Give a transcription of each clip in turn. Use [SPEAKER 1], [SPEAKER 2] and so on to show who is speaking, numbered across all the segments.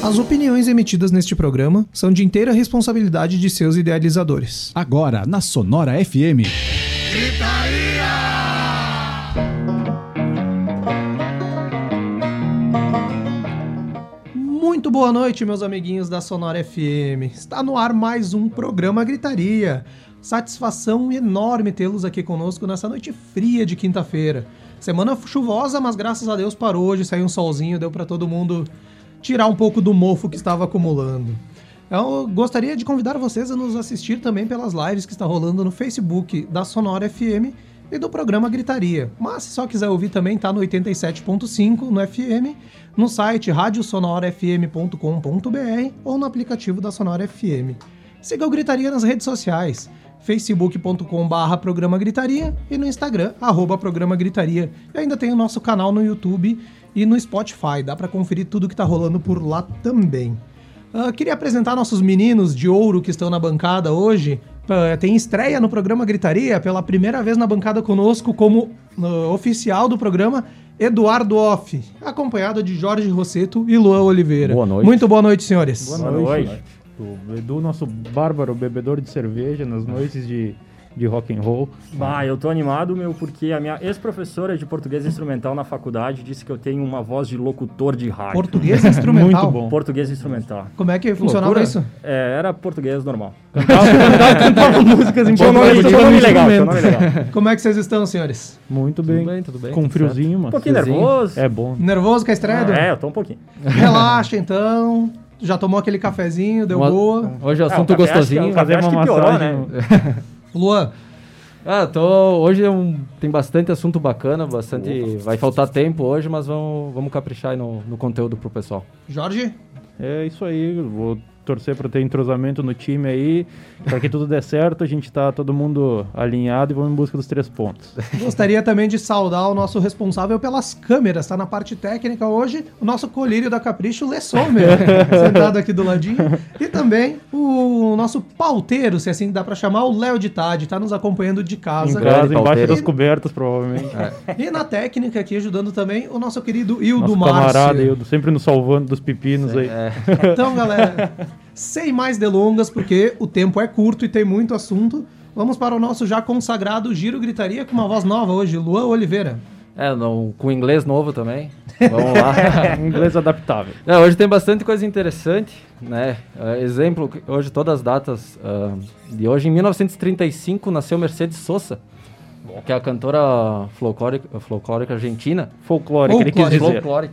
[SPEAKER 1] As opiniões emitidas neste programa são de inteira responsabilidade de seus idealizadores.
[SPEAKER 2] Agora, na Sonora FM.
[SPEAKER 1] Muito boa noite, meus amiguinhos da Sonora FM. Está no ar mais um programa Gritaria. Satisfação enorme tê-los aqui conosco nessa noite fria de quinta-feira. Semana chuvosa, mas graças a Deus parou hoje, saiu um solzinho, deu para todo mundo tirar um pouco do mofo que estava acumulando. Eu gostaria de convidar vocês a nos assistir também pelas lives que está rolando no Facebook da Sonora FM e do programa Gritaria. Mas se só quiser ouvir também, tá no 87.5 no FM, no site radiosonorafm.com.br ou no aplicativo da Sonora FM. Siga o Gritaria nas redes sociais facebook.com.br Programa Gritaria e no Instagram, arroba Programa Gritaria. E ainda tem o nosso canal no YouTube e no Spotify, dá para conferir tudo que tá rolando por lá também. Ah, queria apresentar nossos meninos de ouro que estão na bancada hoje. Ah, tem estreia no programa Gritaria, pela primeira vez na bancada conosco como ah, oficial do programa, Eduardo Off, acompanhado de Jorge Rosseto e Luan Oliveira.
[SPEAKER 3] Boa noite.
[SPEAKER 1] Muito boa noite, senhores.
[SPEAKER 4] Boa noite. O Edu, nosso bárbaro bebedor de cerveja nas
[SPEAKER 3] Ah.
[SPEAKER 4] noites de, de rock and roll.
[SPEAKER 3] Bah, eu tô animado, meu, porque a minha ex-professora de português instrumental na faculdade disse que eu tenho uma voz de locutor de rádio.
[SPEAKER 1] Português é instrumental.
[SPEAKER 4] Muito bom.
[SPEAKER 3] Português instrumental.
[SPEAKER 1] Como é que funcionava
[SPEAKER 3] Loucura.
[SPEAKER 1] isso?
[SPEAKER 3] É, era português normal.
[SPEAKER 4] Cantava músicas em
[SPEAKER 3] Tinha um nome,
[SPEAKER 4] português.
[SPEAKER 3] tinha um nome legal, tinha um nome legal.
[SPEAKER 1] Como é que vocês estão, senhores?
[SPEAKER 4] Muito bem.
[SPEAKER 5] bem, tudo bem,
[SPEAKER 4] Com
[SPEAKER 5] tudo
[SPEAKER 4] friozinho, mas...
[SPEAKER 3] Um pouquinho nervoso.
[SPEAKER 4] É bom.
[SPEAKER 1] Nervoso com a estreia? Edu?
[SPEAKER 3] É, eu tô um pouquinho.
[SPEAKER 1] Relaxa então. Já tomou aquele cafezinho, deu
[SPEAKER 5] Uma-
[SPEAKER 1] boa.
[SPEAKER 5] Hoje o
[SPEAKER 3] Ah, o
[SPEAKER 5] assunto
[SPEAKER 3] café acho que-
[SPEAKER 5] gostosinho.
[SPEAKER 3] o café acho que piorou, né?
[SPEAKER 1] Luan,
[SPEAKER 5] Ah, tô. Hoje é um- tem bastante assunto bacana, bastante. Vai faltar tempo hoje, mas vamos, vamos caprichar aí no, no conteúdo pro pessoal.
[SPEAKER 1] Jorge,
[SPEAKER 4] É isso aí, eu vou torcer para ter entrosamento no time aí, para que tudo dê certo, a gente tá todo mundo alinhado e vamos em busca dos três pontos.
[SPEAKER 3] Tá
[SPEAKER 1] gostaria também de saudar o nosso responsável pelas câmeras, tá na parte técnica hoje, o nosso colírio da Capricho, Lesson, meu, sentado aqui do ladinho. E também o nosso pauteiro, se assim dá pra chamar, o Léo de Tade, tá nos acompanhando de
[SPEAKER 4] Em
[SPEAKER 1] casa.
[SPEAKER 4] casa,
[SPEAKER 5] grande
[SPEAKER 4] embaixo
[SPEAKER 5] pauteiro.
[SPEAKER 4] das cobertas, provavelmente.
[SPEAKER 3] É.
[SPEAKER 1] E na técnica aqui ajudando também o nosso querido
[SPEAKER 4] Nosso
[SPEAKER 1] Hildo Márcio.
[SPEAKER 4] camarada aí, eu sempre nos salvando dos pepinos aí.
[SPEAKER 3] é.
[SPEAKER 1] Então, galera, sem mais delongas, porque o tempo é curto e tem muito assunto, vamos para o nosso já consagrado Giro Gritaria com uma voz nova hoje, Luan Oliveira.
[SPEAKER 5] É, não, com inglês novo também. Vamos lá.
[SPEAKER 4] Inglês adaptável.
[SPEAKER 5] É, hoje tem bastante coisa interessante, né? Ah, exemplo, que hoje todas as datas ah, de hoje, em 1935, nasceu Mercedes Sosa, que é a cantora folclórica, folclórica argentina.
[SPEAKER 4] Folclórico, ele quis
[SPEAKER 1] Folclórico.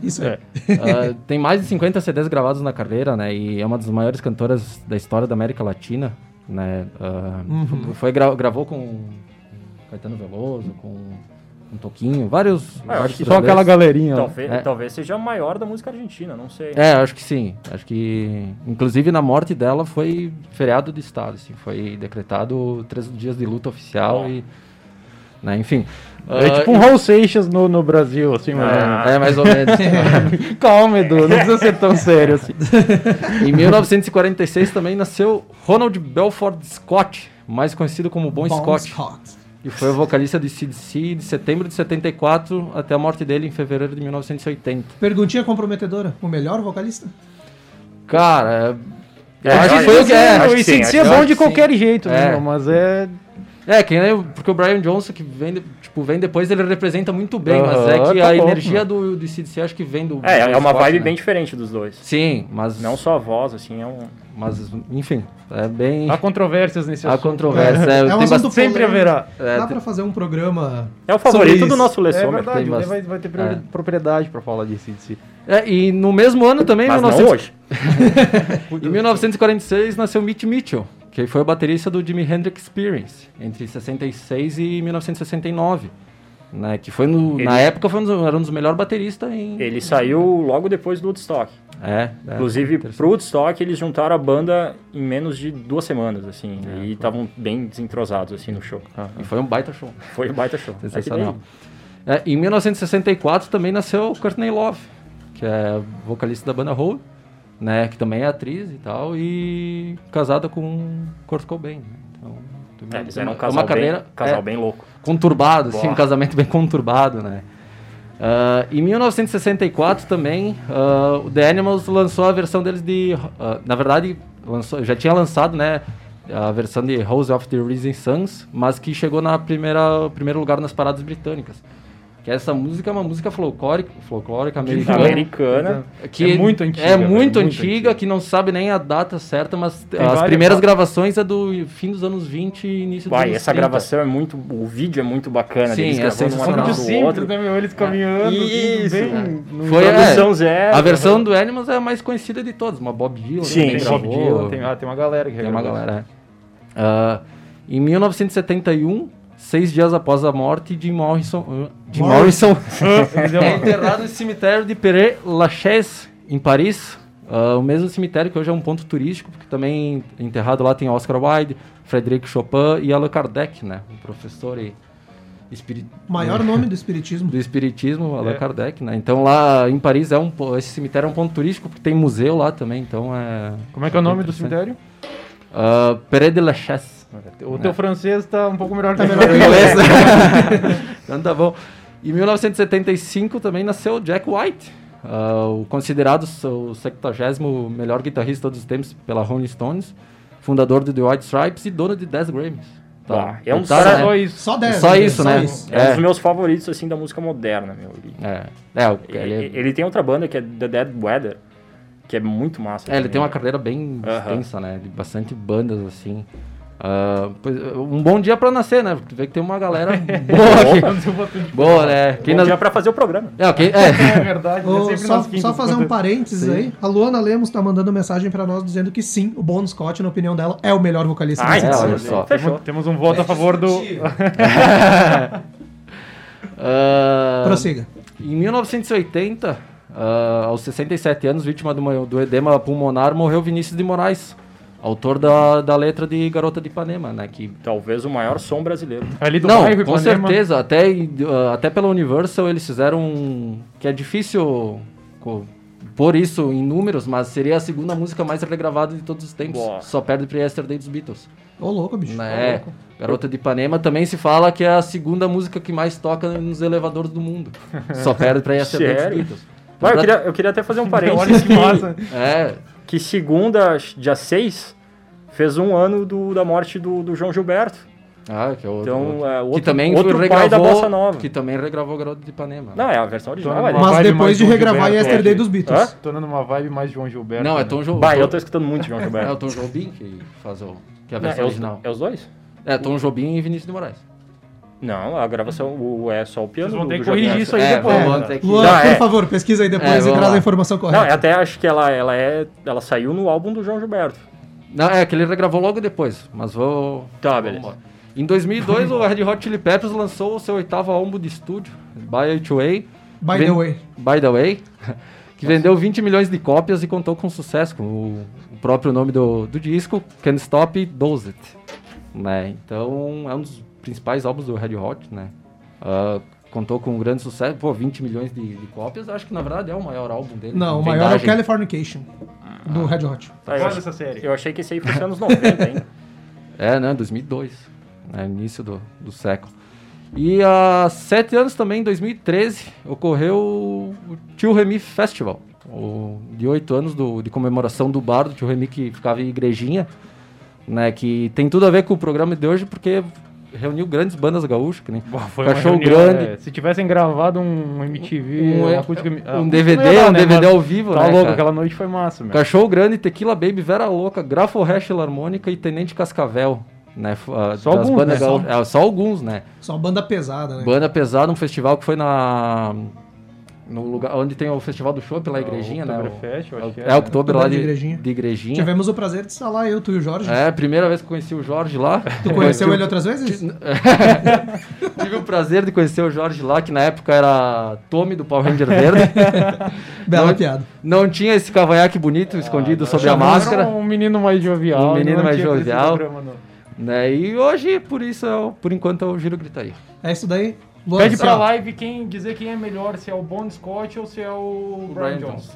[SPEAKER 4] dizer.
[SPEAKER 5] Folclórica.
[SPEAKER 1] Isso
[SPEAKER 4] É.
[SPEAKER 5] Ah, tem mais de 50 CDs gravados na carreira, né? E é uma das maiores cantoras da história da América Latina, né? Ah,
[SPEAKER 4] Uhum.
[SPEAKER 5] Foi gra- gravou com Caetano Veloso, com um Toquinho, vários.
[SPEAKER 3] Ah, eu
[SPEAKER 5] vários
[SPEAKER 3] acho que
[SPEAKER 4] Só aquela
[SPEAKER 5] brasileiros.
[SPEAKER 4] galerinha. lá.
[SPEAKER 3] Talvez, Então,
[SPEAKER 5] É.
[SPEAKER 3] talvez seja a maior da música argentina, não sei.
[SPEAKER 5] É, acho que sim. Acho que, inclusive, na morte dela foi feriado de estado, assim, foi decretado três dias de luta oficial e, né? Enfim.
[SPEAKER 4] É
[SPEAKER 5] Ah,
[SPEAKER 4] tipo um Raul Seixas no, no Brasil, assim, mano.
[SPEAKER 5] é, é, mais ou menos.
[SPEAKER 4] Calma, Edu, não precisa ser tão sério assim.
[SPEAKER 5] Em 1946 também nasceu Ronald Belford Scott, mais conhecido como Bon,
[SPEAKER 1] Bom
[SPEAKER 5] Scott, e foi o vocalista de CDC de setembro de 74 até a morte dele em fevereiro de 1980.
[SPEAKER 1] Perguntinha comprometedora, o melhor vocalista?
[SPEAKER 5] Cara, é, eu
[SPEAKER 3] É,
[SPEAKER 5] acho que
[SPEAKER 3] olha,
[SPEAKER 5] foi o que é.
[SPEAKER 3] acho
[SPEAKER 4] O
[SPEAKER 3] que sim,
[SPEAKER 4] ICDC é
[SPEAKER 3] acho
[SPEAKER 4] bom
[SPEAKER 5] que
[SPEAKER 4] de
[SPEAKER 5] sim.
[SPEAKER 4] qualquer jeito,
[SPEAKER 5] É.
[SPEAKER 4] né? meu? Mas é.
[SPEAKER 5] É, que nem, porque o Brian Johnson, que vem, de- tipo, vem depois, ele representa muito bem, mas é
[SPEAKER 4] Aham,
[SPEAKER 5] que
[SPEAKER 4] tá
[SPEAKER 5] a
[SPEAKER 4] bom,
[SPEAKER 5] energia do, do CDC acho que vem do.
[SPEAKER 3] É,
[SPEAKER 5] do
[SPEAKER 3] é uma
[SPEAKER 5] Scott,
[SPEAKER 3] vibe
[SPEAKER 5] né?
[SPEAKER 3] bem diferente dos dois.
[SPEAKER 5] Sim, mas.
[SPEAKER 3] Não só a voz, assim, é um.
[SPEAKER 5] Mas, enfim, é bem.
[SPEAKER 3] Tá.
[SPEAKER 4] Há controvérsias nesse
[SPEAKER 5] A
[SPEAKER 4] assunto.
[SPEAKER 5] controvérsia. É, tem bastante-
[SPEAKER 1] assunto
[SPEAKER 4] Sempre
[SPEAKER 1] polêmico.
[SPEAKER 4] haverá.
[SPEAKER 5] É,
[SPEAKER 1] Dá
[SPEAKER 5] tem-
[SPEAKER 1] pra fazer um programa...
[SPEAKER 3] É o favorito
[SPEAKER 1] sobre
[SPEAKER 3] do
[SPEAKER 1] isso.
[SPEAKER 3] nosso
[SPEAKER 4] É
[SPEAKER 3] Lessomer.
[SPEAKER 4] verdade,
[SPEAKER 5] tem
[SPEAKER 4] o Lê
[SPEAKER 5] bas-
[SPEAKER 4] vai, vai ter priori-
[SPEAKER 5] é.
[SPEAKER 4] propriedade pra falar de ICDC.
[SPEAKER 5] É, e no mesmo ano também,
[SPEAKER 3] Mas não
[SPEAKER 5] 1900
[SPEAKER 3] hoje.
[SPEAKER 5] Em 1946 nasceu Mitch Mitchell, que foi o baterista do Jimi Hendrix Experience, entre 66 e 1969. Né, que foi no- na
[SPEAKER 3] Ele-
[SPEAKER 5] época foi um dos, era um dos melhores bateristas em.
[SPEAKER 3] Ele saiu logo depois do Woodstock.
[SPEAKER 5] É, é.
[SPEAKER 3] Inclusive,
[SPEAKER 5] interessante.
[SPEAKER 3] pro Woodstock, eles juntaram a banda em menos de duas semanas,
[SPEAKER 5] É,
[SPEAKER 3] assim. e estavam bem desentrosados, assim, no show.
[SPEAKER 5] E foi um baita show.
[SPEAKER 3] Foi um baita show. É que
[SPEAKER 5] Sensacional.
[SPEAKER 3] daí-
[SPEAKER 5] É, em 1964 também nasceu Courtney Love, que é vocalista da banda Hole, né, que também é atriz e tal, e casada com Kurt Cobain. Né? Então, também
[SPEAKER 3] É, eles eram um
[SPEAKER 5] uma
[SPEAKER 3] casal, bem,
[SPEAKER 5] carreira-
[SPEAKER 3] casal
[SPEAKER 5] é,
[SPEAKER 3] bem louco.
[SPEAKER 5] conturbado, assim,
[SPEAKER 3] Boa.
[SPEAKER 5] um casamento bem conturbado, né? Ah, em 1964 também, ah, o The Animals lançou a versão deles de. ah, na verdade, lançou- já tinha lançado né, a versão de Rose of the Rising Suns, mas que chegou na primeira primeiro lugar nas paradas britânicas. Que essa música é uma música folclórica, folclórica americana.
[SPEAKER 3] Tá Americana.
[SPEAKER 5] que
[SPEAKER 6] É muito antiga,
[SPEAKER 5] É
[SPEAKER 6] velho,
[SPEAKER 5] muito,
[SPEAKER 6] muito
[SPEAKER 5] antiga,
[SPEAKER 6] antiga.
[SPEAKER 5] que não sabe nem a data certa, mas as
[SPEAKER 4] várias
[SPEAKER 5] primeiras
[SPEAKER 4] datas.
[SPEAKER 5] gravações é do fim dos anos 20 e início dos
[SPEAKER 3] Vai,
[SPEAKER 5] anos
[SPEAKER 3] essa
[SPEAKER 5] 30.
[SPEAKER 3] gravação é muito. O vídeo é muito bacana.
[SPEAKER 5] Sim,
[SPEAKER 3] deles
[SPEAKER 5] é
[SPEAKER 3] gravando um
[SPEAKER 5] sensacional.
[SPEAKER 6] Muito
[SPEAKER 3] atrás do
[SPEAKER 6] simples,
[SPEAKER 3] outro.
[SPEAKER 6] né, meu? Eles caminhando, assim,
[SPEAKER 3] Isso,
[SPEAKER 6] bem...
[SPEAKER 3] né?
[SPEAKER 6] no-
[SPEAKER 5] Foi, é,
[SPEAKER 3] Produção zero.
[SPEAKER 5] A versão do Animals é a mais conhecida de todas, uma Bob Dylan.
[SPEAKER 3] Sim,
[SPEAKER 5] né,
[SPEAKER 3] sim.
[SPEAKER 5] gravou,
[SPEAKER 3] Bob
[SPEAKER 5] tem,
[SPEAKER 4] tem, ah, tem uma galera que
[SPEAKER 5] uma
[SPEAKER 4] regravou.
[SPEAKER 5] galera. é. Ah, em 1971, seis dias após a morte de Morrison, ah, Jim Morrison
[SPEAKER 4] Eles deu
[SPEAKER 5] é
[SPEAKER 4] uma-
[SPEAKER 5] enterrado no cemitério de Père Lachaise, em Paris. Ah, o mesmo cemitério que hoje é um ponto turístico, porque também enterrado lá tem Oscar Wilde, Frederic Chopin e Allan Kardec, né? Um professor e espiri- É.
[SPEAKER 1] Maior nome do espiritismo.
[SPEAKER 5] do espiritismo,
[SPEAKER 3] É.
[SPEAKER 5] Allan Kardec, né? Então lá em Paris é um po- esse cemitério é um ponto turístico porque tem museu lá também, então é
[SPEAKER 4] Como é que é o nome do
[SPEAKER 5] Interessante.
[SPEAKER 4] cemitério?
[SPEAKER 5] Ah, Pere de Lachaise.
[SPEAKER 4] O teu francês tá um pouco
[SPEAKER 1] É
[SPEAKER 4] melhor que o meu.
[SPEAKER 5] Em inglês, né? então tá bom. Em 1975 também nasceu Jack White, ah, o considerado o 70 melhor guitarrista de todos os tempos pela Rolling Stones, fundador do The White Stripes e dono de 10 Grammys.
[SPEAKER 3] Bah, é um
[SPEAKER 5] Otário,
[SPEAKER 3] cara-
[SPEAKER 5] né?
[SPEAKER 4] Só isso.
[SPEAKER 1] Só 10.
[SPEAKER 5] Só isso, né?
[SPEAKER 3] É um dos
[SPEAKER 5] É.
[SPEAKER 3] meus favoritos, assim, da música moderna, meu. Ele,
[SPEAKER 5] É, é, o-
[SPEAKER 3] ele,
[SPEAKER 5] ele,
[SPEAKER 3] ele tem outra banda que é The Dead Weather, que é muito massa.
[SPEAKER 5] É, ele
[SPEAKER 3] também.
[SPEAKER 5] tem uma carreira bem extensa, né? De bastante bandas, assim. Ah, pois, um bom dia pra nascer, né? Porque tu vê que tem uma galera boa aqui. boa, né? Quem
[SPEAKER 3] Bom
[SPEAKER 5] nas...
[SPEAKER 3] dia pra fazer o programa.
[SPEAKER 5] É, quem... é.
[SPEAKER 6] É verdade, né?
[SPEAKER 1] Ô,
[SPEAKER 6] Sempre
[SPEAKER 1] só,
[SPEAKER 6] nas quintas,
[SPEAKER 1] só fazer um
[SPEAKER 6] quando-
[SPEAKER 1] parênteses aí. A Luana Lemos tá mandando mensagem pra nós dizendo que sim, o Bon Scott, na opinião dela, é o melhor vocalista
[SPEAKER 3] Ai,
[SPEAKER 1] da
[SPEAKER 5] é,
[SPEAKER 1] banda.
[SPEAKER 5] olha só.
[SPEAKER 3] Fechou.
[SPEAKER 4] Temos um voto a favor do.
[SPEAKER 5] Ah,
[SPEAKER 1] Prossiga.
[SPEAKER 5] em 1980, ah, aos 67 anos, vítima do, ma- do edema pulmonar, morreu Vinícius de Moraes, autor da, da letra de Garota de Ipanema, né? Que
[SPEAKER 3] Talvez o maior som brasileiro.
[SPEAKER 6] É.
[SPEAKER 4] Ali do
[SPEAKER 5] Não,
[SPEAKER 4] bairro
[SPEAKER 5] com
[SPEAKER 4] Ipanema.
[SPEAKER 5] certeza. Até, em- ah, até pela Universal eles fizeram um- que é difícil co- pôr isso em números, mas seria a segunda música mais regravada de todos os tempos.
[SPEAKER 3] Boa.
[SPEAKER 5] Só perde para Yesterday dos Beatles.
[SPEAKER 1] Ô, louco, bicho.
[SPEAKER 4] Tá
[SPEAKER 5] É, Garota de Ipanema também se fala que é a segunda música que mais toca nos elevadores do mundo. Só perde para Yesterday dos
[SPEAKER 3] Sério?
[SPEAKER 5] Beatles.
[SPEAKER 3] Vai, eu,
[SPEAKER 5] Pra-
[SPEAKER 3] queria, eu queria até fazer um
[SPEAKER 6] Olha
[SPEAKER 3] parênteses
[SPEAKER 6] que massa.
[SPEAKER 3] que,
[SPEAKER 5] É,
[SPEAKER 3] que segunda, dia 6, fez um ano do- da morte do, do João Gilberto.
[SPEAKER 5] ah, que é outro.
[SPEAKER 3] Então,
[SPEAKER 5] outro.
[SPEAKER 3] é,
[SPEAKER 5] que
[SPEAKER 3] outro-
[SPEAKER 5] também
[SPEAKER 3] outro pai
[SPEAKER 5] regravou,
[SPEAKER 3] da bossa nova.
[SPEAKER 5] Que também regravou Garota de Ipanema.
[SPEAKER 3] Não, é a versão original.
[SPEAKER 4] Então,
[SPEAKER 3] é.
[SPEAKER 4] uma
[SPEAKER 1] Mas
[SPEAKER 4] vibe
[SPEAKER 1] depois
[SPEAKER 4] mais
[SPEAKER 1] de
[SPEAKER 4] Bon
[SPEAKER 1] regravar
[SPEAKER 4] Jover,
[SPEAKER 1] Yesterday
[SPEAKER 4] é.
[SPEAKER 1] dos
[SPEAKER 3] Hã?
[SPEAKER 1] Beatles.
[SPEAKER 4] Tornando uma vibe mais João Gilberto.
[SPEAKER 5] Não, é
[SPEAKER 4] né?
[SPEAKER 5] Tom Jobim.
[SPEAKER 3] Bah, eu tô escutando muito João
[SPEAKER 5] É o
[SPEAKER 3] Gilberto.
[SPEAKER 5] Tom Jobim que faz o. Que é a
[SPEAKER 3] Não,
[SPEAKER 5] versão
[SPEAKER 3] é, os,
[SPEAKER 5] original.
[SPEAKER 3] é os dois?
[SPEAKER 5] É, Tom Jobim e Vinícius de Moraes.
[SPEAKER 3] Não, a gravação o- é só o piano.
[SPEAKER 4] Vocês vão
[SPEAKER 3] do-
[SPEAKER 4] ter que
[SPEAKER 3] do João
[SPEAKER 4] corrigir
[SPEAKER 3] Gilberto.
[SPEAKER 4] isso aí
[SPEAKER 5] é,
[SPEAKER 4] depois.
[SPEAKER 5] vamos
[SPEAKER 4] né?
[SPEAKER 5] ter que-
[SPEAKER 1] Luana,
[SPEAKER 3] Não,
[SPEAKER 1] por
[SPEAKER 3] é.
[SPEAKER 1] favor, pesquisa aí
[SPEAKER 5] É,
[SPEAKER 1] depois e
[SPEAKER 5] vamos
[SPEAKER 1] traz
[SPEAKER 5] lá.
[SPEAKER 1] a informação
[SPEAKER 3] Não, eu
[SPEAKER 1] correta.
[SPEAKER 3] até acho que ela, ela, é, ela saiu no álbum do João Gilberto.
[SPEAKER 5] Não, é que ele regravou logo depois, mas vou.
[SPEAKER 3] Tá,
[SPEAKER 5] vamos
[SPEAKER 3] beleza.
[SPEAKER 5] embora. Em 2002, o Red Hot Chili Peppers lançou o seu oitavo álbum de estúdio, By It Way.
[SPEAKER 1] By
[SPEAKER 5] Ven-
[SPEAKER 1] the way.
[SPEAKER 5] By the Way. Que vendeu 20 milhões de cópias e contou com sucesso, com o, o próprio nome do, do disco, Can't Stop Does It. Né? Então, é um dos principais álbuns do Red Hot, né? Ah, contou com um grande sucesso, pô, 20 milhões de, de cópias, acho que na verdade é o maior álbum dele.
[SPEAKER 1] Não, o
[SPEAKER 5] em
[SPEAKER 1] maior é o
[SPEAKER 5] vendagem.
[SPEAKER 1] Californication, do Red Hot.
[SPEAKER 3] Tá, eu,
[SPEAKER 6] Olha
[SPEAKER 3] ach-
[SPEAKER 6] essa série.
[SPEAKER 3] eu achei que esse aí fosse anos 90, hein?
[SPEAKER 5] É, né? 2002. Né? Início do, do século. E há sete anos também, em 2013, ocorreu o Tio Remy Festival. O, de oito anos do- de comemoração do bar do Tio Remy, que ficava em Igrejinha. Né? Que tem tudo a ver com o programa de hoje, porque reuniu grandes bandas gaúchas. Que nem
[SPEAKER 4] Pô, Foi uma
[SPEAKER 5] Cachorro
[SPEAKER 4] reunião,
[SPEAKER 5] Grande.
[SPEAKER 4] é, se tivessem gravado um MTV,
[SPEAKER 5] Um-
[SPEAKER 4] uma acústica- ah,
[SPEAKER 5] um
[SPEAKER 4] não ia
[SPEAKER 5] DVD,
[SPEAKER 4] dar,
[SPEAKER 5] um
[SPEAKER 4] né,
[SPEAKER 5] DVD
[SPEAKER 4] mas
[SPEAKER 5] ao vivo,
[SPEAKER 4] Tá
[SPEAKER 5] né,
[SPEAKER 4] louco,
[SPEAKER 5] cara?
[SPEAKER 4] aquela noite foi massa, meu.
[SPEAKER 5] Cachorro Grande, Tequila Baby, Vera Louca, Grafo Hash Harmônica e Tenente Cascavel. Né? F- ah,
[SPEAKER 4] Só
[SPEAKER 5] das
[SPEAKER 4] alguns,
[SPEAKER 5] bandas
[SPEAKER 4] né?
[SPEAKER 5] gaúchas. É, só alguns, né?
[SPEAKER 1] Só banda pesada, né?
[SPEAKER 5] Banda pesada, um festival que foi na. No lugar onde tem o Festival do Chopp, lá a igrejinha, né?
[SPEAKER 4] Oktoberfest, eu
[SPEAKER 5] O-
[SPEAKER 4] acho que
[SPEAKER 5] é,
[SPEAKER 4] é,
[SPEAKER 5] é Oktober lá
[SPEAKER 1] Oktober de
[SPEAKER 5] de,
[SPEAKER 1] Igrejinha.
[SPEAKER 5] de igrejinha.
[SPEAKER 1] Tivemos um o prazer de estar lá, eu, tu e o Jorge.
[SPEAKER 5] É, primeira vez que conheci o Jorge lá.
[SPEAKER 1] Tu conheceu ele outras vezes?
[SPEAKER 5] Tive o prazer de conhecer o Jorge lá, que na época era Tommy do Power Ranger Verde.
[SPEAKER 1] Bela
[SPEAKER 5] Não-
[SPEAKER 1] piada.
[SPEAKER 5] Não tinha esse cavanhaque bonito escondido sobre a
[SPEAKER 4] Era
[SPEAKER 5] máscara.
[SPEAKER 4] Um menino mais jovial.
[SPEAKER 5] Um menino
[SPEAKER 4] não
[SPEAKER 5] mais
[SPEAKER 4] tinha esse
[SPEAKER 5] jovial.
[SPEAKER 4] programa, não.
[SPEAKER 5] Né? E hoje, por isso, é o- por enquanto, eu giro gritaria.
[SPEAKER 1] É isso daí. assim, Luana,
[SPEAKER 4] Pede
[SPEAKER 1] sei
[SPEAKER 4] pra
[SPEAKER 1] lá.
[SPEAKER 4] live quem dizer quem é melhor, se é o Bon Scott ou se é o, Brian Jones.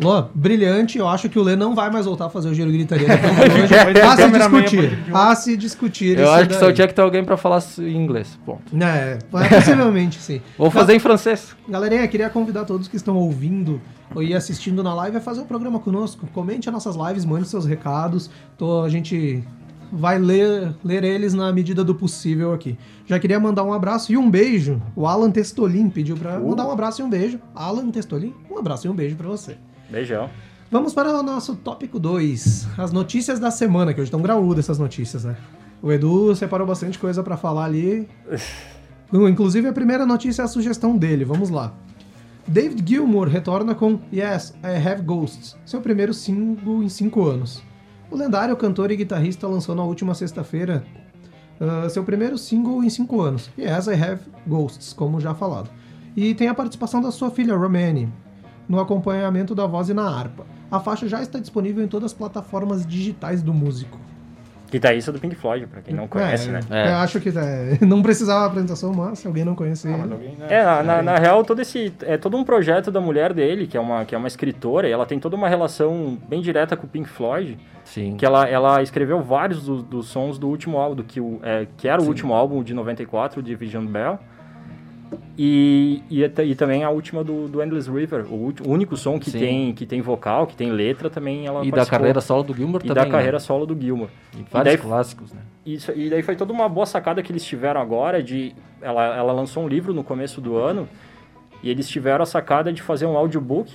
[SPEAKER 1] Lô, brilhante. Eu acho que o Lê não vai mais voltar a fazer o giro gritaria. depois de hoje.
[SPEAKER 4] Vai ter
[SPEAKER 1] a se
[SPEAKER 4] câmera amanhã
[SPEAKER 1] discutir.
[SPEAKER 4] a partir de
[SPEAKER 1] A se discutir.
[SPEAKER 5] Eu
[SPEAKER 1] isso
[SPEAKER 5] acho que só
[SPEAKER 1] daí.
[SPEAKER 5] tinha que ter alguém pra falar su- em inglês, ponto.
[SPEAKER 1] É, possivelmente sim.
[SPEAKER 5] Ou fazer em francês.
[SPEAKER 1] Galerinha, queria convidar todos que estão ouvindo e assistindo na live a fazer o programa conosco. Comente as nossas lives, mande seus recados. Tô- a gente vai ler, ler eles na medida do possível aqui. Já queria mandar um abraço e um beijo. O Alan Testolin pediu pra mandar um abraço e um beijo. Alan Testolin, um abraço e um beijo pra você.
[SPEAKER 3] Beijão.
[SPEAKER 1] Vamos para o nosso tópico 2, as notícias da semana, que hoje estão graúdas essas notícias, né? O Edu separou bastante coisa pra falar ali. Inclusive, a primeira notícia é a sugestão dele, vamos lá. David Gilmour retorna com Yes, I Have Ghosts, seu primeiro single em 5 anos. O lendário cantor e guitarrista lançou na última sexta-feira ah, seu primeiro single em 5 anos, Yes, I Have Ghosts, como já falado. E tem a participação da sua filha, Romani, no acompanhamento da voz e na harpa. A faixa já está disponível em todas as plataformas digitais do músico.
[SPEAKER 3] Guitarrista é do Pink Floyd, pra quem não conhece,
[SPEAKER 1] É,
[SPEAKER 3] né?
[SPEAKER 5] É.
[SPEAKER 1] Eu acho que é, não precisava apresentação, mas se alguém não
[SPEAKER 6] Ah,
[SPEAKER 1] conhecer.
[SPEAKER 4] né?
[SPEAKER 3] É, na, na- na real, todo esse. É todo um projeto da mulher dele, que é uma, que é uma escritora, e ela tem toda uma relação bem direta com o Pink Floyd.
[SPEAKER 5] Sim.
[SPEAKER 3] Que ela, ela escreveu vários do- dos sons do último álbum, do que, o, é, que era o último álbum de 94, de Vision Bell. E, e, até- e também a última do, do Endless River, o, ulti- o único som que
[SPEAKER 5] Sim.
[SPEAKER 3] tem, que tem vocal, que tem letra, também ela
[SPEAKER 5] E da
[SPEAKER 3] participou.
[SPEAKER 5] carreira solo do Gilmore
[SPEAKER 3] E
[SPEAKER 5] também.
[SPEAKER 3] da carreira
[SPEAKER 5] né?
[SPEAKER 3] solo do Gilmour.
[SPEAKER 5] E vários
[SPEAKER 3] E daí-
[SPEAKER 5] clássicos, né?
[SPEAKER 3] Isso, e daí foi toda uma boa sacada que eles tiveram agora de. Ela, ela lançou um livro no começo do ano e eles tiveram a sacada de fazer um audiobook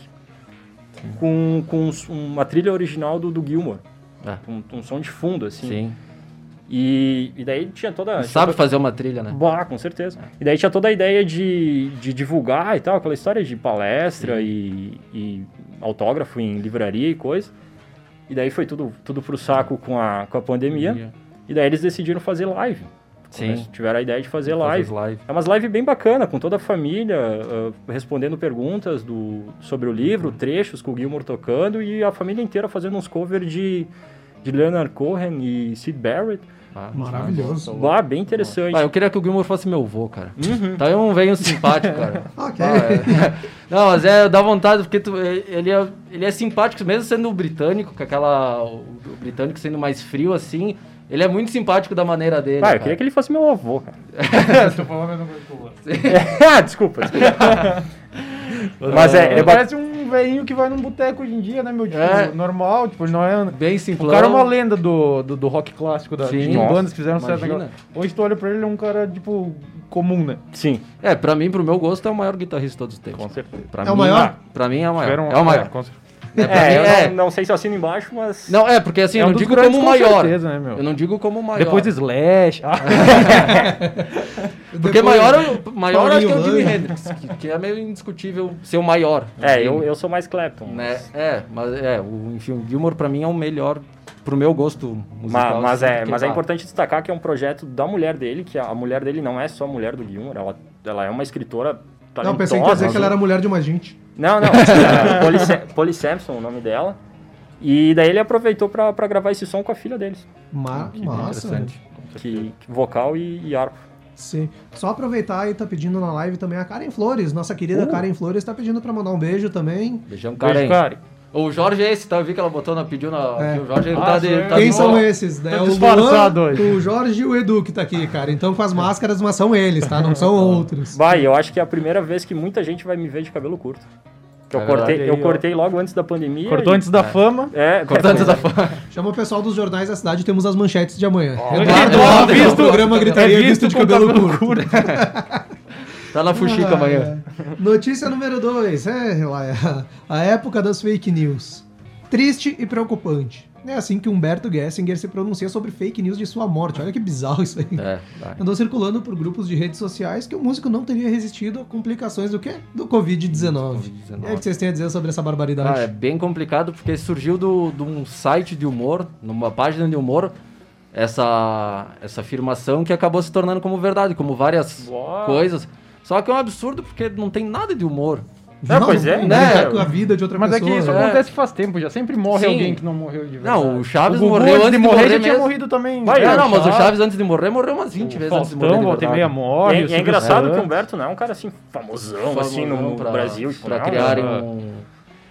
[SPEAKER 3] com, com uns- uma trilha original do, do Gilmore.
[SPEAKER 5] É.
[SPEAKER 3] Um, um som de fundo, assim.
[SPEAKER 5] Sim.
[SPEAKER 3] E, e daí tinha
[SPEAKER 6] Ah,
[SPEAKER 3] toda. tinha
[SPEAKER 5] Sabe
[SPEAKER 3] toda...
[SPEAKER 5] fazer uma trilha, né?
[SPEAKER 3] Bah, com certeza. E daí tinha toda a ideia de, de divulgar e tal, aquela história de palestra e, e autógrafo em livraria e coisa. E daí foi tudo, tudo pro saco com a, com a pandemia. E daí eles decidiram fazer live.
[SPEAKER 5] Sim.
[SPEAKER 3] Eles tiveram a ideia de fazer
[SPEAKER 5] Fazer
[SPEAKER 3] live.
[SPEAKER 5] live.
[SPEAKER 3] É umas lives bem bacana, com toda a família, ah, respondendo perguntas do, sobre o livro,
[SPEAKER 5] Uhum.
[SPEAKER 3] trechos com o Gilmore tocando e a família inteira fazendo uns covers de, de Leonard Cohen e Sid Barrett.
[SPEAKER 5] Ah,
[SPEAKER 1] Uhum. Maravilhoso.
[SPEAKER 3] Bah, bem interessante.
[SPEAKER 5] Ah, eu queria que o Gilmore fosse meu avô, cara.
[SPEAKER 6] Uhum.
[SPEAKER 5] Tá, eu não venho simpático, cara.
[SPEAKER 1] Ok.
[SPEAKER 5] Ah, é. Não, mas é, dá vontade, porque tu- ele, é, ele é simpático, mesmo sendo o britânico, com aquela. O, o britânico sendo mais frio assim, ele é muito simpático da maneira dele.
[SPEAKER 3] Ah, eu
[SPEAKER 5] cara.
[SPEAKER 3] queria que ele fosse meu avô, cara.
[SPEAKER 6] Tô falando a mesma coisa que o Luan.
[SPEAKER 3] ah, desculpa, desculpa. Mas é, é ba-
[SPEAKER 6] Parece um velhinho que vai num boteco hoje em dia, né, meu? Tipo,
[SPEAKER 5] É.
[SPEAKER 6] normal, tipo, não é...
[SPEAKER 5] Bem
[SPEAKER 6] O
[SPEAKER 5] simplão.
[SPEAKER 6] cara é uma lenda do, do, do rock clássico, da,
[SPEAKER 5] Sim.
[SPEAKER 6] de
[SPEAKER 5] Nossa,
[SPEAKER 6] bandas que fizeram certo
[SPEAKER 5] imagina.
[SPEAKER 6] negócio. Hoje tu olha pra ele, ele é um cara, tipo, comum, né?
[SPEAKER 3] Sim.
[SPEAKER 5] É, pra mim, pro meu gosto, é o maior guitarrista de todos os tempos.
[SPEAKER 6] Com certeza.
[SPEAKER 5] Pra
[SPEAKER 1] É
[SPEAKER 5] mim,
[SPEAKER 1] o maior?
[SPEAKER 5] Pra mim é o maior.
[SPEAKER 6] Tiveram- um
[SPEAKER 5] É o maior.
[SPEAKER 6] com certeza.
[SPEAKER 5] É, pra
[SPEAKER 3] É,
[SPEAKER 5] mim,
[SPEAKER 3] eu
[SPEAKER 5] é.
[SPEAKER 3] Não, não sei se eu assino embaixo, mas.
[SPEAKER 5] Não, é, porque assim,
[SPEAKER 6] É
[SPEAKER 5] eu
[SPEAKER 6] um
[SPEAKER 5] não
[SPEAKER 6] dos
[SPEAKER 5] digo
[SPEAKER 6] grandes,
[SPEAKER 5] como o
[SPEAKER 6] com
[SPEAKER 5] maior.
[SPEAKER 6] certeza, né, meu?
[SPEAKER 5] Eu não digo como o maior.
[SPEAKER 6] Depois de Slash. Ah,
[SPEAKER 5] Porque maior,
[SPEAKER 1] né?
[SPEAKER 5] eu- maior acho que é o
[SPEAKER 1] Paulinho
[SPEAKER 5] Jimi
[SPEAKER 1] Lange.
[SPEAKER 5] Hendrix, que, que é meio indiscutível ser o maior.
[SPEAKER 3] É, eu, eu sou mais Clapton.
[SPEAKER 5] Né? É, mas é, o, enfim, o Gilmore pra mim é o melhor, pro meu gosto musical.
[SPEAKER 3] Mas, mas
[SPEAKER 5] assim,
[SPEAKER 3] é,
[SPEAKER 5] porque,
[SPEAKER 3] mas é
[SPEAKER 5] bah,
[SPEAKER 3] importante destacar que é um projeto da mulher dele, que a a mulher dele não é só a mulher do Gilmore, ela, ela é uma escritora talentosa.
[SPEAKER 1] Não, pensei que ia dizer que ela era mulher de uma gente.
[SPEAKER 3] Não, não, é, Polly, Sam- Polly Sampson o nome dela. E daí ele aproveitou pra, pra gravar esse som com a filha deles,
[SPEAKER 1] Ma massa. né?
[SPEAKER 5] Interessante.
[SPEAKER 3] que, que vocal e, e harpa.
[SPEAKER 1] Sim. Só aproveitar e tá pedindo na live também a Karen Flores, nossa querida Karen Flores, tá pedindo pra mandar um beijo também.
[SPEAKER 5] Beijão,
[SPEAKER 6] Beijo,
[SPEAKER 5] Karen.
[SPEAKER 6] cara.
[SPEAKER 5] O Jorge é esse, tá? Eu vi que ela botou na, pediu na.
[SPEAKER 1] É.
[SPEAKER 5] que O Jorge ele tá
[SPEAKER 6] Ah,
[SPEAKER 5] de.
[SPEAKER 6] sim.
[SPEAKER 5] Tá
[SPEAKER 1] Quem
[SPEAKER 5] de
[SPEAKER 1] são
[SPEAKER 5] boa.
[SPEAKER 1] esses? né?
[SPEAKER 6] Tá
[SPEAKER 1] o
[SPEAKER 6] disfarçado
[SPEAKER 1] Luan,
[SPEAKER 6] hoje.
[SPEAKER 1] o Jorge e o Edu que tá aqui, cara. Então com as máscaras, mas são eles, tá? Não são outros.
[SPEAKER 3] Vai, eu acho que é a primeira vez que muita gente vai me ver de cabelo curto. Que eu
[SPEAKER 5] É verdade,
[SPEAKER 3] cortei, eu
[SPEAKER 6] aí, ó.
[SPEAKER 3] cortei logo antes da pandemia.
[SPEAKER 6] Cortou
[SPEAKER 3] e-
[SPEAKER 6] antes da fama.
[SPEAKER 3] É,
[SPEAKER 5] Cortando
[SPEAKER 3] é,
[SPEAKER 5] essa fã.
[SPEAKER 1] Chama o pessoal dos jornais da cidade, temos as manchetes de amanhã.
[SPEAKER 6] Eduardo
[SPEAKER 1] Alves,
[SPEAKER 6] Alves,
[SPEAKER 1] programa Gritaria,
[SPEAKER 6] é
[SPEAKER 1] visto, de cabelo, curto.
[SPEAKER 5] Tá na
[SPEAKER 1] Ah,
[SPEAKER 5] fuxica amanhã.
[SPEAKER 1] É. Notícia número 2, é, lá é a- a época das fake news. Triste e preocupante. É assim que Humberto Gessinger se pronuncia sobre fake news de sua morte. Olha que bizarro isso aí.
[SPEAKER 5] É, vai.
[SPEAKER 1] Andou circulando por grupos de redes sociais que o músico não teria resistido a complicações do quê? Do Covid-19.
[SPEAKER 5] Covid-19.
[SPEAKER 1] E aí, o que vocês têm a dizer sobre essa
[SPEAKER 5] Ah, é
[SPEAKER 1] barbaridade?
[SPEAKER 5] bem complicado porque surgiu do- de um site de humor, numa página de humor, essa, essa afirmação que acabou se tornando como verdade, como várias
[SPEAKER 6] Ah.
[SPEAKER 3] Uau.
[SPEAKER 5] coisas. Só que é um absurdo porque não tem nada de humor.
[SPEAKER 3] Ah, pois é,
[SPEAKER 1] não, tá
[SPEAKER 5] né?
[SPEAKER 1] com a vida de outra
[SPEAKER 6] Mas é
[SPEAKER 1] pessoa.
[SPEAKER 6] que isso
[SPEAKER 5] É.
[SPEAKER 6] acontece faz tempo já. Sempre morre
[SPEAKER 5] Sim.
[SPEAKER 6] alguém que não morreu de verdade.
[SPEAKER 5] Não, o Chaves
[SPEAKER 6] Gugu,
[SPEAKER 5] morreu antes de morrer
[SPEAKER 6] já tinha
[SPEAKER 5] mesmo.
[SPEAKER 6] morrido também.
[SPEAKER 3] Vai,
[SPEAKER 5] Ah, não,
[SPEAKER 3] o
[SPEAKER 5] não, mas o
[SPEAKER 3] Chaves-
[SPEAKER 5] Chaves antes de morrer, morreu umas 20 vezes antes de morrer.
[SPEAKER 6] Faustão,
[SPEAKER 5] de
[SPEAKER 6] volta e
[SPEAKER 5] verdade.
[SPEAKER 6] meia
[SPEAKER 3] E
[SPEAKER 6] morre. o
[SPEAKER 3] é- e é
[SPEAKER 6] Silvio
[SPEAKER 3] engraçado que o
[SPEAKER 6] Santos.
[SPEAKER 3] Humberto não é um cara assim famosão, assim no, no
[SPEAKER 5] pra-
[SPEAKER 3] Brasil, tipo,
[SPEAKER 5] pra
[SPEAKER 3] não,
[SPEAKER 5] criarem
[SPEAKER 3] não.
[SPEAKER 5] um.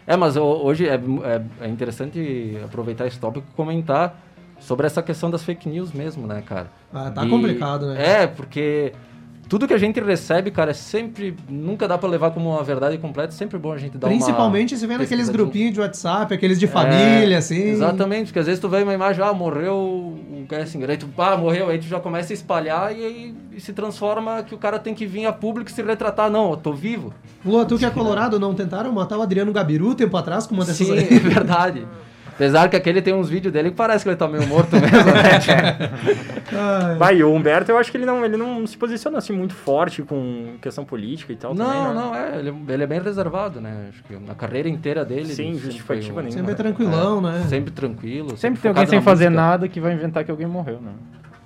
[SPEAKER 5] É, mas ho- hoje é, é- é interessante aproveitar esse tópico e comentar sobre essa questão das fake news mesmo, né, cara?
[SPEAKER 1] Ah, tá
[SPEAKER 5] E-
[SPEAKER 1] complicado, né?
[SPEAKER 5] É, porque tudo que a gente recebe, cara, é sempre. Nunca dá pra levar como uma verdade completa, é sempre bom a gente dar
[SPEAKER 1] Principalmente
[SPEAKER 5] uma um
[SPEAKER 1] se vê naqueles
[SPEAKER 5] pesquisadinha.
[SPEAKER 1] grupinhos de WhatsApp, aqueles de família, assim.
[SPEAKER 5] Exatamente, porque às vezes tu vê uma imagem, ah, morreu um o Gessinger, aí tu, pá, morreu, aí tu já começa a espalhar e aí e se transforma que o cara tem que vir a público e se retratar, não, eu tô vivo.
[SPEAKER 1] Lua, tu que é colorado, não tentaram matar o Adriano Gabiru um tempo atrás com uma dessas
[SPEAKER 5] Sim,
[SPEAKER 1] aí?
[SPEAKER 5] é verdade. Apesar que aquele tem uns vídeos dele que parece que ele tá meio morto mesmo, né?
[SPEAKER 1] Ah,
[SPEAKER 3] Vai, o Humberto, eu acho que ele não, ele não se posiciona assim muito forte com questão política e tal.
[SPEAKER 5] não,
[SPEAKER 3] também, né?
[SPEAKER 5] não, é, ele, ele é bem reservado, né? Acho que na carreira inteira dele...
[SPEAKER 3] Sem
[SPEAKER 5] ele
[SPEAKER 3] justificativa
[SPEAKER 5] foi um-
[SPEAKER 3] nenhuma.
[SPEAKER 1] sempre é tranquilão, né?
[SPEAKER 5] Sempre tranquilo.
[SPEAKER 6] Sempre tem
[SPEAKER 5] focado
[SPEAKER 6] alguém sem
[SPEAKER 5] na
[SPEAKER 6] fazer
[SPEAKER 5] música.
[SPEAKER 6] nada que vai inventar que alguém morreu, né?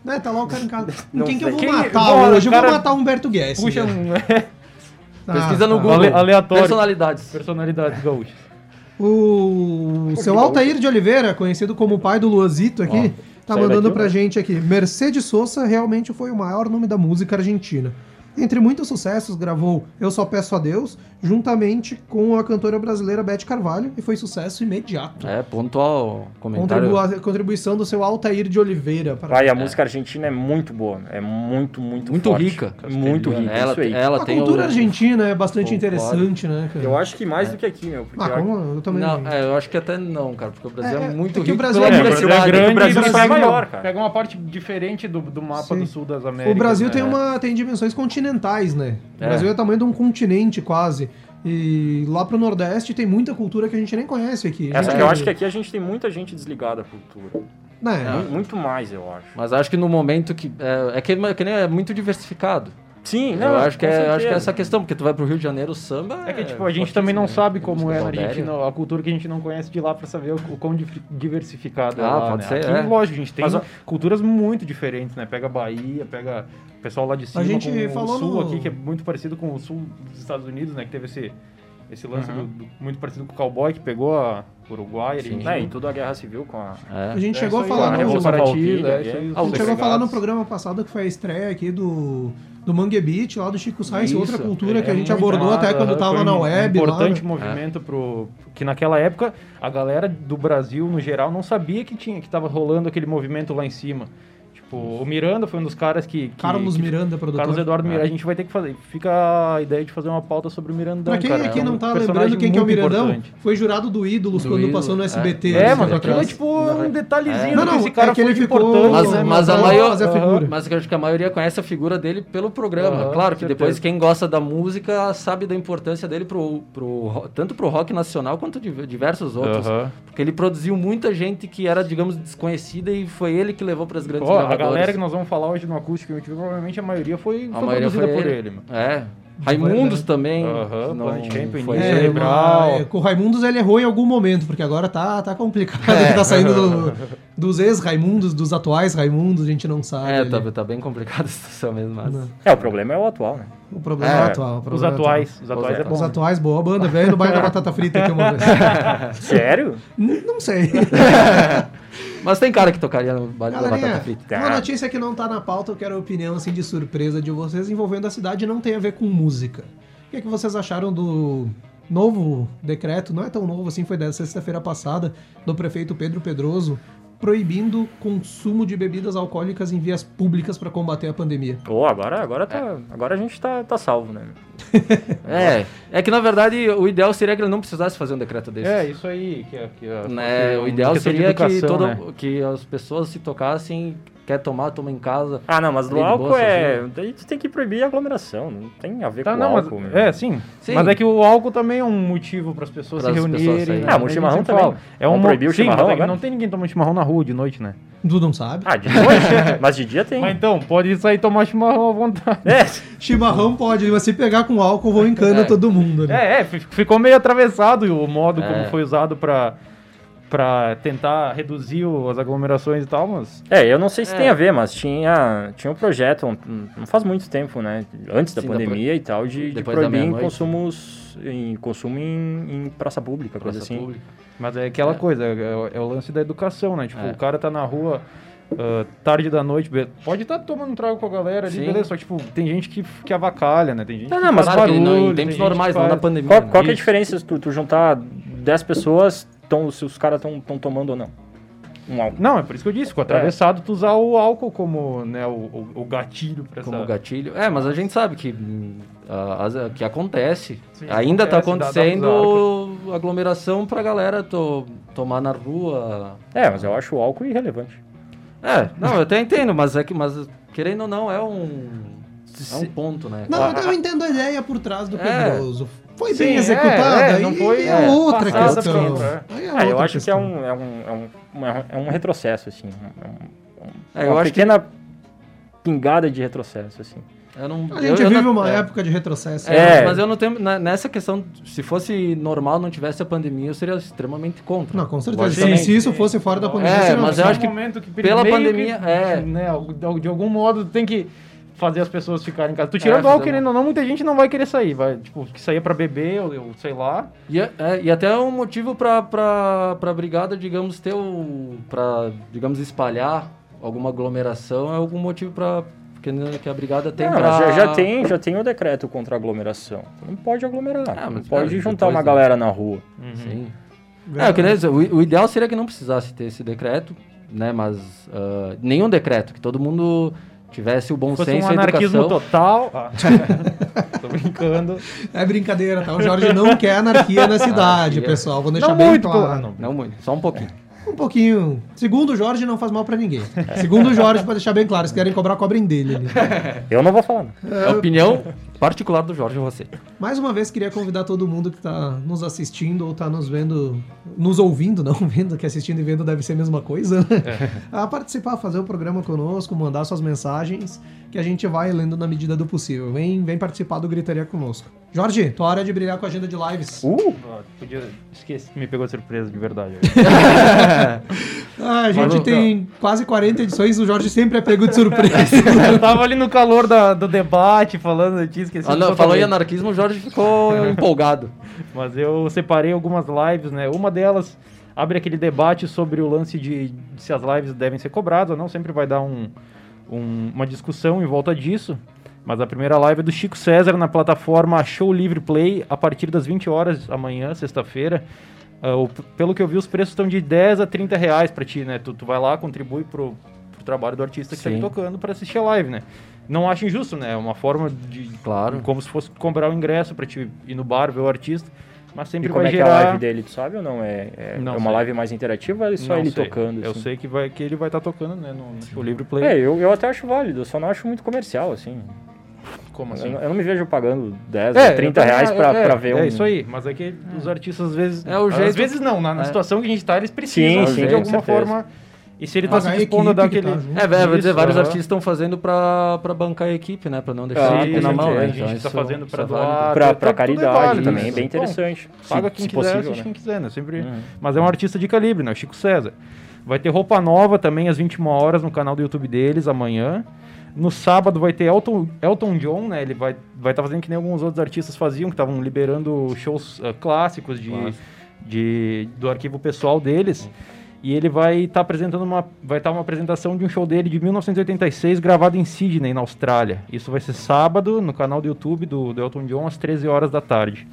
[SPEAKER 1] Né, tá lá o cara em casa. Em
[SPEAKER 3] Não
[SPEAKER 1] quem que eu
[SPEAKER 3] sei.
[SPEAKER 1] vou
[SPEAKER 6] Quem-
[SPEAKER 1] matar
[SPEAKER 6] Bora,
[SPEAKER 1] hoje? Eu
[SPEAKER 6] cara-
[SPEAKER 1] vou matar o Humberto Tá. Guess.
[SPEAKER 6] Puxa um...
[SPEAKER 5] Pesquisa
[SPEAKER 1] Ah,
[SPEAKER 5] no Google.
[SPEAKER 4] Ale- aleatório.
[SPEAKER 5] Personalidades.
[SPEAKER 4] Personalidades gaúchas.
[SPEAKER 1] O seu Altair de Oliveira, conhecido como o pai do Luazito aqui, tá
[SPEAKER 3] saiu
[SPEAKER 1] mandando
[SPEAKER 3] daqui,
[SPEAKER 1] pra
[SPEAKER 3] né?
[SPEAKER 1] gente aqui. Mercedes Sosa realmente foi o maior nome da música argentina. Entre muitos sucessos, gravou Eu Só Peço a Deus, juntamente com a cantora brasileira Beth Carvalho, e foi sucesso imediato.
[SPEAKER 5] É, pontual comentário.
[SPEAKER 1] Contribua- contribuição do seu Altair de Oliveira. para-
[SPEAKER 3] Vai, a música argentina é muito boa. É muito, muito
[SPEAKER 5] Muito
[SPEAKER 3] forte. É
[SPEAKER 5] rica.
[SPEAKER 3] Muito rica,
[SPEAKER 5] Ela,
[SPEAKER 3] isso aí.
[SPEAKER 5] ela
[SPEAKER 1] a
[SPEAKER 5] tem
[SPEAKER 1] cultura
[SPEAKER 5] o-
[SPEAKER 1] argentina é bastante
[SPEAKER 5] folclore.
[SPEAKER 1] interessante, né, cara?
[SPEAKER 3] um- Eu acho que mais do que aqui, meu. Porque
[SPEAKER 1] Ah,
[SPEAKER 3] eu-
[SPEAKER 1] como? Eu também.
[SPEAKER 5] Não, é, eu acho que até não, cara, porque o Brasil
[SPEAKER 1] É,
[SPEAKER 5] é,
[SPEAKER 1] é,
[SPEAKER 5] muito
[SPEAKER 1] é que o
[SPEAKER 5] rico
[SPEAKER 1] Brasil
[SPEAKER 5] pela
[SPEAKER 1] é grande,
[SPEAKER 5] diversidade.
[SPEAKER 3] é grande,
[SPEAKER 5] O Brasil
[SPEAKER 3] e
[SPEAKER 5] é
[SPEAKER 3] Brasil é
[SPEAKER 5] maior.
[SPEAKER 3] maior, cara.
[SPEAKER 6] Pega uma parte diferente do, do mapa
[SPEAKER 1] Sim.
[SPEAKER 6] do sul das Américas.
[SPEAKER 1] O Brasil tem, um-
[SPEAKER 6] né?
[SPEAKER 1] uma, tem dimensões continentais, né? O
[SPEAKER 5] É.
[SPEAKER 1] Brasil é o tamanho de um continente quase. E lá pro Nordeste tem muita cultura que a gente nem conhece aqui.
[SPEAKER 3] Essa
[SPEAKER 1] Gente, é
[SPEAKER 3] que eu
[SPEAKER 6] é-
[SPEAKER 3] acho que aqui a gente tem muita gente desligada à cultura.
[SPEAKER 1] né?
[SPEAKER 5] É.
[SPEAKER 3] Mu- Muito mais, eu acho.
[SPEAKER 5] Mas acho que no momento que. É, é que, é que nem é muito diversificado.
[SPEAKER 3] Sim,
[SPEAKER 5] eu
[SPEAKER 3] não,
[SPEAKER 5] acho que,
[SPEAKER 3] com
[SPEAKER 5] é, acho que é
[SPEAKER 3] certeza.
[SPEAKER 5] essa questão, porque tu vai pro Rio de Janeiro, o samba.
[SPEAKER 6] É que, tipo, a gente também não
[SPEAKER 5] fortíssimo,
[SPEAKER 6] sabe
[SPEAKER 5] né?
[SPEAKER 6] como é a
[SPEAKER 5] Tem
[SPEAKER 6] Argentina,
[SPEAKER 5] Rodélia.
[SPEAKER 6] a cultura que a gente não conhece de lá pra saber o, o quão dif- diversificada é
[SPEAKER 5] Ah,
[SPEAKER 6] lá,
[SPEAKER 5] pode
[SPEAKER 6] né?
[SPEAKER 5] ser,
[SPEAKER 6] Aqui,
[SPEAKER 5] é.
[SPEAKER 6] lógico, a gente tem
[SPEAKER 3] Mas, ó,
[SPEAKER 6] culturas muito diferentes, né? Pega a Bahia, pega o pessoal lá de cima
[SPEAKER 1] gente
[SPEAKER 6] com
[SPEAKER 1] falou
[SPEAKER 6] o sul
[SPEAKER 1] no-
[SPEAKER 6] aqui, que é muito parecido com o sul dos Estados Unidos, né? Que teve esse, esse lance do- do- muito parecido com o cowboy que pegou a Uruguai,
[SPEAKER 5] Sim.
[SPEAKER 6] Argentina.
[SPEAKER 3] É, e tudo a guerra civil com a.
[SPEAKER 5] É.
[SPEAKER 1] então, A gente
[SPEAKER 6] É
[SPEAKER 1] chegou a
[SPEAKER 6] isso aí,
[SPEAKER 1] falar
[SPEAKER 3] lá,
[SPEAKER 1] no,
[SPEAKER 3] Revolução
[SPEAKER 1] a
[SPEAKER 3] Farroupilha,
[SPEAKER 6] Palpilha,
[SPEAKER 3] é isso aí, os
[SPEAKER 6] os
[SPEAKER 1] gente chegou a falar no
[SPEAKER 6] segregados.
[SPEAKER 1] programa passado que foi a estreia aqui do, do Mangue Beat, lá do Chico Sainz,
[SPEAKER 5] Isso,
[SPEAKER 1] outra cultura
[SPEAKER 6] É,
[SPEAKER 1] que a
[SPEAKER 6] é
[SPEAKER 1] gente
[SPEAKER 6] muito
[SPEAKER 1] abordou
[SPEAKER 6] massa,
[SPEAKER 1] até quando
[SPEAKER 6] aham,
[SPEAKER 1] tava
[SPEAKER 6] foi
[SPEAKER 1] na
[SPEAKER 6] um
[SPEAKER 1] web. lá,
[SPEAKER 6] Importante
[SPEAKER 1] né?
[SPEAKER 6] movimento pro. Que naquela época a galera do Brasil, no geral, não sabia que tinha, que tava rolando aquele movimento lá em cima. Tipo, o Miranda foi um dos caras que. que-
[SPEAKER 1] Carlos
[SPEAKER 6] que-
[SPEAKER 1] Miranda, produtor.
[SPEAKER 6] Carlos Eduardo
[SPEAKER 5] É.
[SPEAKER 6] Miranda. A gente vai ter que fazer. Fica a ideia de fazer uma pauta sobre o Mirandão.
[SPEAKER 1] Pra quem
[SPEAKER 6] cara,
[SPEAKER 1] aqui
[SPEAKER 6] é um
[SPEAKER 1] não tá
[SPEAKER 6] personagem
[SPEAKER 1] lembrando quem que é o
[SPEAKER 6] muito
[SPEAKER 1] Mirandão,
[SPEAKER 6] importante.
[SPEAKER 1] foi jurado do Ídolos
[SPEAKER 5] Do
[SPEAKER 1] quando
[SPEAKER 5] Ídolo,
[SPEAKER 1] passou no
[SPEAKER 5] é.
[SPEAKER 1] SBT.
[SPEAKER 6] É,
[SPEAKER 1] uns
[SPEAKER 6] mas
[SPEAKER 1] tempos
[SPEAKER 6] aquilo é
[SPEAKER 1] atrás.
[SPEAKER 6] tipo um detalhezinho do
[SPEAKER 5] É.
[SPEAKER 1] Não,
[SPEAKER 6] que
[SPEAKER 1] não,
[SPEAKER 6] esse cara
[SPEAKER 1] é que ele
[SPEAKER 6] foi
[SPEAKER 1] ficou-
[SPEAKER 6] importante.
[SPEAKER 5] Mas,
[SPEAKER 1] né,
[SPEAKER 5] mas,
[SPEAKER 1] pra
[SPEAKER 5] a
[SPEAKER 1] não
[SPEAKER 5] maior,
[SPEAKER 1] fazer figura.
[SPEAKER 5] mas eu acho que a maioria conhece a figura dele pelo programa.
[SPEAKER 6] Aham,
[SPEAKER 5] claro que
[SPEAKER 6] com
[SPEAKER 5] depois
[SPEAKER 6] certeza.
[SPEAKER 5] quem gosta da música sabe da importância dele pro, pro, ro- tanto pro rock nacional quanto de diversos outros.
[SPEAKER 6] Aham.
[SPEAKER 5] Porque ele produziu muita gente que era, digamos, desconhecida e foi ele que levou pras grandes
[SPEAKER 6] Ó, a
[SPEAKER 5] gravadoras.
[SPEAKER 6] galera que nós vamos falar hoje no acústico MTV, provavelmente a maioria foi,
[SPEAKER 5] A
[SPEAKER 6] foi
[SPEAKER 5] maioria
[SPEAKER 6] produzida
[SPEAKER 5] foi
[SPEAKER 6] por
[SPEAKER 5] ele.
[SPEAKER 6] ele, mano.
[SPEAKER 5] É. Raimundos também.
[SPEAKER 6] Aham,
[SPEAKER 5] não
[SPEAKER 6] Planet Hemp,
[SPEAKER 5] foi
[SPEAKER 6] Início
[SPEAKER 5] ele.
[SPEAKER 1] É,
[SPEAKER 6] cerebral.
[SPEAKER 1] mas, é, com o Raimundos ele errou em algum momento, porque agora tá, tá complicado. que tá saindo do- dos ex-Raimundos, dos atuais Raimundos, a gente não sabe.
[SPEAKER 5] É,
[SPEAKER 1] ali.
[SPEAKER 5] tá, tá bem complicada a situação mesmo, mas...
[SPEAKER 1] Não.
[SPEAKER 3] É, o problema é o atual, né?
[SPEAKER 1] O problema é,
[SPEAKER 5] É,
[SPEAKER 1] o atual. o
[SPEAKER 6] Os
[SPEAKER 1] problema é o atual.
[SPEAKER 6] atuais. Os atuais é bom.
[SPEAKER 1] Os
[SPEAKER 6] né?
[SPEAKER 1] atuais, boa a banda, velho, no bairro da batata frita aqui uma vez.
[SPEAKER 3] Sério?
[SPEAKER 1] N- Não sei.
[SPEAKER 5] Mas tem cara que tocaria no baile da batata
[SPEAKER 1] Galerinha,
[SPEAKER 5] frita.
[SPEAKER 1] uma notícia que não tá na pauta, eu quero a opinião assim de surpresa de vocês envolvendo a cidade e não tem a ver com música. O que, é que vocês acharam do novo decreto? Não é tão novo assim, foi dessa sexta-feira passada, do prefeito Pedro Pedroso, proibindo consumo de bebidas alcoólicas em vias públicas para combater a pandemia.
[SPEAKER 3] Pô, agora, agora, tá, agora a gente tá, tá salvo, né?
[SPEAKER 5] É, é que na verdade o ideal seria que ele não precisasse fazer um decreto desse.
[SPEAKER 6] É, isso aí. Que, é- que é-
[SPEAKER 5] né?
[SPEAKER 6] uma
[SPEAKER 5] O ideal
[SPEAKER 6] questão de
[SPEAKER 5] seria que,
[SPEAKER 6] educação,
[SPEAKER 5] todo,
[SPEAKER 6] né?
[SPEAKER 5] que as pessoas se tocassem, quer tomar, toma em casa.
[SPEAKER 3] Ah, não, mas do
[SPEAKER 5] Ali de
[SPEAKER 3] álcool
[SPEAKER 5] boa,
[SPEAKER 3] é. Daí tu tem que proibir a aglomeração. Não tem a
[SPEAKER 6] né?
[SPEAKER 3] ver
[SPEAKER 6] Tá,
[SPEAKER 3] com
[SPEAKER 6] não, mas,
[SPEAKER 3] álcool. né? meu.
[SPEAKER 6] é, sim.
[SPEAKER 5] Sim.
[SPEAKER 6] Mas é que o álcool também é um motivo para as pessoas
[SPEAKER 5] Pras
[SPEAKER 6] se
[SPEAKER 5] pessoas
[SPEAKER 6] reunirem.
[SPEAKER 5] saírem.
[SPEAKER 6] né?
[SPEAKER 3] Ah, mas o
[SPEAKER 6] A gente
[SPEAKER 3] chimarrão
[SPEAKER 6] sempre
[SPEAKER 3] também.
[SPEAKER 6] fala. É um
[SPEAKER 3] Vamos proibir o
[SPEAKER 6] sim, mas
[SPEAKER 3] chimarrão
[SPEAKER 6] é que
[SPEAKER 3] agora?
[SPEAKER 6] Não tem ninguém tomando chimarrão na rua de noite, né?
[SPEAKER 1] Tu não sabe?
[SPEAKER 3] Ah, de noite? mas de dia tem.
[SPEAKER 6] Mas então, pode sair tomar chimarrão à vontade.
[SPEAKER 3] É,
[SPEAKER 1] Chimarrão pode, mas se pegar com álcool, vão encana
[SPEAKER 5] É.
[SPEAKER 1] todo mundo, né?
[SPEAKER 6] É, é, fi- ficou meio atravessado o modo
[SPEAKER 5] É.
[SPEAKER 6] como foi usado para para tentar reduzir o- as aglomerações e tal, mas
[SPEAKER 3] é, eu não sei se tem a ver, mas tinha, tinha um projeto, um- não faz muito tempo, né? Antes da
[SPEAKER 5] Sim, da
[SPEAKER 3] pandemia e tal, de, de
[SPEAKER 5] depois da
[SPEAKER 3] proibir em
[SPEAKER 5] meia-noite.
[SPEAKER 3] consumos. Em consumo em, em praça pública, coisa
[SPEAKER 5] Praça
[SPEAKER 3] assim.
[SPEAKER 5] pública.
[SPEAKER 6] Mas é aquela
[SPEAKER 5] É.
[SPEAKER 6] coisa, é, o- é o lance da educação, né? Tipo,
[SPEAKER 5] É.
[SPEAKER 6] o cara tá na rua ah, tarde da noite, be- pode estar tomando um trago com a galera ali,
[SPEAKER 5] Sim.
[SPEAKER 6] beleza? Só que, tipo, tem gente que, que avacalha, né? Tem gente
[SPEAKER 3] Não,
[SPEAKER 6] que
[SPEAKER 3] não, mas
[SPEAKER 6] faz
[SPEAKER 5] claro que
[SPEAKER 6] barulho,
[SPEAKER 5] não, em
[SPEAKER 6] tem
[SPEAKER 5] tempos
[SPEAKER 6] gente que
[SPEAKER 5] normais, não
[SPEAKER 6] faz-
[SPEAKER 5] na pandemia.
[SPEAKER 3] Qual,
[SPEAKER 5] né?
[SPEAKER 3] qual que é a diferença se tu, tu juntar 10 pessoas, tão, se os caras estão tomando ou não. Um álcool.
[SPEAKER 6] Não, é por isso que eu disse, com o atravessado, tu usar o álcool como né, o, o- o gatilho pra
[SPEAKER 5] como
[SPEAKER 6] essa...
[SPEAKER 5] gatilho. É, mas a gente sabe que, hum, a- as- que acontece.
[SPEAKER 6] Sim,
[SPEAKER 5] Ainda está tá
[SPEAKER 6] acontece, dá- dá
[SPEAKER 5] acontecendo
[SPEAKER 6] pra
[SPEAKER 5] aglomeração pra galera to- tomar na rua.
[SPEAKER 3] É, mas eu acho o álcool irrelevante.
[SPEAKER 5] É, não, eu até entendo, mas é que, mas querendo ou não, é um. É um ponto, né?
[SPEAKER 1] Não, eu entendo a ideia por trás do
[SPEAKER 5] É.
[SPEAKER 1] Pedroso. Foi
[SPEAKER 6] Sim,
[SPEAKER 1] bem
[SPEAKER 6] é,
[SPEAKER 1] executada
[SPEAKER 6] é,
[SPEAKER 1] aí
[SPEAKER 6] não foi-
[SPEAKER 1] é,
[SPEAKER 5] é,
[SPEAKER 1] outra
[SPEAKER 6] passada
[SPEAKER 1] questão.
[SPEAKER 6] pelo- é.
[SPEAKER 1] Aí
[SPEAKER 3] Ah, eu
[SPEAKER 1] outra
[SPEAKER 3] acho
[SPEAKER 1] questão.
[SPEAKER 3] que é um, é um, é um, uma- é um retrocesso, assim. É um-
[SPEAKER 5] É, eu
[SPEAKER 3] uma
[SPEAKER 5] acho que
[SPEAKER 3] pequena pingada de retrocesso, assim.
[SPEAKER 5] eu não,
[SPEAKER 1] A
[SPEAKER 5] eu-
[SPEAKER 1] gente
[SPEAKER 5] eu
[SPEAKER 1] vive
[SPEAKER 5] não-
[SPEAKER 1] uma
[SPEAKER 5] é.
[SPEAKER 1] época de retrocesso.
[SPEAKER 5] É,
[SPEAKER 3] É.
[SPEAKER 5] mas eu não tenho. na- Nessa questão, se fosse normal, não tivesse a pandemia, eu seria extremamente contra.
[SPEAKER 1] Não, com certeza.
[SPEAKER 5] Logicamente.
[SPEAKER 1] Também, se isso fosse fora da pandemia,
[SPEAKER 5] É,
[SPEAKER 1] seria uma
[SPEAKER 5] mas eu
[SPEAKER 1] opção.
[SPEAKER 5] acho que
[SPEAKER 6] momento que
[SPEAKER 5] pela
[SPEAKER 6] meio
[SPEAKER 5] pandemia,
[SPEAKER 6] que,
[SPEAKER 5] é.
[SPEAKER 6] né, de algum modo tu tem que fazer as pessoas ficarem em casa. Tu tirando o
[SPEAKER 5] fazer
[SPEAKER 6] álcool,
[SPEAKER 5] É, uma-
[SPEAKER 6] querendo ou não, muita gente não vai querer sair, vai, tipo, que sair pra beber, ou, ou sei lá.
[SPEAKER 5] E, é- é, e até é um motivo pra, pra, pra brigada, digamos, ter o. pra, digamos, espalhar alguma aglomeração, é algum motivo pra. Que, né, que a brigada tem
[SPEAKER 3] Não,
[SPEAKER 5] pra.
[SPEAKER 3] mas já, já tem, já tem o decreto contra a aglomeração. Não pode aglomerar.
[SPEAKER 5] Ah,
[SPEAKER 3] não
[SPEAKER 5] mas,
[SPEAKER 3] pode
[SPEAKER 5] cara,
[SPEAKER 3] juntar
[SPEAKER 5] depois
[SPEAKER 3] uma
[SPEAKER 5] não.
[SPEAKER 3] galera na rua.
[SPEAKER 5] Sim. É,
[SPEAKER 1] Verdade.
[SPEAKER 5] eu queria dizer, o, o ideal seria que não precisasse ter esse decreto, né? Mas. ah, nenhum decreto, que todo mundo tivesse o bom
[SPEAKER 6] Fosse
[SPEAKER 5] senso
[SPEAKER 6] um
[SPEAKER 5] e a
[SPEAKER 6] anarquismo
[SPEAKER 5] educação.
[SPEAKER 6] total. Ah, tô brincando.
[SPEAKER 1] É brincadeira, tá? O Jorge não quer anarquia na cidade,
[SPEAKER 5] Anarquia.
[SPEAKER 1] pessoal. Vou deixar
[SPEAKER 6] Não
[SPEAKER 1] bem
[SPEAKER 6] muito, pô. Ah,
[SPEAKER 1] claro.
[SPEAKER 6] não.
[SPEAKER 5] Não muito, só um pouquinho.
[SPEAKER 1] Um pouquinho. Segundo o Jorge, não faz mal pra ninguém. Segundo o Jorge, pra deixar bem claro, se querem cobrar, cobrem dele. ali.
[SPEAKER 3] Eu não vou falar, não.
[SPEAKER 5] É a opinião particular do Jorge você.
[SPEAKER 1] Mais uma vez, queria convidar todo mundo que está nos assistindo ou está nos vendo, nos ouvindo, não vendo, que assistindo e vendo deve ser a mesma coisa, né?
[SPEAKER 5] É.
[SPEAKER 1] a participar, fazer o programa conosco, mandar suas mensagens, que a gente vai lendo na medida do possível. Vem, vem participar do Gritaria conosco. Jorge, tua hora de brilhar com a agenda de lives.
[SPEAKER 3] Uh!
[SPEAKER 6] Ah, Podia... Esqueci, me pegou de surpresa, de verdade.
[SPEAKER 1] Ah, a gente
[SPEAKER 5] Falou.
[SPEAKER 1] tem quase 40 edições, o Jorge sempre é pego de surpresa.
[SPEAKER 6] eu tava ali no calor da- do debate, falando, eu tinha esquecido.
[SPEAKER 5] Ah, não, falou
[SPEAKER 6] é totalmente.
[SPEAKER 5] em anarquismo, o Jorge ficou empolgado.
[SPEAKER 6] Mas eu separei algumas lives, né? Uma delas abre aquele debate sobre o lance de, de se as lives devem ser cobradas ou não. Sempre vai dar um- um- uma discussão em volta disso. Mas a primeira live é do Chico César na plataforma Show Livre Play a partir das 20 horas amanhã, sexta-feira. Ah, o- pelo que eu vi, os preços estão de 10 a 30 reais pra ti, né? Tu, tu vai lá, contribui pro, pro trabalho do artista que tá ali
[SPEAKER 5] Sim.
[SPEAKER 6] tocando pra assistir a live, né? Não acho injusto, né? É uma forma de
[SPEAKER 5] Claro.
[SPEAKER 6] como se fosse comprar o ingresso pra te ir no bar ver o artista, mas
[SPEAKER 3] E
[SPEAKER 6] sempre
[SPEAKER 3] como
[SPEAKER 6] vai
[SPEAKER 3] é que é
[SPEAKER 6] gerar.
[SPEAKER 3] a live dele, tu sabe ou não? É, é,
[SPEAKER 6] Não
[SPEAKER 3] é uma
[SPEAKER 6] sei.
[SPEAKER 3] live mais interativa ou é só
[SPEAKER 6] Não
[SPEAKER 3] ele
[SPEAKER 6] sei.
[SPEAKER 3] tocando?
[SPEAKER 6] Eu
[SPEAKER 3] assim?
[SPEAKER 6] sei que vai que ele vai estar tocando, né, no, no show livre play.
[SPEAKER 3] É, eu, eu até acho válido, eu só não acho muito comercial, assim.
[SPEAKER 6] como
[SPEAKER 5] Assim.
[SPEAKER 3] Eu, não- eu não me vejo pagando 10,
[SPEAKER 6] É,
[SPEAKER 3] 30
[SPEAKER 6] eu também-
[SPEAKER 3] reais pra,
[SPEAKER 6] é,
[SPEAKER 3] pra ver
[SPEAKER 6] É
[SPEAKER 3] um.
[SPEAKER 6] isso aí, mas é que os artistas às vezes.
[SPEAKER 5] É o
[SPEAKER 6] Às
[SPEAKER 5] jeito-
[SPEAKER 6] vezes não, na, na
[SPEAKER 5] é.
[SPEAKER 6] situação que a gente tá, eles precisam
[SPEAKER 3] Sim,
[SPEAKER 6] assim,
[SPEAKER 3] sim,
[SPEAKER 6] de
[SPEAKER 3] com
[SPEAKER 6] alguma
[SPEAKER 3] certeza.
[SPEAKER 6] forma. E se ele tá
[SPEAKER 1] Pagar
[SPEAKER 6] se
[SPEAKER 1] a
[SPEAKER 6] dispondo a dar
[SPEAKER 1] equipe que
[SPEAKER 6] aquele.
[SPEAKER 1] tá junto.
[SPEAKER 5] É, velho, vou dizer,
[SPEAKER 6] Isso,
[SPEAKER 5] vários
[SPEAKER 6] aham.
[SPEAKER 5] artistas estão fazendo pra, pra bancar a equipe, né? Pra não deixar
[SPEAKER 3] Ah,
[SPEAKER 5] a equipe na
[SPEAKER 3] sim,
[SPEAKER 5] mão.
[SPEAKER 3] sim,
[SPEAKER 5] né?
[SPEAKER 3] a
[SPEAKER 5] Então,
[SPEAKER 6] gente tá
[SPEAKER 5] isso-
[SPEAKER 6] fazendo
[SPEAKER 5] isso
[SPEAKER 6] pra
[SPEAKER 5] é
[SPEAKER 6] doar.
[SPEAKER 5] válido.
[SPEAKER 3] Pra,
[SPEAKER 6] Tá-
[SPEAKER 3] pra
[SPEAKER 6] tá-
[SPEAKER 3] caridade
[SPEAKER 6] tudo é válido,
[SPEAKER 3] também, é
[SPEAKER 6] isso.
[SPEAKER 3] bem
[SPEAKER 6] Bom,
[SPEAKER 3] interessante.
[SPEAKER 6] Paga
[SPEAKER 3] se,
[SPEAKER 6] quem
[SPEAKER 3] se
[SPEAKER 6] quiser,
[SPEAKER 3] possível,
[SPEAKER 6] assiste
[SPEAKER 3] né?
[SPEAKER 6] quem quiser, né? Sempre...
[SPEAKER 3] Uhum.
[SPEAKER 6] Mas é um artista de calibre, né? O Chico César. Vai ter roupa nova também às 21 horas no canal do YouTube deles amanhã. No sábado vai ter Elton, Elton John, né? Ele vai estar vai tá fazendo que nem alguns outros artistas faziam, que estavam liberando shows ah, clássicos de, de, do arquivo pessoal deles.
[SPEAKER 3] Uhum.
[SPEAKER 6] E ele vai estar apresentando uma. Vai estar uma apresentação de um show dele de 1986, gravado em Sydney, na Austrália. Isso vai ser sábado, no canal do YouTube do, do Elton John, às 13 horas da tarde.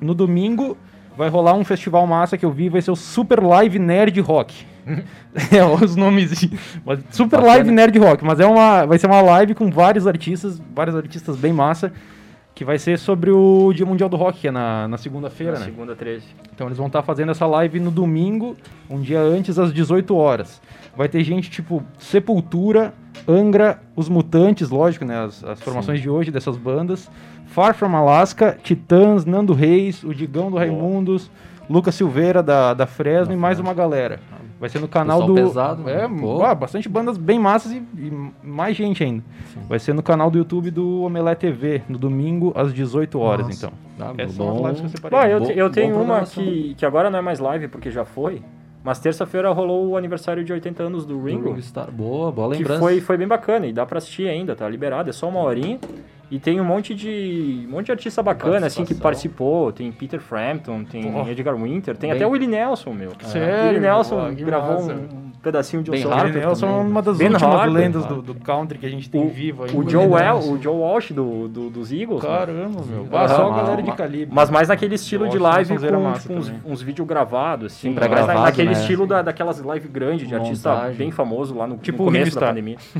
[SPEAKER 6] No domingo vai rolar um festival massa que eu vi, vai ser o Super Live Nerd Rock. é, os nomes. mas Super
[SPEAKER 5] Bacana.
[SPEAKER 6] Live Nerd Rock, mas é uma, vai ser uma live com vários artistas, vários artistas bem massa, que vai ser sobre o Dia Mundial do Rock, que é na, na segunda-feira,
[SPEAKER 3] Na
[SPEAKER 6] né?
[SPEAKER 3] segunda 13.
[SPEAKER 6] Então eles vão estar fazendo essa live no domingo, um dia antes, às 18 horas. Vai ter gente tipo Sepultura, Angra, Os Mutantes, lógico, né? As, as formações de hoje dessas bandas. Far From Alaska, Titãs, Nando Reis, o Digão do Raimundos, Lucas Silveira da, da Fresno e mais uma galera. Vai ser no canal
[SPEAKER 5] Pessoal
[SPEAKER 6] do.
[SPEAKER 5] pesado, né?
[SPEAKER 6] É,
[SPEAKER 5] Pô.
[SPEAKER 6] ah, bastante bandas bem massas e, e mais gente ainda. Vai ser no canal do YouTube do Omelete TV, no domingo, às 18 horas,
[SPEAKER 1] Nossa.
[SPEAKER 6] então.
[SPEAKER 5] Tá
[SPEAKER 6] Essas são as
[SPEAKER 5] bom. um
[SPEAKER 6] lives que eu separei.
[SPEAKER 3] Bom, eu,
[SPEAKER 5] Bo-
[SPEAKER 3] te- eu
[SPEAKER 5] boa
[SPEAKER 3] tenho uma
[SPEAKER 5] programação.
[SPEAKER 3] que, que agora não é mais live porque já foi, mas terça-feira rolou o aniversário de 80 anos do Ringo,
[SPEAKER 5] Ringo Starr. Boa, boa
[SPEAKER 3] que
[SPEAKER 5] lembrança.
[SPEAKER 3] foi, foi bem bacana e dá pra assistir ainda, tá liberado, é só uma horinha. E tem um monte de um monte de artista bacana assim que participou, tem Peter Frampton, tem Edgar Winter, tem
[SPEAKER 5] Bem-
[SPEAKER 3] até o Willie Nelson, meu.
[SPEAKER 6] Sério,
[SPEAKER 3] o Willie Nelson
[SPEAKER 6] pô, que
[SPEAKER 3] gravou
[SPEAKER 6] massa.
[SPEAKER 3] um pedacinho de um
[SPEAKER 5] Bem
[SPEAKER 3] som.
[SPEAKER 5] Harper
[SPEAKER 6] Harper Nelson é
[SPEAKER 5] também,
[SPEAKER 6] uma das
[SPEAKER 3] Ben
[SPEAKER 6] últimas
[SPEAKER 3] Harper,
[SPEAKER 6] lendas
[SPEAKER 3] cara.
[SPEAKER 6] do, do country que a gente tem
[SPEAKER 3] O,
[SPEAKER 6] vivo ainda.
[SPEAKER 3] o, Joe Wel, o Joe Walsh do, do- dos Eagles. né?
[SPEAKER 6] Caramba, meu. Bah,
[SPEAKER 3] Aham,
[SPEAKER 6] só
[SPEAKER 3] uma-
[SPEAKER 6] galera
[SPEAKER 3] uma-
[SPEAKER 6] de calibre.
[SPEAKER 3] ah, Mas mais naquele estilo
[SPEAKER 6] Eu acho
[SPEAKER 3] de
[SPEAKER 6] que
[SPEAKER 3] live
[SPEAKER 6] uma sonzeira
[SPEAKER 3] com
[SPEAKER 6] massa
[SPEAKER 3] tipo, uns,
[SPEAKER 6] também.
[SPEAKER 3] uns vídeos gravados, assim.
[SPEAKER 5] Sim,
[SPEAKER 3] mais na-
[SPEAKER 5] pré-gravado,
[SPEAKER 3] naquele
[SPEAKER 5] né?
[SPEAKER 3] estilo da- daquelas live grandes de artista
[SPEAKER 5] Montagem.
[SPEAKER 3] bem famoso lá no,
[SPEAKER 6] Tipo
[SPEAKER 3] no
[SPEAKER 6] o
[SPEAKER 3] começo
[SPEAKER 6] Ringo
[SPEAKER 3] da
[SPEAKER 6] Starr.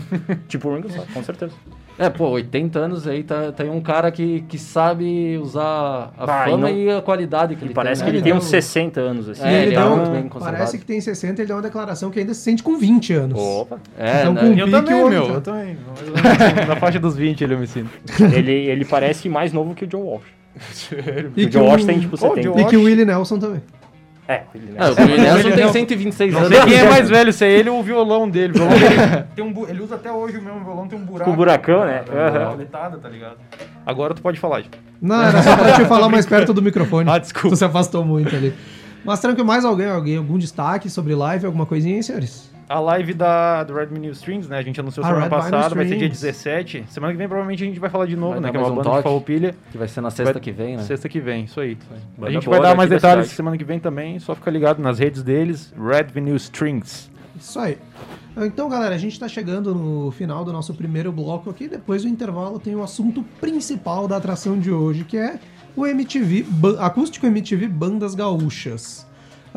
[SPEAKER 3] pandemia. tipo o Ringo Starr, com certeza.
[SPEAKER 5] É, pô, 80 anos aí, tá, tem um cara que, que sabe usar a
[SPEAKER 3] Ah, e não-
[SPEAKER 5] fama e, a qualidade que
[SPEAKER 3] E
[SPEAKER 5] ele
[SPEAKER 3] parece que
[SPEAKER 5] tem.
[SPEAKER 1] né?
[SPEAKER 3] ele
[SPEAKER 5] né?
[SPEAKER 3] tem
[SPEAKER 1] Ele
[SPEAKER 3] uns
[SPEAKER 1] deu-
[SPEAKER 3] 60 anos, assim.
[SPEAKER 5] É,
[SPEAKER 1] e ele
[SPEAKER 5] ele
[SPEAKER 1] dá
[SPEAKER 5] é
[SPEAKER 1] um-
[SPEAKER 5] muito bem conservado.
[SPEAKER 1] parece que tem 60, ele dá uma declaração que ainda se sente com 20 anos.
[SPEAKER 3] Opa.
[SPEAKER 5] É,
[SPEAKER 1] Então,
[SPEAKER 5] né?
[SPEAKER 1] com-
[SPEAKER 6] Eu
[SPEAKER 1] Pique
[SPEAKER 6] também,
[SPEAKER 1] o
[SPEAKER 6] meu.
[SPEAKER 1] outro.
[SPEAKER 6] Eu também. Na faixa dos 20 ele eu me sinto.
[SPEAKER 3] ele, ele parece mais novo que o Joe Walsh.
[SPEAKER 6] Sério.
[SPEAKER 1] E
[SPEAKER 3] o Joe
[SPEAKER 1] que o-
[SPEAKER 3] Walsh tem, tipo,
[SPEAKER 6] Oh, Joe
[SPEAKER 3] 70.
[SPEAKER 1] E
[SPEAKER 6] Walsh.
[SPEAKER 1] que o Willie Nelson também.
[SPEAKER 3] É, ele, né?
[SPEAKER 5] Ah, o Willie Nelson tem
[SPEAKER 6] Não.
[SPEAKER 5] 126
[SPEAKER 6] Não
[SPEAKER 5] anos.
[SPEAKER 6] sei quem é mais velho, se é ele ou o violão dele. O violão dele tem um bu- ele usa até hoje o mesmo violão, tem um buraco.
[SPEAKER 3] Com o buracão, né?
[SPEAKER 6] Uma
[SPEAKER 3] Aham.
[SPEAKER 6] Letada, tá ligado? Agora tu pode falar. gente.
[SPEAKER 1] Não, era só pra te falar mais perto do microfone.
[SPEAKER 6] Ah, desculpa.
[SPEAKER 1] Tu se afastou muito ali. Mas tranquilo, mais alguém, alguém, algum destaque sobre live, alguma coisinha aí, senhores?
[SPEAKER 6] A live da, do Red Mini Strings, né? A gente anunciou
[SPEAKER 1] Ah,
[SPEAKER 6] semana
[SPEAKER 1] Red
[SPEAKER 6] passada,
[SPEAKER 1] Vinyl
[SPEAKER 6] vai ser dia
[SPEAKER 1] Strings.
[SPEAKER 6] 17. Semana que vem provavelmente a gente vai falar de novo,
[SPEAKER 5] Vai
[SPEAKER 6] né?
[SPEAKER 5] dar
[SPEAKER 6] Que é uma
[SPEAKER 5] mais um
[SPEAKER 6] banda de
[SPEAKER 5] toque.
[SPEAKER 6] farroupilha.
[SPEAKER 5] Que vai ser na sexta
[SPEAKER 6] Vai-
[SPEAKER 5] que vem, né?
[SPEAKER 6] Sexta que vem, isso aí.
[SPEAKER 3] Banda
[SPEAKER 6] a gente
[SPEAKER 3] boa
[SPEAKER 6] vai dar
[SPEAKER 3] daqui
[SPEAKER 6] mais
[SPEAKER 3] da
[SPEAKER 6] detalhes
[SPEAKER 3] cidade.
[SPEAKER 6] semana que vem também, só fica ligado nas redes deles, Red Vinyl Strings.
[SPEAKER 1] Isso aí. Então, galera, a gente tá chegando no final do nosso primeiro bloco aqui. Depois do intervalo tem o assunto principal da atração de hoje, que é o MTV, ba- acústico MTV Bandas Gaúchas.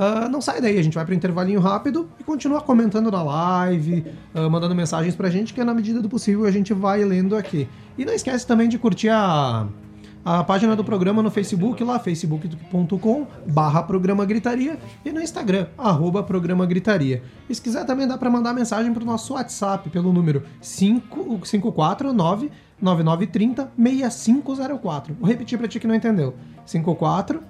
[SPEAKER 1] Ah, não sai daí, a gente vai pro intervalinho rápido e continua comentando na live, ah, mandando mensagens pra gente, que é na medida do possível a gente vai lendo aqui. E não esquece também de curtir a, a página do programa no Facebook, lá facebook.com barra programa gritaria e no Instagram, arroba programa gritaria. E se quiser também dá para mandar mensagem pro nosso WhatsApp pelo número 5 549 9930 6504. Vou repetir para ti que não entendeu. 549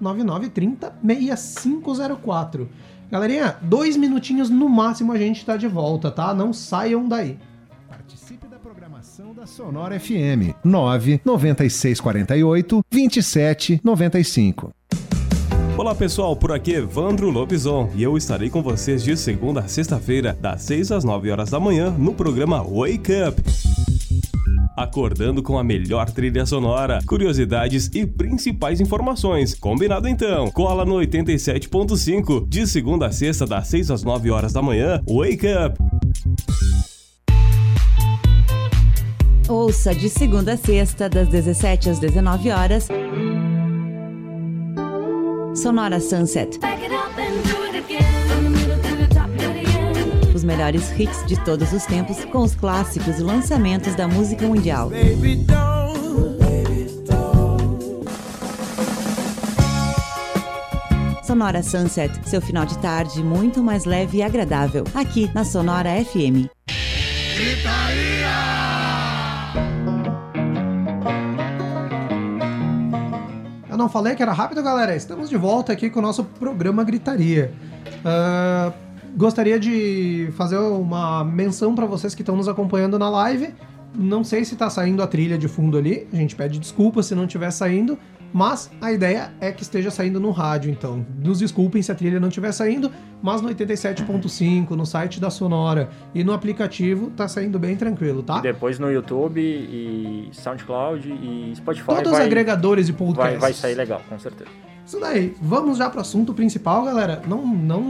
[SPEAKER 1] 9930 6504. Galerinha, dois minutinhos no máximo a gente tá de volta, tá? Não saiam daí.
[SPEAKER 2] Participe da programação da Sonora FM 9 9648 2795.
[SPEAKER 7] Olá pessoal, por aqui Evandro Lobison e eu estarei com vocês de segunda a sexta-feira, das 6 às 9 horas da manhã, no programa Wake Up. Acordando com a melhor trilha sonora, curiosidades e principais informações. Combinado então? Cola no 87.5, de segunda a sexta, das 6 às 9 horas da manhã, Wake Up.
[SPEAKER 8] Ouça de segunda a sexta, das 17 às 19 horas. Sonora Sunset. Os melhores hits de todos os tempos com os clássicos e lançamentos da música mundial. Sonora Sunset, seu final de tarde muito mais leve e agradável, aqui na Sonora FM.
[SPEAKER 1] Eu não falei que era rápido, galera? Estamos de volta aqui com o nosso programa Gritaria. Ah, gostaria de fazer uma menção para vocês que estão nos acompanhando na live. Não sei se tá saindo a trilha de fundo ali, a gente pede desculpa se não estiver saindo, mas a ideia é que esteja saindo no rádio, então. Nos desculpem se a trilha não estiver saindo, mas no 87.5, no site da Sonora e no aplicativo tá saindo bem tranquilo, tá?
[SPEAKER 3] E depois no YouTube e SoundCloud e Spotify
[SPEAKER 1] Todos os
[SPEAKER 3] vai,
[SPEAKER 1] agregadores e podcasts.
[SPEAKER 3] vai, vai sair legal, com certeza.
[SPEAKER 1] Isso daí. Vamos já pro assunto principal, galera. Não, não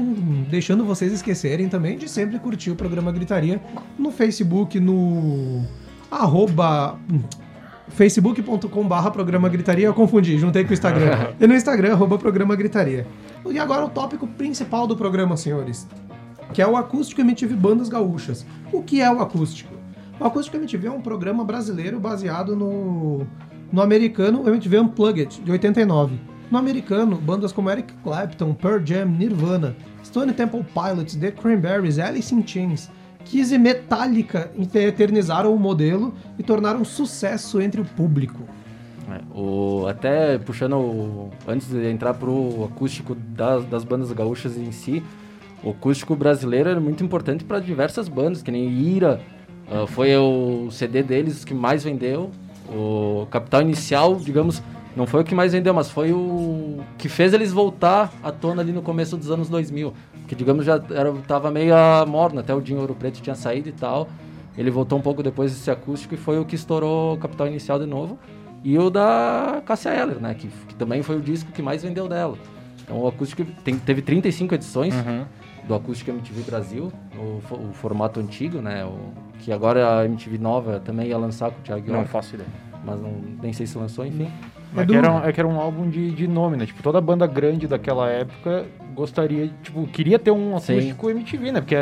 [SPEAKER 1] deixando vocês esquecerem também de sempre curtir o programa Gritaria no Facebook, no arroba facebook.com.br programa gritaria, eu confundi, juntei com o Instagram. e no Instagram, arroba programa gritaria. E agora o tópico principal do programa, senhores, que é o Acústico MTV Bandas Gaúchas. O que é o Acústico? O Acústico MTV é um programa brasileiro baseado no, no americano MTV Unplugged, de 89. No americano, bandas como Eric Clapton, Pearl Jam, Nirvana, Stone Temple Pilots, The Cranberries, Alice in Chains, Kiss e Metallica eternizaram o modelo e tornaram sucesso entre o público.
[SPEAKER 5] É, o, até puxando o- antes de entrar pro acústico das, das bandas gaúchas em si, o acústico brasileiro era muito importante para diversas bandas, que nem Ira, ah, foi o CD deles que mais vendeu. O Capital Inicial, digamos, não foi o que mais vendeu, mas foi o que fez eles voltar à tona ali no começo dos anos 2000, que digamos já era, tava meio ah, morno, até o Dinho Ouro Preto tinha saído e tal. Ele voltou um pouco depois desse acústico e foi o que estourou o Capital Inicial de novo. E o da Cassia Eller, né? Que, que também foi o disco que mais vendeu dela. Então o acústico tem- teve 35 edições. do Acústica MTV Brasil, o, fo- o formato antigo, né? O, que agora a MTV nova também ia lançar com o Thiago
[SPEAKER 3] Não
[SPEAKER 5] York,
[SPEAKER 3] faço ideia.
[SPEAKER 5] mas não, nem sei se lançou, enfim.
[SPEAKER 1] É
[SPEAKER 6] É
[SPEAKER 1] do-
[SPEAKER 6] que, era um, é que era um álbum de, de nome, né? Tipo, toda banda grande daquela época gostaria, tipo, queria ter um
[SPEAKER 5] Sim.
[SPEAKER 6] acústico MTV, né? Porque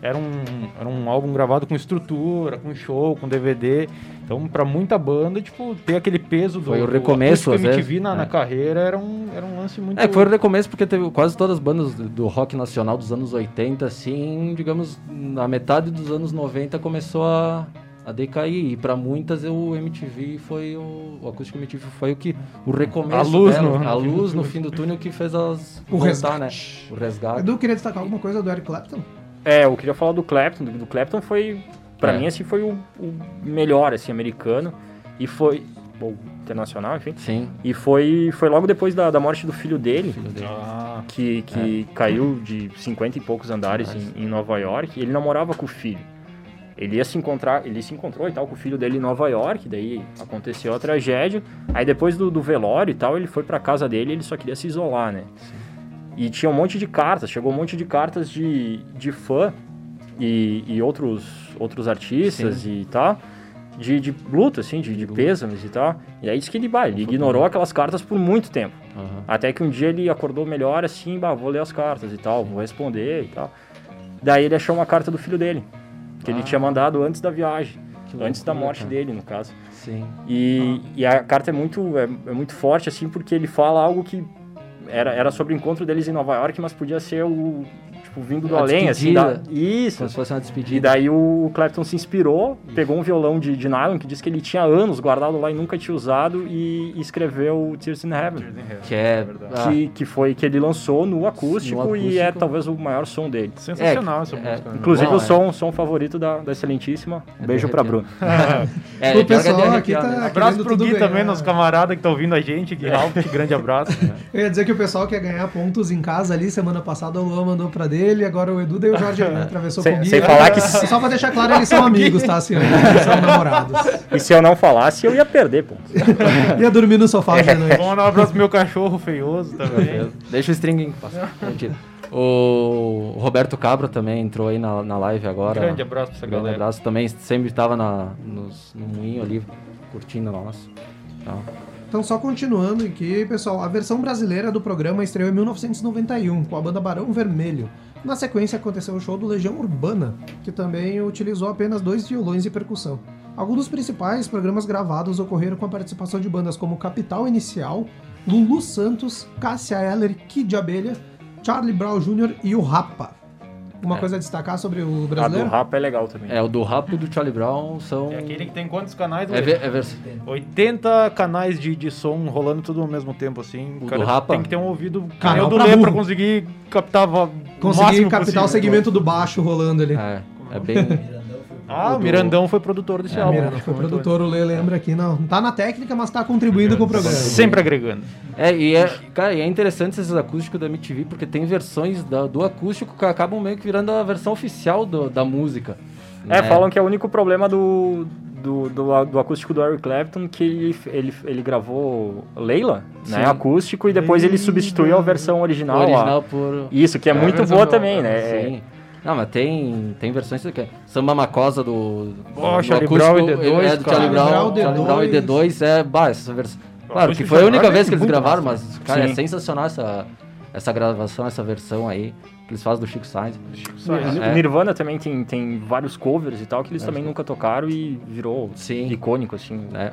[SPEAKER 6] era um, era um álbum gravado com estrutura, com show, com DVD. Então, pra muita banda, tipo, ter aquele peso do,
[SPEAKER 5] Foi o
[SPEAKER 6] do
[SPEAKER 5] recomeço,
[SPEAKER 6] acústico
[SPEAKER 5] às vezes.
[SPEAKER 6] MTV na, na
[SPEAKER 5] É.
[SPEAKER 6] carreira era um, era um lance muito...
[SPEAKER 5] É, que foi o recomeço porque teve quase todas as bandas do- do rock nacional dos anos 80, assim, digamos, na metade dos anos 90 começou a, a decair. E pra muitas o MTV foi o. O acústico MTV foi o que. O recomeço.
[SPEAKER 6] A luz
[SPEAKER 5] dela,
[SPEAKER 6] no-
[SPEAKER 5] a luz no fim do túnel que fez as.
[SPEAKER 1] O resgate.
[SPEAKER 5] né? O resgate.
[SPEAKER 1] Edu, queria destacar alguma coisa do Eric Clapton?
[SPEAKER 3] É, eu queria falar do Clapton. Do, do Clapton foi, pra
[SPEAKER 5] É.
[SPEAKER 3] mim, assim, foi o, o melhor, assim, americano. E foi, ou internacional, enfim.
[SPEAKER 5] Sim.
[SPEAKER 3] E foi, foi logo depois da, da morte do filho dele,
[SPEAKER 5] filho dele. É.
[SPEAKER 6] Ah,
[SPEAKER 3] que, que caiu de 50 e poucos andares em, em Nova York. E ele não morava com o filho. Ele ia se encontrar, ele se encontrou e tal com o filho dele em Nova York, daí aconteceu a tragédia. Aí depois do, do velório e tal, ele foi pra casa dele, ele só queria se isolar, né? E tinha um monte de cartas, chegou um monte de cartas de, de fã e, e outros, outros artistas e tal, de, de luto, assim, de, de pêsames e tal. E aí disse que ele, bah, ele ignorou aquelas cartas por muito tempo.
[SPEAKER 5] Aham.
[SPEAKER 3] Até que um dia ele acordou melhor, assim, bah, vou ler as cartas e tal, vou responder e tal. Daí ele achou uma carta do filho dele, que ele tinha mandado antes da viagem,
[SPEAKER 5] Ah. Que
[SPEAKER 3] antes da
[SPEAKER 5] loucura,
[SPEAKER 3] morte
[SPEAKER 5] cara.
[SPEAKER 3] dele, no caso.
[SPEAKER 5] Sim.
[SPEAKER 3] E, e a carta é muito, é, é muito forte, assim, porque ele fala algo que era, era sobre o encontro deles em Nova York, mas podia ser o, tipo, vindo do
[SPEAKER 5] A
[SPEAKER 3] além, assim. Da...
[SPEAKER 5] despedida.
[SPEAKER 3] Isso.
[SPEAKER 5] Como se fosse uma
[SPEAKER 3] E
[SPEAKER 5] despedida.
[SPEAKER 3] daí o Clapton se inspirou, pegou um violão de, de nylon que diz que ele tinha anos guardado lá e nunca tinha usado e escreveu Tears in Heaven,
[SPEAKER 5] Que é. ah,
[SPEAKER 3] que, que foi que ele lançou no acústico, e é
[SPEAKER 5] acústico.
[SPEAKER 3] talvez o maior som dele.
[SPEAKER 6] sensacional
[SPEAKER 5] É,
[SPEAKER 6] essa
[SPEAKER 5] é,
[SPEAKER 6] música. né?
[SPEAKER 3] Inclusive
[SPEAKER 5] Bom,
[SPEAKER 3] o
[SPEAKER 5] é.
[SPEAKER 3] som, som favorito da, da excelentíssima.
[SPEAKER 5] É
[SPEAKER 3] Beijo pra
[SPEAKER 5] derretendo.
[SPEAKER 3] Bruno.
[SPEAKER 5] é,
[SPEAKER 1] o
[SPEAKER 5] pior que é de
[SPEAKER 1] pessoal aqui
[SPEAKER 5] arrepiar,
[SPEAKER 1] tá.
[SPEAKER 5] né?
[SPEAKER 1] querendo
[SPEAKER 6] Abraço pro
[SPEAKER 1] tudo
[SPEAKER 6] Gui
[SPEAKER 1] ganhar.
[SPEAKER 6] também, nosso camarada que tá ouvindo a gente, Gui Alves, grande abraço.
[SPEAKER 1] Eu ia dizer que o pessoal quer ganhar pontos em casa ali. Semana passada o Luan mandou pra dele, agora o Edu daí o Jorge atravessou
[SPEAKER 3] Sem-
[SPEAKER 1] com o Gui.
[SPEAKER 3] sem falar que-
[SPEAKER 1] Só pra deixar claro, eles são amigos, tá, senhor? Eles são namorados.
[SPEAKER 3] E se eu não falasse, eu ia perder, pô.
[SPEAKER 1] Ia dormir no sofá hoje de noite.
[SPEAKER 6] Vou mandar um abraço pro meu cachorro feioso também.
[SPEAKER 5] Deixa o string em paz. Mentira. O Roberto Cabra também entrou aí na, na live agora.
[SPEAKER 6] Grande abraço pra essa
[SPEAKER 5] Grande
[SPEAKER 6] galera.
[SPEAKER 5] abraço também. Sempre estava na, nos- no moinho ali, curtindo nós. Então,
[SPEAKER 1] Então, só continuando aqui, pessoal, a versão brasileira do programa estreou em 1991 com a banda Barão Vermelho. Na sequência aconteceu o show do Legião Urbana, que também utilizou apenas dois violões e percussão. Alguns dos principais programas gravados ocorreram com a participação de bandas como Capital Inicial, Lulu Santos, Cássia Eller, Kid de Abelha, Charlie Brown Jr. e o Rapa. Uma coisa a destacar sobre o
[SPEAKER 3] É. A do
[SPEAKER 1] brasileiro?
[SPEAKER 3] Rapa é legal também.
[SPEAKER 5] é, o do Rapo e do Charlie Brown são.
[SPEAKER 6] É aquele que tem quantos canais?
[SPEAKER 5] É,
[SPEAKER 6] Luiz?
[SPEAKER 5] ver- é vers-
[SPEAKER 6] 80 canais de, de som rolando tudo ao mesmo tempo, assim.
[SPEAKER 5] O
[SPEAKER 6] cara
[SPEAKER 5] do Rapa?
[SPEAKER 6] Tem que ter um ouvido
[SPEAKER 1] Canal
[SPEAKER 6] canal do
[SPEAKER 1] pra
[SPEAKER 6] Lê pra
[SPEAKER 1] burro.
[SPEAKER 6] conseguir captar va- o
[SPEAKER 1] Consegui
[SPEAKER 6] máximo
[SPEAKER 1] captar o
[SPEAKER 6] possível.
[SPEAKER 1] segmento
[SPEAKER 3] né?
[SPEAKER 1] do baixo rolando ali.
[SPEAKER 5] É, é bem.
[SPEAKER 6] Ah,
[SPEAKER 5] o
[SPEAKER 6] o
[SPEAKER 5] do-
[SPEAKER 6] Mirandão foi produtor desse álbum.
[SPEAKER 1] Miranda, É, foi produtor, o Lê lembra aqui, não. Tá na técnica, mas tá contribuindo com o programa.
[SPEAKER 6] Sempre agregando.
[SPEAKER 5] É, e é, cara, e é interessante esses acústicos da MTV, porque tem versões da- do acústico que acabam meio que virando a versão oficial do- da música.
[SPEAKER 3] É,
[SPEAKER 5] né?
[SPEAKER 3] falam que é o único problema do, do, do, do acústico do Eric Clapton que ele, ele, ele gravou Leila, né?
[SPEAKER 5] Sim.
[SPEAKER 3] Acústico, e depois ele substituiu a versão
[SPEAKER 5] O
[SPEAKER 3] original. lá.
[SPEAKER 5] original por.
[SPEAKER 3] Isso, que é,
[SPEAKER 5] É,
[SPEAKER 3] muito
[SPEAKER 6] mas
[SPEAKER 3] boa
[SPEAKER 6] não,
[SPEAKER 3] também, né?
[SPEAKER 5] Ah, Sim. Não, mas tem, tem versões que é Samba Macosa do,
[SPEAKER 6] Ó,
[SPEAKER 5] do
[SPEAKER 6] Charlie Brown e D2,
[SPEAKER 5] é, do
[SPEAKER 6] cara.
[SPEAKER 5] Charlie Brown,
[SPEAKER 1] Charlie
[SPEAKER 5] Charlie
[SPEAKER 1] Brown
[SPEAKER 5] Brown
[SPEAKER 1] e
[SPEAKER 5] e D2 é, bah, essa versão. Claro que
[SPEAKER 6] Acústico
[SPEAKER 5] foi a
[SPEAKER 6] Charlie
[SPEAKER 5] única
[SPEAKER 6] Brown
[SPEAKER 5] vez
[SPEAKER 6] é
[SPEAKER 5] que eles
[SPEAKER 6] muito
[SPEAKER 5] gravaram, mas cara,
[SPEAKER 3] Sim.
[SPEAKER 5] é sensacional essa essa gravação, essa versão aí que eles fazem do Chico Sainz.
[SPEAKER 3] É.
[SPEAKER 5] É.
[SPEAKER 3] O Nirvana também tem, tem vários covers e tal, que eles também nunca tocaram e virou
[SPEAKER 5] Sim.
[SPEAKER 3] icônico, assim,
[SPEAKER 5] né?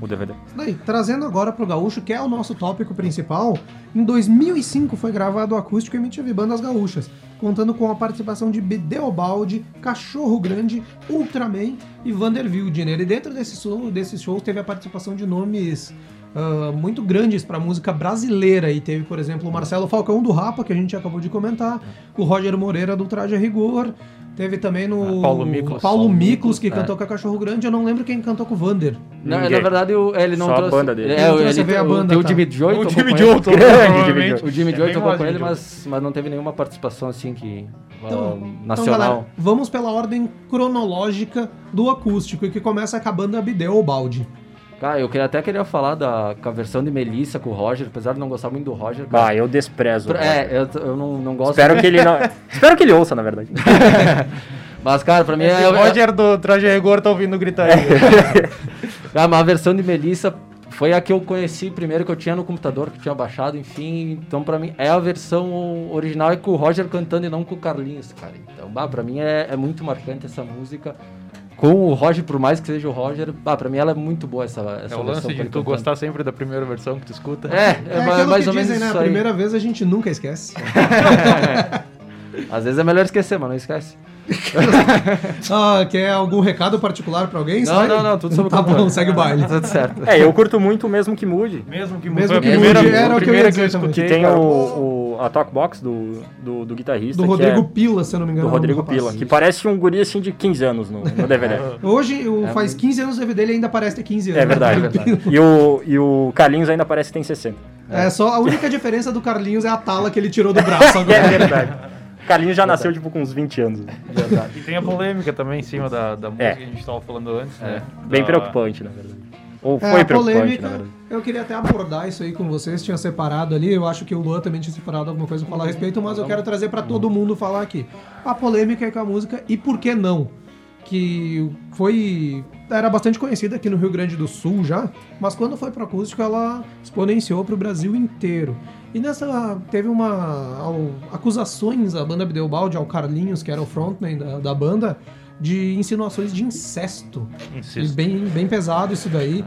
[SPEAKER 3] o DVD.
[SPEAKER 1] Daí, trazendo agora pro Gaúcho, que é o nosso tópico principal, em 2005 foi gravado o acústico MTV Bandas Gaúchas, contando com a participação de Bedeobaldi, Cachorro Grande, Ultraman e Vanderbilt. Né? E dentro desses show, desses shows teve a participação de nomes ah, muito grandes pra música brasileira. E teve, por exemplo, o Marcelo Falcão do Rapa, que a gente acabou de comentar, o Roger Moreira do Traje a Rigor, teve também no...
[SPEAKER 6] Ah, Paulo Miklos.
[SPEAKER 1] Paulo
[SPEAKER 5] Paulo
[SPEAKER 1] Miklos, que
[SPEAKER 5] Miklos, é.
[SPEAKER 1] cantou com a Cachorro Grande. Eu não lembro quem cantou com o Vander.
[SPEAKER 5] Na, na
[SPEAKER 3] Ninguém.
[SPEAKER 5] verdade, o- ele não
[SPEAKER 3] Só a
[SPEAKER 5] trouxe.
[SPEAKER 3] banda dele.
[SPEAKER 5] É,
[SPEAKER 1] Ele
[SPEAKER 5] ele,
[SPEAKER 1] trouxe a
[SPEAKER 5] tem-
[SPEAKER 1] veia banda,
[SPEAKER 5] tem o
[SPEAKER 1] tá.
[SPEAKER 5] Jimmy Joy
[SPEAKER 6] o
[SPEAKER 5] tocou
[SPEAKER 6] Jimmy
[SPEAKER 5] com
[SPEAKER 6] Joe
[SPEAKER 5] ele.
[SPEAKER 6] tocou, provavelmente.
[SPEAKER 5] O Jimmy
[SPEAKER 6] É
[SPEAKER 5] Joy
[SPEAKER 6] bem
[SPEAKER 5] tocou
[SPEAKER 6] igual
[SPEAKER 5] com
[SPEAKER 6] ao Jimmy
[SPEAKER 5] ele,
[SPEAKER 6] Joe.
[SPEAKER 5] mas, mas não teve nenhuma participação assim que. ah,
[SPEAKER 1] Então,
[SPEAKER 5] nacional.
[SPEAKER 1] galera, vamos pela ordem cronológica do acústico, que começa com a banda Bideu ou Balde.
[SPEAKER 5] Cara, eu queria- até queria falar da com a versão de Melissa com o Roger, apesar de não gostar muito do Roger. cara.
[SPEAKER 3] Bah, eu desprezo. o Roger.
[SPEAKER 5] É, eu, t- eu não, não gosto.
[SPEAKER 3] Espero que ele não... Espero que ele ouça, na verdade.
[SPEAKER 5] Mas, cara, pra mim é.
[SPEAKER 6] Esse
[SPEAKER 5] é-
[SPEAKER 6] Roger do Traje Rigor tá ouvindo gritar aí.
[SPEAKER 5] Ah, mas a versão de Melissa foi a que eu conheci primeiro, que eu tinha no computador, que eu tinha baixado, enfim. Então, pra mim, é a versão original, é com o Roger cantando e não com o Carlinhos, cara. Então, bah, pra mim é, é muito marcante essa música. Com o Roger, por mais que seja o Roger, bah, pra mim ela é muito boa essa, essa
[SPEAKER 6] É o
[SPEAKER 5] versão.
[SPEAKER 6] lance de
[SPEAKER 3] tá
[SPEAKER 6] tu
[SPEAKER 5] dele cantando.
[SPEAKER 6] gostar sempre da primeira versão que tu escuta.
[SPEAKER 5] É,
[SPEAKER 1] É,
[SPEAKER 5] é, ma-
[SPEAKER 1] aquilo
[SPEAKER 5] mais
[SPEAKER 1] que
[SPEAKER 5] ou menos
[SPEAKER 1] dizem, né?
[SPEAKER 5] isso
[SPEAKER 1] A
[SPEAKER 5] aí.
[SPEAKER 1] primeira vez a gente nunca esquece.
[SPEAKER 5] Às vezes é melhor esquecer, mas não esquece.
[SPEAKER 1] ah, quer algum recado particular pra alguém?
[SPEAKER 5] Não,
[SPEAKER 1] Sai?
[SPEAKER 5] não, não, tudo sobre o
[SPEAKER 1] Tá
[SPEAKER 5] controle.
[SPEAKER 1] bom, segue o baile.
[SPEAKER 5] Tudo certo.
[SPEAKER 3] É, eu curto muito mesmo que mude.
[SPEAKER 6] Mesmo que
[SPEAKER 1] Mesmo
[SPEAKER 6] foi a
[SPEAKER 1] que
[SPEAKER 6] primeira,
[SPEAKER 1] mude, era
[SPEAKER 6] a
[SPEAKER 1] o que eu ia
[SPEAKER 6] primeira que eu
[SPEAKER 1] dizer também.
[SPEAKER 6] escutei.
[SPEAKER 3] Tem
[SPEAKER 5] tá
[SPEAKER 6] cara.
[SPEAKER 3] o, o- a talk box do, do, do guitarrista.
[SPEAKER 1] Do
[SPEAKER 3] que
[SPEAKER 1] Rodrigo
[SPEAKER 3] é-
[SPEAKER 1] Pila, se eu não me engano.
[SPEAKER 3] do
[SPEAKER 1] é o nome
[SPEAKER 3] Rodrigo
[SPEAKER 1] rapaz.
[SPEAKER 3] Pila, que parece um guri assim de 15 anos no, no DVD.
[SPEAKER 1] Hoje,
[SPEAKER 5] É
[SPEAKER 1] o faz 15 anos o DVD, ele ainda parece ter 15 anos. né?
[SPEAKER 3] É verdade. E o, e o Carlinhos ainda parece que tem 60.
[SPEAKER 1] É só a única diferença do Carlinhos é a tala que ele tirou do braço
[SPEAKER 3] É
[SPEAKER 1] agora.
[SPEAKER 3] verdade. O Carlinhos já nasceu tipo com uns 20 anos.
[SPEAKER 6] E tem a polêmica também em cima da, da música
[SPEAKER 3] É.
[SPEAKER 6] que a gente tava falando antes, né?
[SPEAKER 3] Bem
[SPEAKER 6] Da-
[SPEAKER 3] preocupante, na verdade. Ou
[SPEAKER 1] É,
[SPEAKER 3] foi
[SPEAKER 1] a
[SPEAKER 3] preocupante,
[SPEAKER 1] polêmica,
[SPEAKER 3] na verdade.
[SPEAKER 1] eu queria até abordar isso aí com vocês, tinha separado ali, eu acho que o Luan também tinha separado alguma coisa pra falar a respeito, mas eu quero trazer pra todo mundo falar aqui. A polêmica é com a música E Por Que Não? Que foi... era bastante conhecida aqui no Rio Grande do Sul já, mas quando foi pro acústico ela exponenciou pro Brasil inteiro. E nessa teve uma ao- acusações à banda Bideobaldi, ao Carlinhos, que era o frontman da- da banda, de insinuações de incesto.
[SPEAKER 6] Insisto.
[SPEAKER 1] Bem, bem pesado isso daí.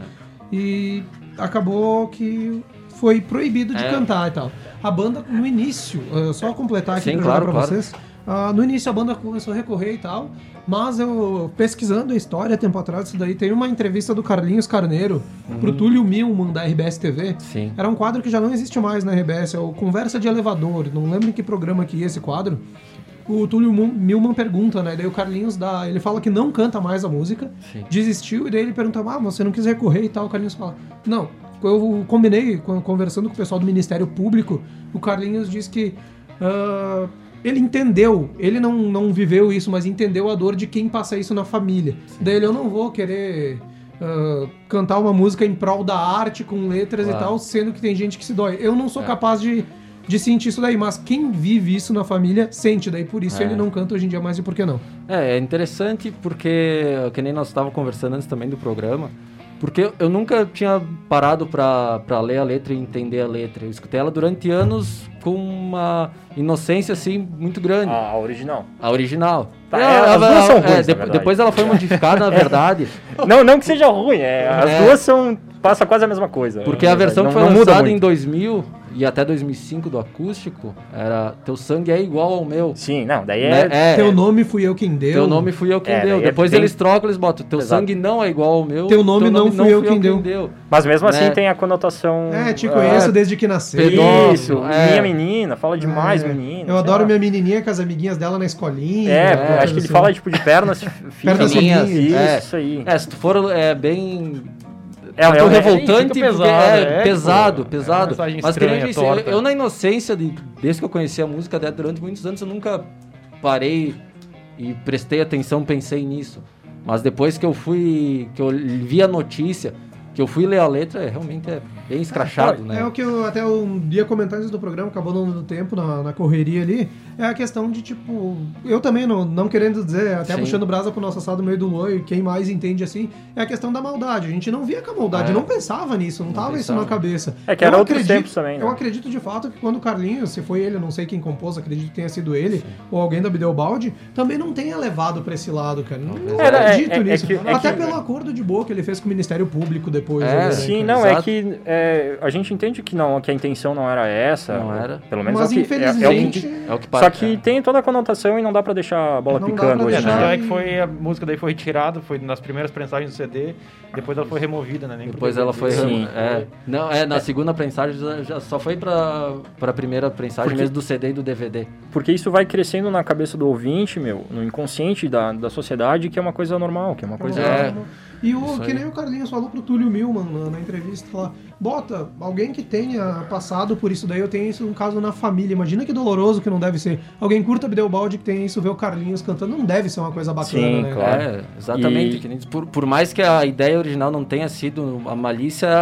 [SPEAKER 1] E acabou que foi proibido de
[SPEAKER 5] É.
[SPEAKER 1] cantar e tal. A banda, no início, eh, só completar aqui
[SPEAKER 5] Sim,
[SPEAKER 1] pra
[SPEAKER 5] claro,
[SPEAKER 1] jogar pra
[SPEAKER 5] claro.
[SPEAKER 1] vocês. ah, no início a banda começou a recorrer e tal, mas eu pesquisando a história tempo atrás, isso daí tem uma entrevista do Carlinhos Carneiro pro Túlio Milman da RBS TV.
[SPEAKER 5] Uhum. Sim.
[SPEAKER 1] Era um quadro que já não existe mais na RBS, é o Conversa de Elevador. Não lembro em que programa que ia esse quadro. O Túlio Mu- Milman pergunta, né? Daí o Carlinhos dá. Ele fala que não canta mais a música,
[SPEAKER 5] Sim.
[SPEAKER 1] desistiu, e daí ele pergunta: Ah, você não quis recorrer e tal. O Carlinhos fala: Não, eu combinei, con- conversando com o pessoal do Ministério Público, o Carlinhos diz que. ah, ele entendeu, ele não, não viveu isso, mas entendeu a dor de quem passa isso na família. Daí ele, eu não vou querer ah, cantar uma música em prol da arte, com letras e
[SPEAKER 5] Claro.
[SPEAKER 1] tal, sendo que tem gente que se dói. Eu não sou capaz de, de sentir isso daí, mas quem vive isso na família sente, daí por isso
[SPEAKER 5] É.
[SPEAKER 1] ele não canta hoje em dia mais e por que não?
[SPEAKER 5] É, é interessante porque, que nem nós estávamos conversando antes também do programa, porque eu- eu nunca tinha parado pra pra ler a letra e entender a letra. Eu escutei ela durante anos com uma inocência, assim, muito grande.
[SPEAKER 3] A, a original.
[SPEAKER 5] A original.
[SPEAKER 3] Ah. Tá, é, as duas são ruins, na
[SPEAKER 5] de-
[SPEAKER 3] verdade.
[SPEAKER 5] depois ela foi modificada, na verdade,
[SPEAKER 3] Não, não que seja ruim, é, as
[SPEAKER 5] É.
[SPEAKER 3] duas são. passa quase a mesma coisa.
[SPEAKER 5] porque
[SPEAKER 3] É, na
[SPEAKER 5] a versão
[SPEAKER 3] verdade.
[SPEAKER 5] que foi
[SPEAKER 3] Não- não muda
[SPEAKER 5] lançada em
[SPEAKER 3] muito.
[SPEAKER 5] 2000 e até 2005 do acústico era Teu sangue é igual ao meu.
[SPEAKER 3] Sim, não, daí é.
[SPEAKER 5] né? É,
[SPEAKER 1] Teu nome fui eu quem deu.
[SPEAKER 5] Teu nome fui eu quem
[SPEAKER 3] É,
[SPEAKER 5] deu.
[SPEAKER 3] daí é
[SPEAKER 5] Depois
[SPEAKER 3] bem-
[SPEAKER 5] eles trocam, eles botam. Teu
[SPEAKER 3] Exato.
[SPEAKER 5] sangue não é igual ao meu.
[SPEAKER 1] Teu nome não fui eu quem deu."
[SPEAKER 3] Mas mesmo assim
[SPEAKER 5] né?
[SPEAKER 3] tem a conotação.
[SPEAKER 1] É, te
[SPEAKER 3] ah,
[SPEAKER 1] conheço desde que nasci.
[SPEAKER 5] pedófilo,
[SPEAKER 3] Isso,
[SPEAKER 5] é.
[SPEAKER 3] minha menina, fala demais,
[SPEAKER 1] É,
[SPEAKER 3] menina.
[SPEAKER 1] Eu
[SPEAKER 3] sei
[SPEAKER 1] adoro
[SPEAKER 3] lá.
[SPEAKER 1] minha menininha com as amiguinhas dela na escolinha.
[SPEAKER 3] É,
[SPEAKER 1] alguma
[SPEAKER 3] acho
[SPEAKER 1] coisa
[SPEAKER 3] que ele
[SPEAKER 1] assim.
[SPEAKER 3] fala tipo de pernas
[SPEAKER 1] Pernas
[SPEAKER 3] finas.
[SPEAKER 5] fininhas, é.
[SPEAKER 3] Isso aí.
[SPEAKER 5] É, se tu for é, bem
[SPEAKER 3] É, é,
[SPEAKER 5] é um
[SPEAKER 3] é,
[SPEAKER 5] revoltante,
[SPEAKER 6] fica pesado,
[SPEAKER 5] porque é,
[SPEAKER 6] é,
[SPEAKER 5] pesado,
[SPEAKER 6] tipo, é uma
[SPEAKER 5] pesado.
[SPEAKER 6] mensagem
[SPEAKER 5] Mas que nem eu
[SPEAKER 6] estranha,
[SPEAKER 5] disse, eu,
[SPEAKER 6] torta.
[SPEAKER 5] eu na inocência, de- desde que eu conheci a música, até durante muitos anos, eu nunca parei e prestei atenção, pensei nisso. Mas depois que eu fui, que eu vi a notícia, que eu fui ler a letra, é, realmente é bem escrachado, né?
[SPEAKER 1] É o que eu até um dia comentar antes do programa, acabou não dando tempo na, na correria ali. É a questão de, tipo, eu também não, não querendo dizer, até
[SPEAKER 5] Sim.
[SPEAKER 1] puxando brasa pro nosso assado no meio do loi, e quem mais entende assim, é a questão da maldade. A gente não via com a maldade,
[SPEAKER 5] É.
[SPEAKER 1] não pensava nisso, não, tava isso
[SPEAKER 5] pensava.
[SPEAKER 1] na cabeça.
[SPEAKER 3] É que era
[SPEAKER 1] Eu
[SPEAKER 3] outros
[SPEAKER 1] acredito-
[SPEAKER 3] tempos também, né?
[SPEAKER 1] Eu acredito de fato que quando o Carlinhos, se foi ele, eu não sei quem compôs, acredito que tenha sido ele, ou alguém da Bideobaldi, também não tenha levado pra esse lado, cara. Não, não
[SPEAKER 3] É, não, é-
[SPEAKER 1] acredito
[SPEAKER 3] é- é
[SPEAKER 1] nisso.
[SPEAKER 3] que- é
[SPEAKER 1] até
[SPEAKER 3] que-
[SPEAKER 1] pelo acordo de boa que ele fez com o Ministério Público depois.
[SPEAKER 5] É,
[SPEAKER 1] ali, né, cara?
[SPEAKER 3] Sim, não, é
[SPEAKER 5] Exato.
[SPEAKER 3] que é, a gente entende que não, que a intenção não era essa.
[SPEAKER 5] Não era.
[SPEAKER 3] Pelo menos
[SPEAKER 1] Mas
[SPEAKER 3] é o que, é- é o que-
[SPEAKER 1] infelizmente-
[SPEAKER 5] É o que
[SPEAKER 3] Só
[SPEAKER 5] parece.
[SPEAKER 3] que tem toda a conotação e não dá pra deixar a bola
[SPEAKER 1] Não dá
[SPEAKER 3] picando
[SPEAKER 1] pra
[SPEAKER 3] hoje.
[SPEAKER 6] É,
[SPEAKER 3] em
[SPEAKER 1] deixar.
[SPEAKER 6] tanto
[SPEAKER 3] dia.
[SPEAKER 6] é que foi, a música daí foi retirada, foi nas primeiras prensagens do CD, depois ela foi removida, né? Nem
[SPEAKER 5] Depois
[SPEAKER 6] pro
[SPEAKER 5] ela foi.
[SPEAKER 3] Sim.
[SPEAKER 5] É, não, é, na segunda prensagem já, já só foi pra, pra primeira prensagem
[SPEAKER 3] Porque-
[SPEAKER 5] mesmo do CD e do DVD.
[SPEAKER 3] Porque isso vai crescendo na cabeça do ouvinte, meu, no inconsciente da, da sociedade, que é uma coisa normal, que é uma coisa.
[SPEAKER 5] É.
[SPEAKER 1] E o que nem o Carlinhos falou pro Túlio Milman na, na entrevista lá. bota alguém que tenha passado por isso daí. Eu tenho isso um caso na família. Imagina que doloroso que não deve ser. Alguém curta Abdel Balde que tem isso, vê o Carlinhos cantando. Não deve ser uma coisa bacana,
[SPEAKER 3] Sim,
[SPEAKER 1] né?
[SPEAKER 3] claro.
[SPEAKER 5] É, exatamente.
[SPEAKER 3] E-
[SPEAKER 5] que nem diz. por, por mais que a ideia original não tenha sido a malícia,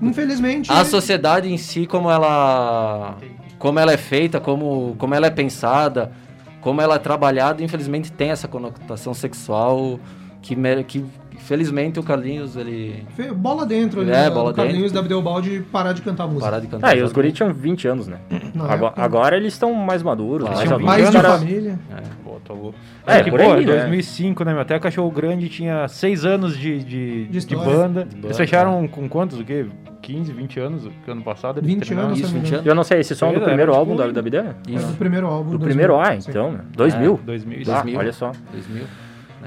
[SPEAKER 1] Infelizmente.
[SPEAKER 5] a sociedade em si, como ela, como ela é feita, como, como ela é pensada, como ela é trabalhada, infelizmente tem essa conotação sexual que, mere- que felizmente o Carlinhos ele
[SPEAKER 1] fe- Bola dentro ali.
[SPEAKER 5] É,
[SPEAKER 1] né?
[SPEAKER 5] bola
[SPEAKER 1] o Carlinhos da Abdel Balde parar de cantar música.
[SPEAKER 5] parar de cantar.
[SPEAKER 3] Ah, e os guris tinham 20 anos, né?
[SPEAKER 1] Na
[SPEAKER 3] Agora,
[SPEAKER 1] época.
[SPEAKER 3] agora eles estão mais maduros,
[SPEAKER 5] Claro.
[SPEAKER 3] mais
[SPEAKER 5] Tinham
[SPEAKER 3] adultos.
[SPEAKER 1] Mais de
[SPEAKER 3] Os caras-
[SPEAKER 1] família.
[SPEAKER 6] Pô, tô louco.
[SPEAKER 3] É,
[SPEAKER 6] É, que,
[SPEAKER 3] por
[SPEAKER 6] pô,
[SPEAKER 3] aí,
[SPEAKER 6] em
[SPEAKER 3] né?
[SPEAKER 6] 2005, né, meu? Até o Cachorro Grande tinha 6 anos de, de, de
[SPEAKER 1] história.
[SPEAKER 6] banda.
[SPEAKER 5] banda,
[SPEAKER 6] Eles
[SPEAKER 3] é.
[SPEAKER 6] fecharam com quantos? O quê? 15, 20 anos? o Ano passado? eles
[SPEAKER 1] 20
[SPEAKER 6] terminaram.
[SPEAKER 1] anos,
[SPEAKER 5] Isso,
[SPEAKER 1] se não me
[SPEAKER 5] 20
[SPEAKER 1] engano.
[SPEAKER 5] anos.
[SPEAKER 3] Eu não sei, esse som é do
[SPEAKER 6] Era,
[SPEAKER 3] primeiro
[SPEAKER 6] tipo,
[SPEAKER 3] álbum da WD?
[SPEAKER 1] É
[SPEAKER 5] Isso,
[SPEAKER 1] do primeiro álbum.
[SPEAKER 3] Do
[SPEAKER 1] 2000.
[SPEAKER 3] primeiro, ah,
[SPEAKER 1] Sim.
[SPEAKER 3] então, né? 2000.
[SPEAKER 5] É,
[SPEAKER 6] 2000.
[SPEAKER 3] Ah,
[SPEAKER 5] 2000.
[SPEAKER 3] olha só.
[SPEAKER 5] 2000.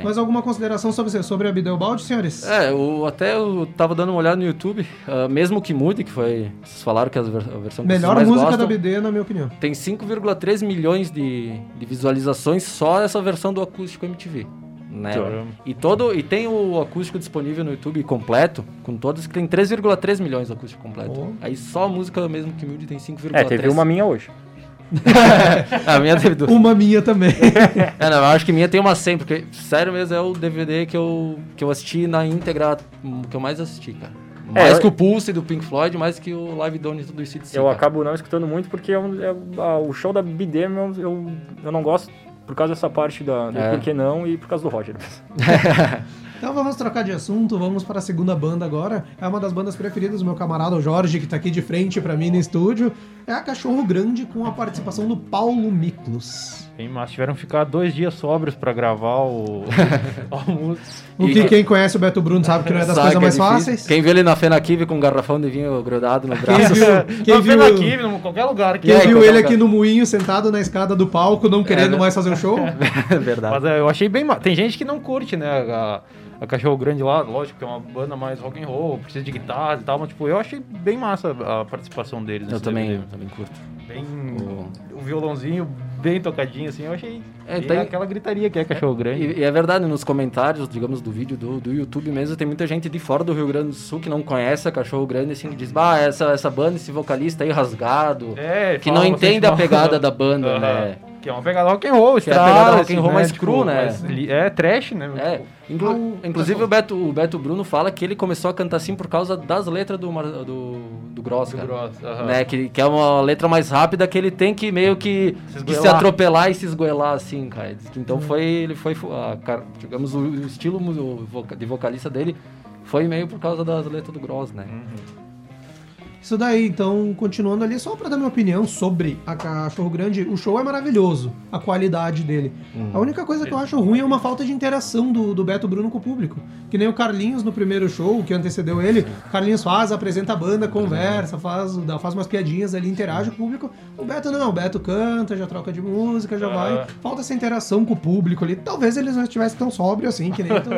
[SPEAKER 1] Mas alguma consideração sobre você, sobre Abdel Balde, senhores?
[SPEAKER 5] É, eu até eu tava dando uma olhada no YouTube, ah, mesmo que mude, que foi. Vocês falaram que é a ver- a versão que
[SPEAKER 1] Melhor
[SPEAKER 5] vocês mais
[SPEAKER 1] música da
[SPEAKER 5] gostam,
[SPEAKER 1] BD, na minha opinião.
[SPEAKER 5] Tem 5,3 milhões de, de visualizações só essa versão do acústico MTV. Né?
[SPEAKER 3] Caramba.
[SPEAKER 5] E, todo, e tem o acústico disponível no YouTube completo, com todos, que tem 3,3 milhões de acústico completo.
[SPEAKER 1] Oh.
[SPEAKER 5] Aí só a música mesmo que humilde tem 5,3.
[SPEAKER 3] É, teve uma minha hoje.
[SPEAKER 5] A minha teve duas.
[SPEAKER 1] Uma minha também.
[SPEAKER 5] É, não, eu acho que minha tem uma 100, porque, sério mesmo, é o DVD que eu, que eu assisti na íntegra, hum, que eu mais assisti, cara.
[SPEAKER 3] É,
[SPEAKER 5] Mais
[SPEAKER 3] eu-
[SPEAKER 5] que o Pulse do Pink Floyd, mais que o Live Down do ICDC.
[SPEAKER 3] eu
[SPEAKER 5] cara.
[SPEAKER 3] acabo não escutando muito porque é um- é um- ah, o show da BD eu, eu, eu não gosto por causa dessa parte da, do
[SPEAKER 5] É.
[SPEAKER 3] por que não e por causa do Roger.
[SPEAKER 1] Então vamos trocar de assunto, vamos para a segunda banda agora. É uma das bandas preferidas do meu camarada o Jorge, que tá aqui de frente para mim no estúdio. É a Cachorro Grande com a participação do Paulo Miklos.
[SPEAKER 6] Hein, mas tiveram que ficar dois dias sóbrios pra gravar o o almoço.
[SPEAKER 1] O
[SPEAKER 5] E
[SPEAKER 1] que
[SPEAKER 5] que-
[SPEAKER 1] quem conhece o Beto Bruno sabe que não é das coisas
[SPEAKER 5] Sabe que é
[SPEAKER 1] mais
[SPEAKER 5] difícil?
[SPEAKER 1] fáceis.
[SPEAKER 5] Quem vê ele na Fenaquive com um garrafão de vinho grudado no
[SPEAKER 1] Quem
[SPEAKER 5] braço.
[SPEAKER 1] viu, quem
[SPEAKER 6] Não,
[SPEAKER 1] viu-
[SPEAKER 6] pela aqui, em qualquer lugar aqui.
[SPEAKER 1] quem
[SPEAKER 5] E aí,
[SPEAKER 1] viu
[SPEAKER 5] qual é
[SPEAKER 1] ele
[SPEAKER 5] o
[SPEAKER 1] aqui
[SPEAKER 5] cara?
[SPEAKER 1] no moinho, sentado na escada do palco, não
[SPEAKER 5] né?
[SPEAKER 1] querendo mais fazer o show?
[SPEAKER 5] É verdade.
[SPEAKER 6] Mas é, eu achei bem. ma- Tem gente que não curte, né? A, a Cachorro Grande lá, lógico que é uma banda mais rock and roll, precisa de guitarra e tal, mas tipo, eu achei bem massa a participação deles.
[SPEAKER 5] Eu
[SPEAKER 6] nesse
[SPEAKER 5] também, eu
[SPEAKER 6] DVD.
[SPEAKER 5] também curto.
[SPEAKER 6] Bem, o... violãozinho bem tocadinho, assim, eu achei.
[SPEAKER 5] É,
[SPEAKER 6] É,
[SPEAKER 5] tem-
[SPEAKER 6] aquela gritaria que é Cachorro Grande.
[SPEAKER 5] E, e é verdade, nos comentários, digamos, do vídeo do, do YouTube mesmo, tem muita gente de fora do Rio Grande do Sul que não conhece a Cachorro Grande, assim, que diz, bah, essa, essa banda, esse vocalista aí rasgado,
[SPEAKER 6] É,
[SPEAKER 5] que
[SPEAKER 6] fala
[SPEAKER 5] não
[SPEAKER 6] bastante
[SPEAKER 5] entende a
[SPEAKER 6] mal.
[SPEAKER 5] pegada da banda,
[SPEAKER 6] Aham.
[SPEAKER 5] né?
[SPEAKER 6] Que é uma pegada rock and roll,
[SPEAKER 5] Que é a pegada
[SPEAKER 6] estrada, assim, tipo,
[SPEAKER 5] rock and roll mais cru, né?
[SPEAKER 6] li- é trash, né?
[SPEAKER 5] É,
[SPEAKER 6] Tipo,
[SPEAKER 5] inclu-
[SPEAKER 1] Ah, o-
[SPEAKER 5] inclusive
[SPEAKER 6] tá
[SPEAKER 5] o Beto, o Beto Bruno fala que ele começou a cantar assim por causa das letras do, Mar- do, do Gross,
[SPEAKER 6] do
[SPEAKER 5] cara.
[SPEAKER 6] grosso, aham.
[SPEAKER 5] Né, que, que é uma letra mais rápida que ele tem que meio que que
[SPEAKER 6] Se
[SPEAKER 5] se,
[SPEAKER 6] esgoelar.
[SPEAKER 5] atropelar e se esgoelar, assim, cara. Diz que Então foi, ele foi, fu- a car- digamos, o, o estilo mu- o voca- de vocalista dele foi meio por causa das letras do Gross, né?
[SPEAKER 6] Uhum.
[SPEAKER 1] Isso daí, então, continuando ali, só pra dar minha opinião sobre a Cachorro Grande, o show é maravilhoso, a qualidade dele. A única coisa que eu acho ruim é uma falta de interação do, do Beto Bruno com o público. Que nem o Carlinhos no primeiro show, que antecedeu ele, Carlinhos faz, apresenta a banda, conversa, faz, dá- faz umas piadinhas ali, interage com o público. O Beto não, o Beto canta, já troca de música, já vai. Falta essa interação com o público ali. Talvez eles não estivessem tão sóbrios assim, que nem tu,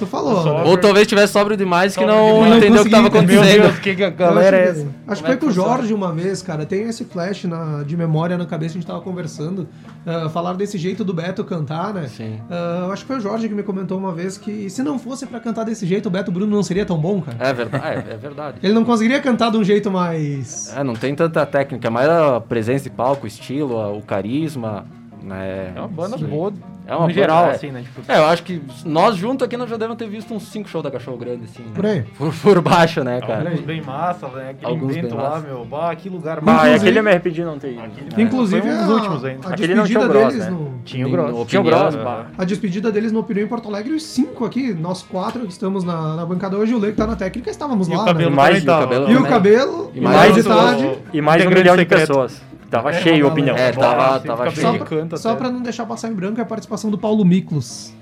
[SPEAKER 1] tu falou. né?
[SPEAKER 5] Ou talvez tivesse sóbrio demais que
[SPEAKER 6] Sóbrio
[SPEAKER 5] não
[SPEAKER 6] demais.
[SPEAKER 5] entendeu o que tava
[SPEAKER 1] Não consegui,
[SPEAKER 5] acontecendo.
[SPEAKER 6] Meu Deus, que que a galera é
[SPEAKER 1] Eu
[SPEAKER 6] essa?
[SPEAKER 1] Acho que
[SPEAKER 5] Como
[SPEAKER 1] foi
[SPEAKER 5] é que
[SPEAKER 1] com o
[SPEAKER 5] funciona?
[SPEAKER 1] Jorge uma vez, cara. Tem esse flash na- de memória na cabeça, a gente tava conversando. ah, falaram desse jeito do Beto cantar, né?
[SPEAKER 5] Sim.
[SPEAKER 1] Ah, eu acho que foi o Jorge que me comentou uma vez que se não fosse pra cantar desse jeito, o Beto Bruno não seria tão bom, cara.
[SPEAKER 5] É verdade, é, é verdade.
[SPEAKER 1] Ele não conseguiria cantar de um jeito mais.
[SPEAKER 5] É, não tem tanta técnica, mas a presença de palco, o estilo, a- o carisma, né?
[SPEAKER 6] É uma banda
[SPEAKER 5] Sim.
[SPEAKER 6] boa.
[SPEAKER 5] É uma
[SPEAKER 6] no geral,
[SPEAKER 5] banda- é.
[SPEAKER 6] assim, né? Tipo,
[SPEAKER 5] É, eu acho que nós juntos aqui nós já devemos ter visto uns cinco shows da Cachorro Grande, assim. né?
[SPEAKER 1] Por É aí.
[SPEAKER 5] Por, por baixo, né, cara?
[SPEAKER 6] alguns bem massa, né? Aquele
[SPEAKER 5] Alguns bem
[SPEAKER 6] invento lá,
[SPEAKER 5] massa.
[SPEAKER 6] meu. Bah, que lugar
[SPEAKER 3] Ah,
[SPEAKER 6] massa.
[SPEAKER 3] é aquele eu me arrependi de não ter ido.
[SPEAKER 1] Inclusive,
[SPEAKER 6] foi um dos
[SPEAKER 1] a,
[SPEAKER 6] últimos ainda.
[SPEAKER 1] a
[SPEAKER 3] Aquele não tinha
[SPEAKER 1] despedida
[SPEAKER 3] o Gross,
[SPEAKER 1] deles
[SPEAKER 3] né?
[SPEAKER 1] no.
[SPEAKER 6] Tinha o
[SPEAKER 5] Opinião,
[SPEAKER 6] grosso.
[SPEAKER 3] Tinha o Gross, bah.
[SPEAKER 1] A despedida deles no Opinião em Porto Alegre, os cinco aqui, nós quatro que estamos na, na bancada hoje, o Lei que tá na técnica, estávamos
[SPEAKER 6] E
[SPEAKER 1] lá.
[SPEAKER 6] o cabelo
[SPEAKER 1] né?
[SPEAKER 6] mais
[SPEAKER 5] Mais e o cabelo
[SPEAKER 1] E o
[SPEAKER 5] também.
[SPEAKER 1] cabelo,
[SPEAKER 5] E
[SPEAKER 1] e
[SPEAKER 5] mais
[SPEAKER 1] mais de
[SPEAKER 5] o-
[SPEAKER 1] tarde.
[SPEAKER 3] E mais um
[SPEAKER 6] Integrante
[SPEAKER 3] milhão
[SPEAKER 6] secreto.
[SPEAKER 3] de pessoas. Tava cheio a opinião.
[SPEAKER 5] É, tava- tava
[SPEAKER 6] assim,
[SPEAKER 1] Só,
[SPEAKER 5] Ele
[SPEAKER 1] pra,
[SPEAKER 6] canta
[SPEAKER 1] só pra não deixar passar em branco é a participação do Paulo Miklos.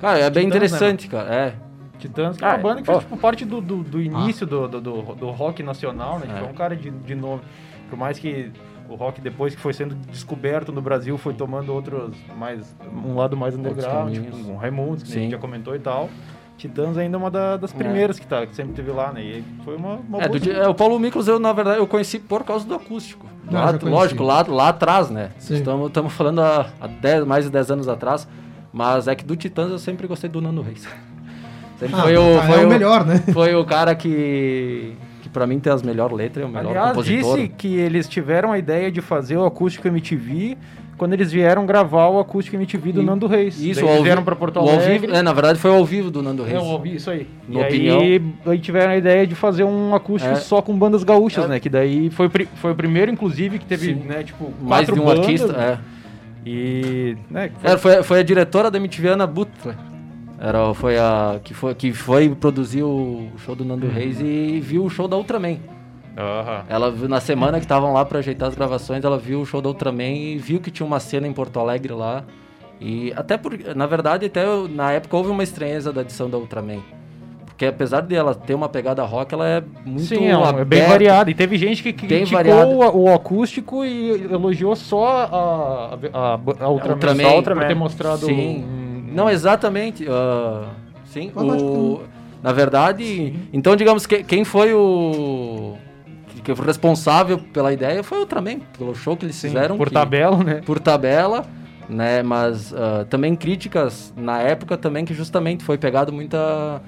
[SPEAKER 5] Cara,
[SPEAKER 1] né,
[SPEAKER 5] é bem
[SPEAKER 6] Titãs,
[SPEAKER 5] interessante, cara. É.
[SPEAKER 6] Titãs, que é uma
[SPEAKER 3] Ah, é.
[SPEAKER 6] banda que fez
[SPEAKER 3] Ó.
[SPEAKER 6] tipo, parte do, do, do início do,
[SPEAKER 5] Ah.
[SPEAKER 6] do, do, do rock nacional, né? Tipo, é um cara de, de nome. Por mais que o rock, depois que foi sendo descoberto no Brasil, foi tomando outros mais. um lado mais underground, tipo,
[SPEAKER 5] caminhos.
[SPEAKER 6] com Raimundos, que a
[SPEAKER 5] Sim.
[SPEAKER 6] gente já comentou e tal. Titãs ainda é uma da- das primeiras que, tá, que sempre teve lá, né? E foi uma, uma
[SPEAKER 5] É, do dia- é, o Paulo Miklos, eu, na verdade, eu conheci por causa do acústico.
[SPEAKER 1] Não,
[SPEAKER 5] Lá-
[SPEAKER 1] eu Ah, já conheci.
[SPEAKER 5] lógico, lá, lá atrás, né?
[SPEAKER 1] Sim.
[SPEAKER 5] Estamos falando há, há dez- mais de 10 anos atrás. Mas é que do Titãs eu sempre gostei do Nano Reis. Sempre
[SPEAKER 1] Ah,
[SPEAKER 5] foi o,
[SPEAKER 1] tá,
[SPEAKER 5] foi
[SPEAKER 1] é o melhor, né?
[SPEAKER 5] Foi o cara que, que pra mim tem as melhores letras, é o melhor
[SPEAKER 6] Aliás,
[SPEAKER 5] compositor.
[SPEAKER 6] disse que eles tiveram a ideia de fazer o Acústico MTV quando eles vieram gravar o Acústico MTV do
[SPEAKER 5] E-
[SPEAKER 6] Nando Reis.
[SPEAKER 5] Isso,
[SPEAKER 6] Daí
[SPEAKER 5] ao
[SPEAKER 6] eles
[SPEAKER 5] vi-
[SPEAKER 6] vieram pra Porto
[SPEAKER 5] o ao
[SPEAKER 6] Alegre.
[SPEAKER 5] vivo, é, na verdade foi ao vivo do Nando
[SPEAKER 6] É,
[SPEAKER 5] Reis.
[SPEAKER 6] eu ouvi isso aí.
[SPEAKER 5] No
[SPEAKER 6] e aí,
[SPEAKER 5] opinião.
[SPEAKER 6] aí tiveram a ideia de fazer um acústico
[SPEAKER 5] É.
[SPEAKER 6] só com bandas gaúchas,
[SPEAKER 5] É.
[SPEAKER 6] né? Que daí foi, o pri- foi o primeiro, inclusive, que teve,
[SPEAKER 5] Sim.
[SPEAKER 6] né, tipo,
[SPEAKER 5] Mais de
[SPEAKER 6] quatro
[SPEAKER 5] um
[SPEAKER 6] bandas,
[SPEAKER 5] artista.
[SPEAKER 6] né?
[SPEAKER 5] É.
[SPEAKER 6] E, né, foi-
[SPEAKER 5] É, foi, foi a diretora da MTV, Ana Butler. Era, foi a que foi, que foi produzir o show do
[SPEAKER 6] Uhum.
[SPEAKER 5] Nando Reis e viu o show da Ultraman.
[SPEAKER 6] Aham.
[SPEAKER 5] Ela viu na semana que estavam lá pra ajeitar as gravações, ela viu o show da Ultraman e viu que tinha uma cena em Porto Alegre lá. E até porque, na verdade, até eu- na época houve uma estranheza da edição da Ultraman. Porque apesar de ela ter uma pegada rock, ela é muito
[SPEAKER 6] Sim, é, um- é bem
[SPEAKER 5] aberta.
[SPEAKER 6] variado. E teve gente que criticou
[SPEAKER 5] variado.
[SPEAKER 6] o, o acústico e elogiou só a, a, a, a Ultraman,
[SPEAKER 5] Ultraman.
[SPEAKER 6] só a Ultraman, por
[SPEAKER 5] assim,
[SPEAKER 6] ter mostrado...
[SPEAKER 5] Sim.
[SPEAKER 6] um-
[SPEAKER 5] Não, exatamente. ah, sim.
[SPEAKER 1] Mas pode
[SPEAKER 5] O, na verdade, então digamos que quem foi o que- que foi responsável pela ideia foi o Ultraman, pelo show que eles fizeram. um
[SPEAKER 6] por
[SPEAKER 5] que-
[SPEAKER 6] tabela, né?
[SPEAKER 5] por tabela, né? Mas ah, também críticas na época também que justamente foi pegado muita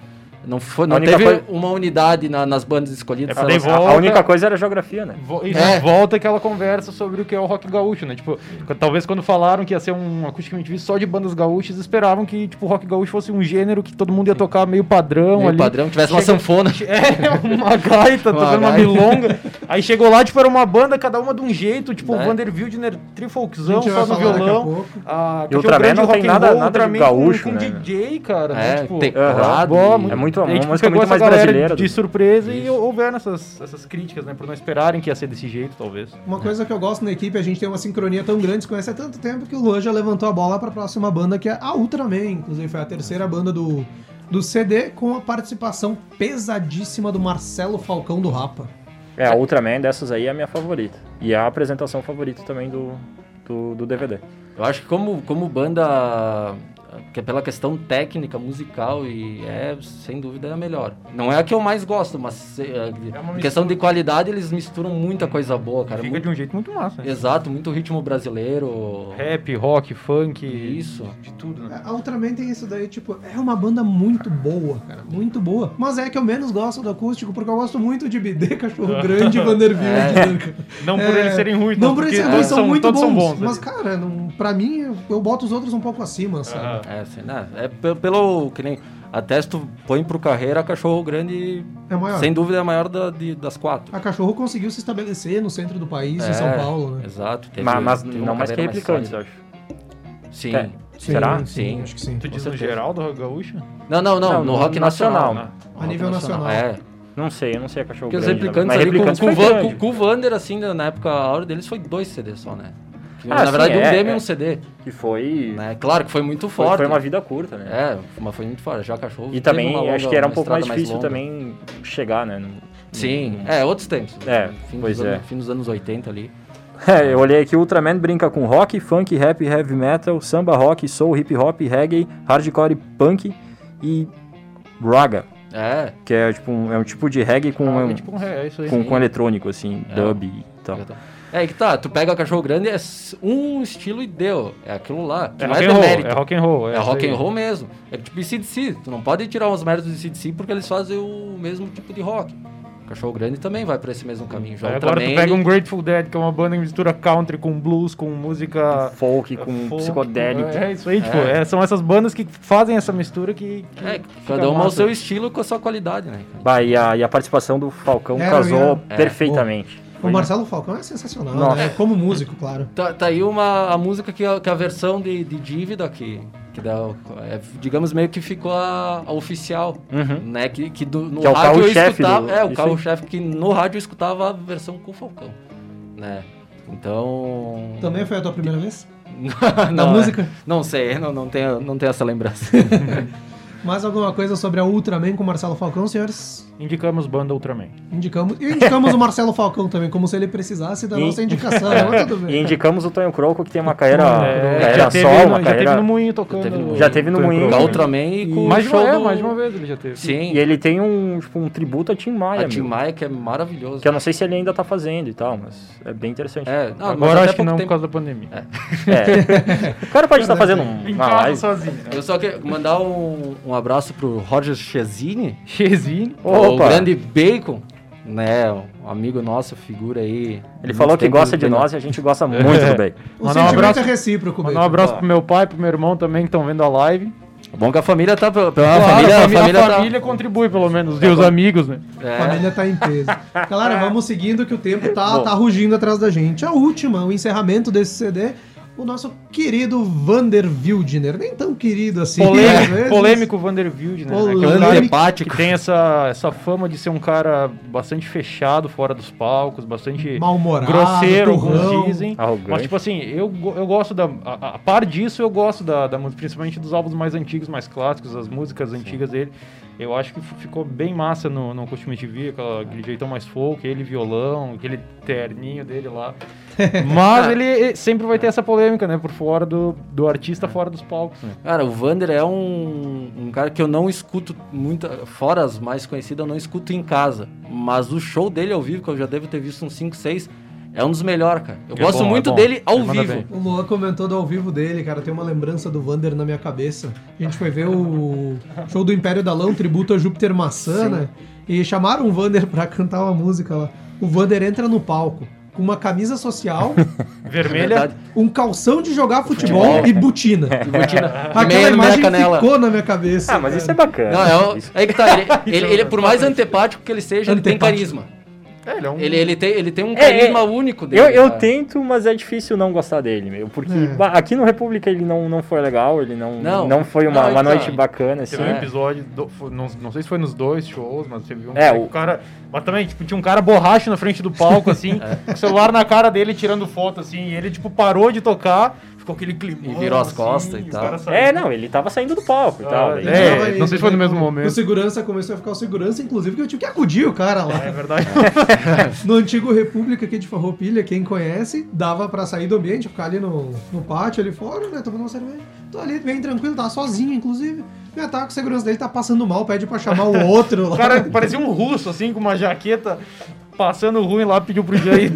[SPEAKER 5] não foi
[SPEAKER 3] A
[SPEAKER 5] não
[SPEAKER 3] única
[SPEAKER 5] teve
[SPEAKER 3] coisa-
[SPEAKER 5] uma unidade na- nas bandas escolhidas.
[SPEAKER 6] É,
[SPEAKER 5] sei lá.
[SPEAKER 6] daí
[SPEAKER 3] A- A
[SPEAKER 6] volta.
[SPEAKER 3] única coisa era a geografia, né?
[SPEAKER 6] Vo- Isso,
[SPEAKER 5] É.
[SPEAKER 6] volta aquela conversa sobre o que é o rock gaúcho, né? Tipo, qu- talvez quando falaram que ia ser um acústico MTV só de bandas gaúchas, esperavam que, tipo, o rock gaúcho fosse um gênero que todo mundo ia tocar meio padrão
[SPEAKER 5] Meio
[SPEAKER 6] ali.
[SPEAKER 5] um padrão, tivesse uma
[SPEAKER 6] Chega-
[SPEAKER 5] sanfona.
[SPEAKER 6] É, uma gaita,
[SPEAKER 5] Uma
[SPEAKER 6] tocando uma
[SPEAKER 5] gaita.
[SPEAKER 6] milonga. Aí chegou lá, tipo, era uma banda, cada uma de um jeito, tipo,
[SPEAKER 5] Né?
[SPEAKER 6] o Vanderwildner,
[SPEAKER 1] A
[SPEAKER 6] trifolkzão,
[SPEAKER 1] gente
[SPEAKER 6] só
[SPEAKER 1] vai
[SPEAKER 6] no
[SPEAKER 1] falar daqui a
[SPEAKER 6] violão.
[SPEAKER 1] pouco.
[SPEAKER 6] Ah,
[SPEAKER 3] E Ultraman não tem nada- nada de gaúcho,
[SPEAKER 6] com,
[SPEAKER 3] né?
[SPEAKER 6] DJ, cara.
[SPEAKER 5] É,
[SPEAKER 6] tipo,
[SPEAKER 5] teclado,
[SPEAKER 6] boa,
[SPEAKER 5] e-
[SPEAKER 3] é muito-
[SPEAKER 6] Daí,
[SPEAKER 3] uma
[SPEAKER 6] tipo,
[SPEAKER 3] música
[SPEAKER 6] pegou
[SPEAKER 3] muito
[SPEAKER 6] essa
[SPEAKER 3] mais
[SPEAKER 6] galera
[SPEAKER 3] brasileira
[SPEAKER 6] De
[SPEAKER 3] do-
[SPEAKER 6] surpresa e houveram essas, essas críticas, né? Por não esperarem que ia ser desse jeito, talvez.
[SPEAKER 1] Uma coisa que eu gosto na equipe, a gente tem uma sincronia tão grande, se conhece há tanto tempo que o Luan já levantou a bola para a próxima banda, que é a Ultraman. Inclusive, foi a terceira banda do, do CD, com a participação pesadíssima do Marcelo Falcão do Rapa.
[SPEAKER 3] É, a Ultraman dessas aí é a minha favorita. E é a apresentação favorita também do, do, do DVD.
[SPEAKER 5] Eu acho que como como banda que é pela questão técnica, musical e é sem dúvida é a melhor. Não é a que eu mais gosto, mas eh,
[SPEAKER 6] É
[SPEAKER 5] em questão de qualidade eles misturam muita coisa boa, cara.
[SPEAKER 6] Fica
[SPEAKER 5] Muito-
[SPEAKER 6] de um jeito muito massa. Né?
[SPEAKER 5] Exato, muito ritmo brasileiro.
[SPEAKER 6] Rap, rock, funk,
[SPEAKER 5] Isso.
[SPEAKER 6] de tudo, né?
[SPEAKER 1] A Ultraman tem isso daí, tipo, é uma banda muito boa, cara, muito boa. Mas é que eu menos gosto do acústico, porque eu gosto muito de BD, Cachorro Grande e Vanderbilt. né?
[SPEAKER 6] Não por eles serem ruins,
[SPEAKER 1] É, não
[SPEAKER 6] mas
[SPEAKER 1] por eles
[SPEAKER 6] porque
[SPEAKER 1] serem
[SPEAKER 6] todos
[SPEAKER 1] ruins, são
[SPEAKER 6] são-
[SPEAKER 1] muito
[SPEAKER 6] todos
[SPEAKER 1] bons.
[SPEAKER 6] são bons, né?
[SPEAKER 1] mas, cara, não, pra mim, eu, eu boto os outros um pouco acima, sabe?
[SPEAKER 5] É, assim, né? É pe- pelo. Que nem. Até se tu põe pro carreira, cachorro grande.
[SPEAKER 1] É maior.
[SPEAKER 5] Sem dúvida é a maior da- de- das quatro.
[SPEAKER 1] A Cachorro conseguiu se estabelecer no centro do país, em
[SPEAKER 5] É,
[SPEAKER 1] São Paulo, né?
[SPEAKER 5] Exato. teve-
[SPEAKER 3] Mas, mas
[SPEAKER 5] teve uma
[SPEAKER 3] não mais que
[SPEAKER 5] carreira
[SPEAKER 3] replicantes, eu
[SPEAKER 5] sólida.
[SPEAKER 3] acho.
[SPEAKER 5] Sim.
[SPEAKER 3] É. Será?
[SPEAKER 1] Sim,
[SPEAKER 5] Sim.
[SPEAKER 1] acho que sim.
[SPEAKER 6] Tu diz no
[SPEAKER 5] certeza.
[SPEAKER 6] geral do Rock Gaúcho?
[SPEAKER 5] Não, não, não. no rock nacional.
[SPEAKER 3] né?
[SPEAKER 5] No
[SPEAKER 1] A
[SPEAKER 5] rock
[SPEAKER 1] nível nacional.
[SPEAKER 5] É.
[SPEAKER 3] Não sei, eu não sei a cachorro
[SPEAKER 5] Porque os
[SPEAKER 3] grande.
[SPEAKER 5] replicantes
[SPEAKER 3] mas
[SPEAKER 5] ali
[SPEAKER 3] replicantes
[SPEAKER 5] com, com,
[SPEAKER 3] foi
[SPEAKER 5] Van-
[SPEAKER 3] grande.
[SPEAKER 5] com- com o Vander, assim, na na época, a hora deles foi dois CDs só, né?
[SPEAKER 3] Ah,
[SPEAKER 5] Na
[SPEAKER 3] sim,
[SPEAKER 5] verdade, um
[SPEAKER 3] é,
[SPEAKER 5] demo e
[SPEAKER 3] é.
[SPEAKER 5] um CD.
[SPEAKER 3] Que foi,
[SPEAKER 5] Né? Claro que foi muito
[SPEAKER 3] foi,
[SPEAKER 5] forte.
[SPEAKER 3] foi uma vida curta, né?
[SPEAKER 5] É, mas foi muito forte. Já cachorro.
[SPEAKER 3] E
[SPEAKER 5] teve
[SPEAKER 3] também
[SPEAKER 5] uma longa-
[SPEAKER 3] acho que era um
[SPEAKER 5] uma
[SPEAKER 3] pouco mais
[SPEAKER 5] estrada
[SPEAKER 3] difícil
[SPEAKER 5] longa.
[SPEAKER 3] também chegar, né? no-
[SPEAKER 5] Sim, é, outros tempos.
[SPEAKER 3] É,
[SPEAKER 5] fim
[SPEAKER 3] pois
[SPEAKER 5] dos
[SPEAKER 3] é.
[SPEAKER 5] Anos, fim dos anos 80 ali.
[SPEAKER 3] É, eu olhei aqui, Ultraman brinca com rock, funk, rap, heavy metal, samba, rock, soul, hip hop, reggae, hardcore, punk e raga,
[SPEAKER 5] É,
[SPEAKER 3] que é tipo um, é um tipo de reggae com,
[SPEAKER 6] Ah,
[SPEAKER 3] um-
[SPEAKER 6] é tipo um ré, é isso aí.
[SPEAKER 3] com, com eletrônico, assim,
[SPEAKER 5] né? É.
[SPEAKER 3] dub e tal.
[SPEAKER 5] é que tá, tu pega cachorro grande, é s- um estilo e deu. É aquilo lá. que
[SPEAKER 6] É
[SPEAKER 5] não
[SPEAKER 6] rock
[SPEAKER 5] é
[SPEAKER 6] and roll,
[SPEAKER 5] demérito.
[SPEAKER 6] é rock and roll.
[SPEAKER 5] É
[SPEAKER 6] isso
[SPEAKER 5] rock
[SPEAKER 6] aí.
[SPEAKER 5] and roll mesmo. É tipo ICDC. Tu não pode tirar os méritos do ICDC porque eles fazem o mesmo tipo de rock. Cachorro grande também vai pra esse mesmo caminho. Já
[SPEAKER 6] Aí agora tu
[SPEAKER 5] Ultraman,
[SPEAKER 6] pega um Grateful Dead, que é uma banda que mistura country com blues, com música...
[SPEAKER 3] Folk com
[SPEAKER 6] É, folk,
[SPEAKER 3] psicodélico.
[SPEAKER 6] É isso aí, tipo, é, são essas bandas que fazem essa mistura que... que
[SPEAKER 5] É,
[SPEAKER 6] fica
[SPEAKER 5] cada um ao
[SPEAKER 6] massa.
[SPEAKER 5] seu estilo com a sua qualidade, né? cara?
[SPEAKER 3] Bah, e, a, e a participação do Falcão
[SPEAKER 1] É, eu
[SPEAKER 3] casou
[SPEAKER 1] ia-
[SPEAKER 5] é,
[SPEAKER 3] perfeitamente.
[SPEAKER 1] O Marcelo Falcão é sensacional,
[SPEAKER 3] Nossa.
[SPEAKER 1] né? Como músico, claro.
[SPEAKER 5] Tá, tá aí uma a música que a, que a versão de, de dívida que, que dá, o- é, digamos, meio que ficou a, a oficial,
[SPEAKER 6] Uhum.
[SPEAKER 5] né? Que, que do- no
[SPEAKER 3] Que é o
[SPEAKER 5] rádio eu
[SPEAKER 3] carro-chefe do-
[SPEAKER 5] escutava. É, o
[SPEAKER 3] isso
[SPEAKER 5] carro-chefe que no rádio eu escutava a versão com o Falcão, né? Então.
[SPEAKER 1] Também foi a tua primeira vez?
[SPEAKER 5] não, é.
[SPEAKER 1] música?
[SPEAKER 5] Não sei, não, não, tenho, não tenho essa lembrança.
[SPEAKER 1] Mais alguma coisa sobre a Ultraman com o Marcelo Falcão, senhores?
[SPEAKER 6] Indicamos banda Ultraman.
[SPEAKER 1] Indicamos. E indicamos o Marcelo Falcão também, como se ele precisasse da
[SPEAKER 3] E-
[SPEAKER 1] nossa indicação, mas tudo
[SPEAKER 3] E
[SPEAKER 1] bem.
[SPEAKER 3] indicamos o Tonho Croco, que tem uma carreira,
[SPEAKER 6] É,
[SPEAKER 3] carreira
[SPEAKER 6] já teve
[SPEAKER 3] solo,
[SPEAKER 6] no-
[SPEAKER 3] uma
[SPEAKER 6] já
[SPEAKER 3] carreira...
[SPEAKER 6] teve no Moinho tocando.
[SPEAKER 5] teve no Moinho.
[SPEAKER 3] Já teve no Moinho.
[SPEAKER 5] Com a Ultraman e com
[SPEAKER 6] Mais
[SPEAKER 5] o
[SPEAKER 6] de,
[SPEAKER 5] show
[SPEAKER 6] uma, é,
[SPEAKER 5] do-
[SPEAKER 6] mais de uma vez ele já teve.
[SPEAKER 5] Sim,
[SPEAKER 3] E ele tem um, tipo, um tributo a Tim Maia,
[SPEAKER 5] a Tim
[SPEAKER 3] meu,
[SPEAKER 5] Maia que é maravilhoso.
[SPEAKER 3] que eu não sei se ele ainda tá fazendo e tal, mas é bem interessante.
[SPEAKER 5] É, não, mas
[SPEAKER 6] Agora
[SPEAKER 5] até
[SPEAKER 6] acho que
[SPEAKER 5] pouco
[SPEAKER 6] não por
[SPEAKER 5] tempo-
[SPEAKER 6] causa da pandemia.
[SPEAKER 3] É. O cara pode estar fazendo um- uma live.
[SPEAKER 6] sozinho.
[SPEAKER 5] Eu só quero mandar um, um abraço pro Roger Chesini,
[SPEAKER 6] Chezinho.
[SPEAKER 5] o grande Bacon, né? Um amigo nosso, figura aí.
[SPEAKER 3] Ele
[SPEAKER 5] muito
[SPEAKER 3] falou que
[SPEAKER 5] tempo
[SPEAKER 3] gosta de
[SPEAKER 5] tem-
[SPEAKER 3] nós e a gente gosta muito do bacon.
[SPEAKER 1] O
[SPEAKER 6] Mandar um
[SPEAKER 1] sentimento
[SPEAKER 6] abraço-
[SPEAKER 1] é recíproco,
[SPEAKER 6] Mandar um
[SPEAKER 1] Beto.
[SPEAKER 6] abraço pro meu pai, pro meu irmão também, que estão vendo a live.
[SPEAKER 5] Bom que a família tá. Pela
[SPEAKER 3] Então
[SPEAKER 6] Claro,
[SPEAKER 5] família,
[SPEAKER 6] a
[SPEAKER 5] a família,
[SPEAKER 6] família,
[SPEAKER 5] tá-
[SPEAKER 6] contribui, pelo menos. E os amigos, né?
[SPEAKER 5] É.
[SPEAKER 1] Família tá em peso. Galera, vamos seguindo que o tempo tá, tá rugindo atrás da gente. A última, o encerramento desse CD, o nosso querido Vander Wildner. Nem tão querido assim. às
[SPEAKER 6] Polêmico,
[SPEAKER 1] vezes.
[SPEAKER 6] polêmico Vander Wilde, né? Que é um cara que
[SPEAKER 5] antipático.
[SPEAKER 6] tem essa, essa fama de ser um cara bastante fechado fora dos palcos, bastante
[SPEAKER 1] Mal-humorado,
[SPEAKER 6] grosseiro,
[SPEAKER 1] turrão.
[SPEAKER 6] alguns dizem.
[SPEAKER 5] Ah,
[SPEAKER 3] Arrogante.
[SPEAKER 6] Mas, tipo assim, eu, go- eu gosto da. A, a par disso, eu gosto da, da música, principalmente dos álbuns mais antigos, mais clássicos, as músicas antigas dele. Eu acho que f- ficou bem massa no, no Costume TV, aquela, aquele jeitão mais folk, ele violão, aquele terninho dele lá. Mas ele eh, sempre vai ter essa polêmica, né? Por fora do, do artista, fora dos palcos, né?
[SPEAKER 5] Cara, o Vander é um, um cara que eu não escuto muito, fora as mais conhecidas, eu não escuto em casa. Mas o show dele ao vivo, que eu já devo ter visto uns 5, 6, é um dos melhores, cara. Eu
[SPEAKER 6] É
[SPEAKER 5] gosto
[SPEAKER 6] bom, é
[SPEAKER 5] muito
[SPEAKER 6] bom.
[SPEAKER 5] dele ao
[SPEAKER 6] Ele manda
[SPEAKER 5] vivo.
[SPEAKER 6] bem.
[SPEAKER 1] O Luan comentou do ao vivo dele, cara. Tem uma lembrança do Vander na minha cabeça. A gente foi ver o show do Império da Lão, tributo a Júpiter Maçã, né? E chamaram o Vander pra cantar uma música lá. O Vander entra no palco com uma camisa social,
[SPEAKER 5] É
[SPEAKER 6] Vermelha.
[SPEAKER 1] um calção de jogar futebol e botina. Aquela
[SPEAKER 5] Meia na
[SPEAKER 1] imagem
[SPEAKER 5] canela.
[SPEAKER 1] ficou na minha cabeça.
[SPEAKER 3] Ah, mas
[SPEAKER 1] cara.
[SPEAKER 3] isso é bacana.
[SPEAKER 5] Não, é, o-
[SPEAKER 3] Isso-
[SPEAKER 5] aí que tá. Ele, ele- ele, por mais antipático que ele seja, ele tem
[SPEAKER 1] Antipático.
[SPEAKER 5] carisma.
[SPEAKER 6] É, ele é um
[SPEAKER 5] Ele, ele, tem, ele tem um
[SPEAKER 3] É,
[SPEAKER 5] carisma
[SPEAKER 3] é.
[SPEAKER 5] único dele.
[SPEAKER 3] Eu, eu
[SPEAKER 5] cara.
[SPEAKER 3] tento, mas é difícil não gostar dele, meu. Porque
[SPEAKER 1] É.
[SPEAKER 3] bah, aqui no República ele não, não foi legal, ele não, não,
[SPEAKER 5] Não.
[SPEAKER 3] foi uma,
[SPEAKER 5] Não,
[SPEAKER 3] uma
[SPEAKER 5] então,
[SPEAKER 3] noite bacana, assim.
[SPEAKER 6] Teve um
[SPEAKER 5] É.
[SPEAKER 6] episódio, do- foi- não, não sei se foi nos dois shows, mas teve um
[SPEAKER 3] É,
[SPEAKER 6] que
[SPEAKER 3] o-
[SPEAKER 6] o cara. Mas também, tipo, tinha um cara borracho na frente do palco, assim, com o celular na cara dele tirando foto, assim, e ele, tipo, parou de tocar, ficou aquele clima. assim,
[SPEAKER 5] E virou as costas e tal.
[SPEAKER 3] É, não, ele tava saindo do palco e tal. Então,
[SPEAKER 1] Ele
[SPEAKER 3] daí-
[SPEAKER 1] tava
[SPEAKER 6] É,
[SPEAKER 1] indo,
[SPEAKER 6] não sei se foi no
[SPEAKER 1] né,
[SPEAKER 6] mesmo
[SPEAKER 1] o-
[SPEAKER 6] momento.
[SPEAKER 1] O segurança começou a ficar o segurança, inclusive, que eu tive que acudir o cara lá.
[SPEAKER 6] É verdade.
[SPEAKER 1] No antigo República aqui de Farroupilha, quem conhece, dava pra sair do ambiente, ficar ali no, no pátio, ali fora, né, tomando uma cerveja. Tô ali bem tranquilo, tava sozinho, inclusive. Me ataca, o segurança dele tá passando mal, pede pra chamar o outro lá.
[SPEAKER 6] O cara parecia um russo, assim, com uma jaqueta, passando ruim lá, pediu pro Jean ir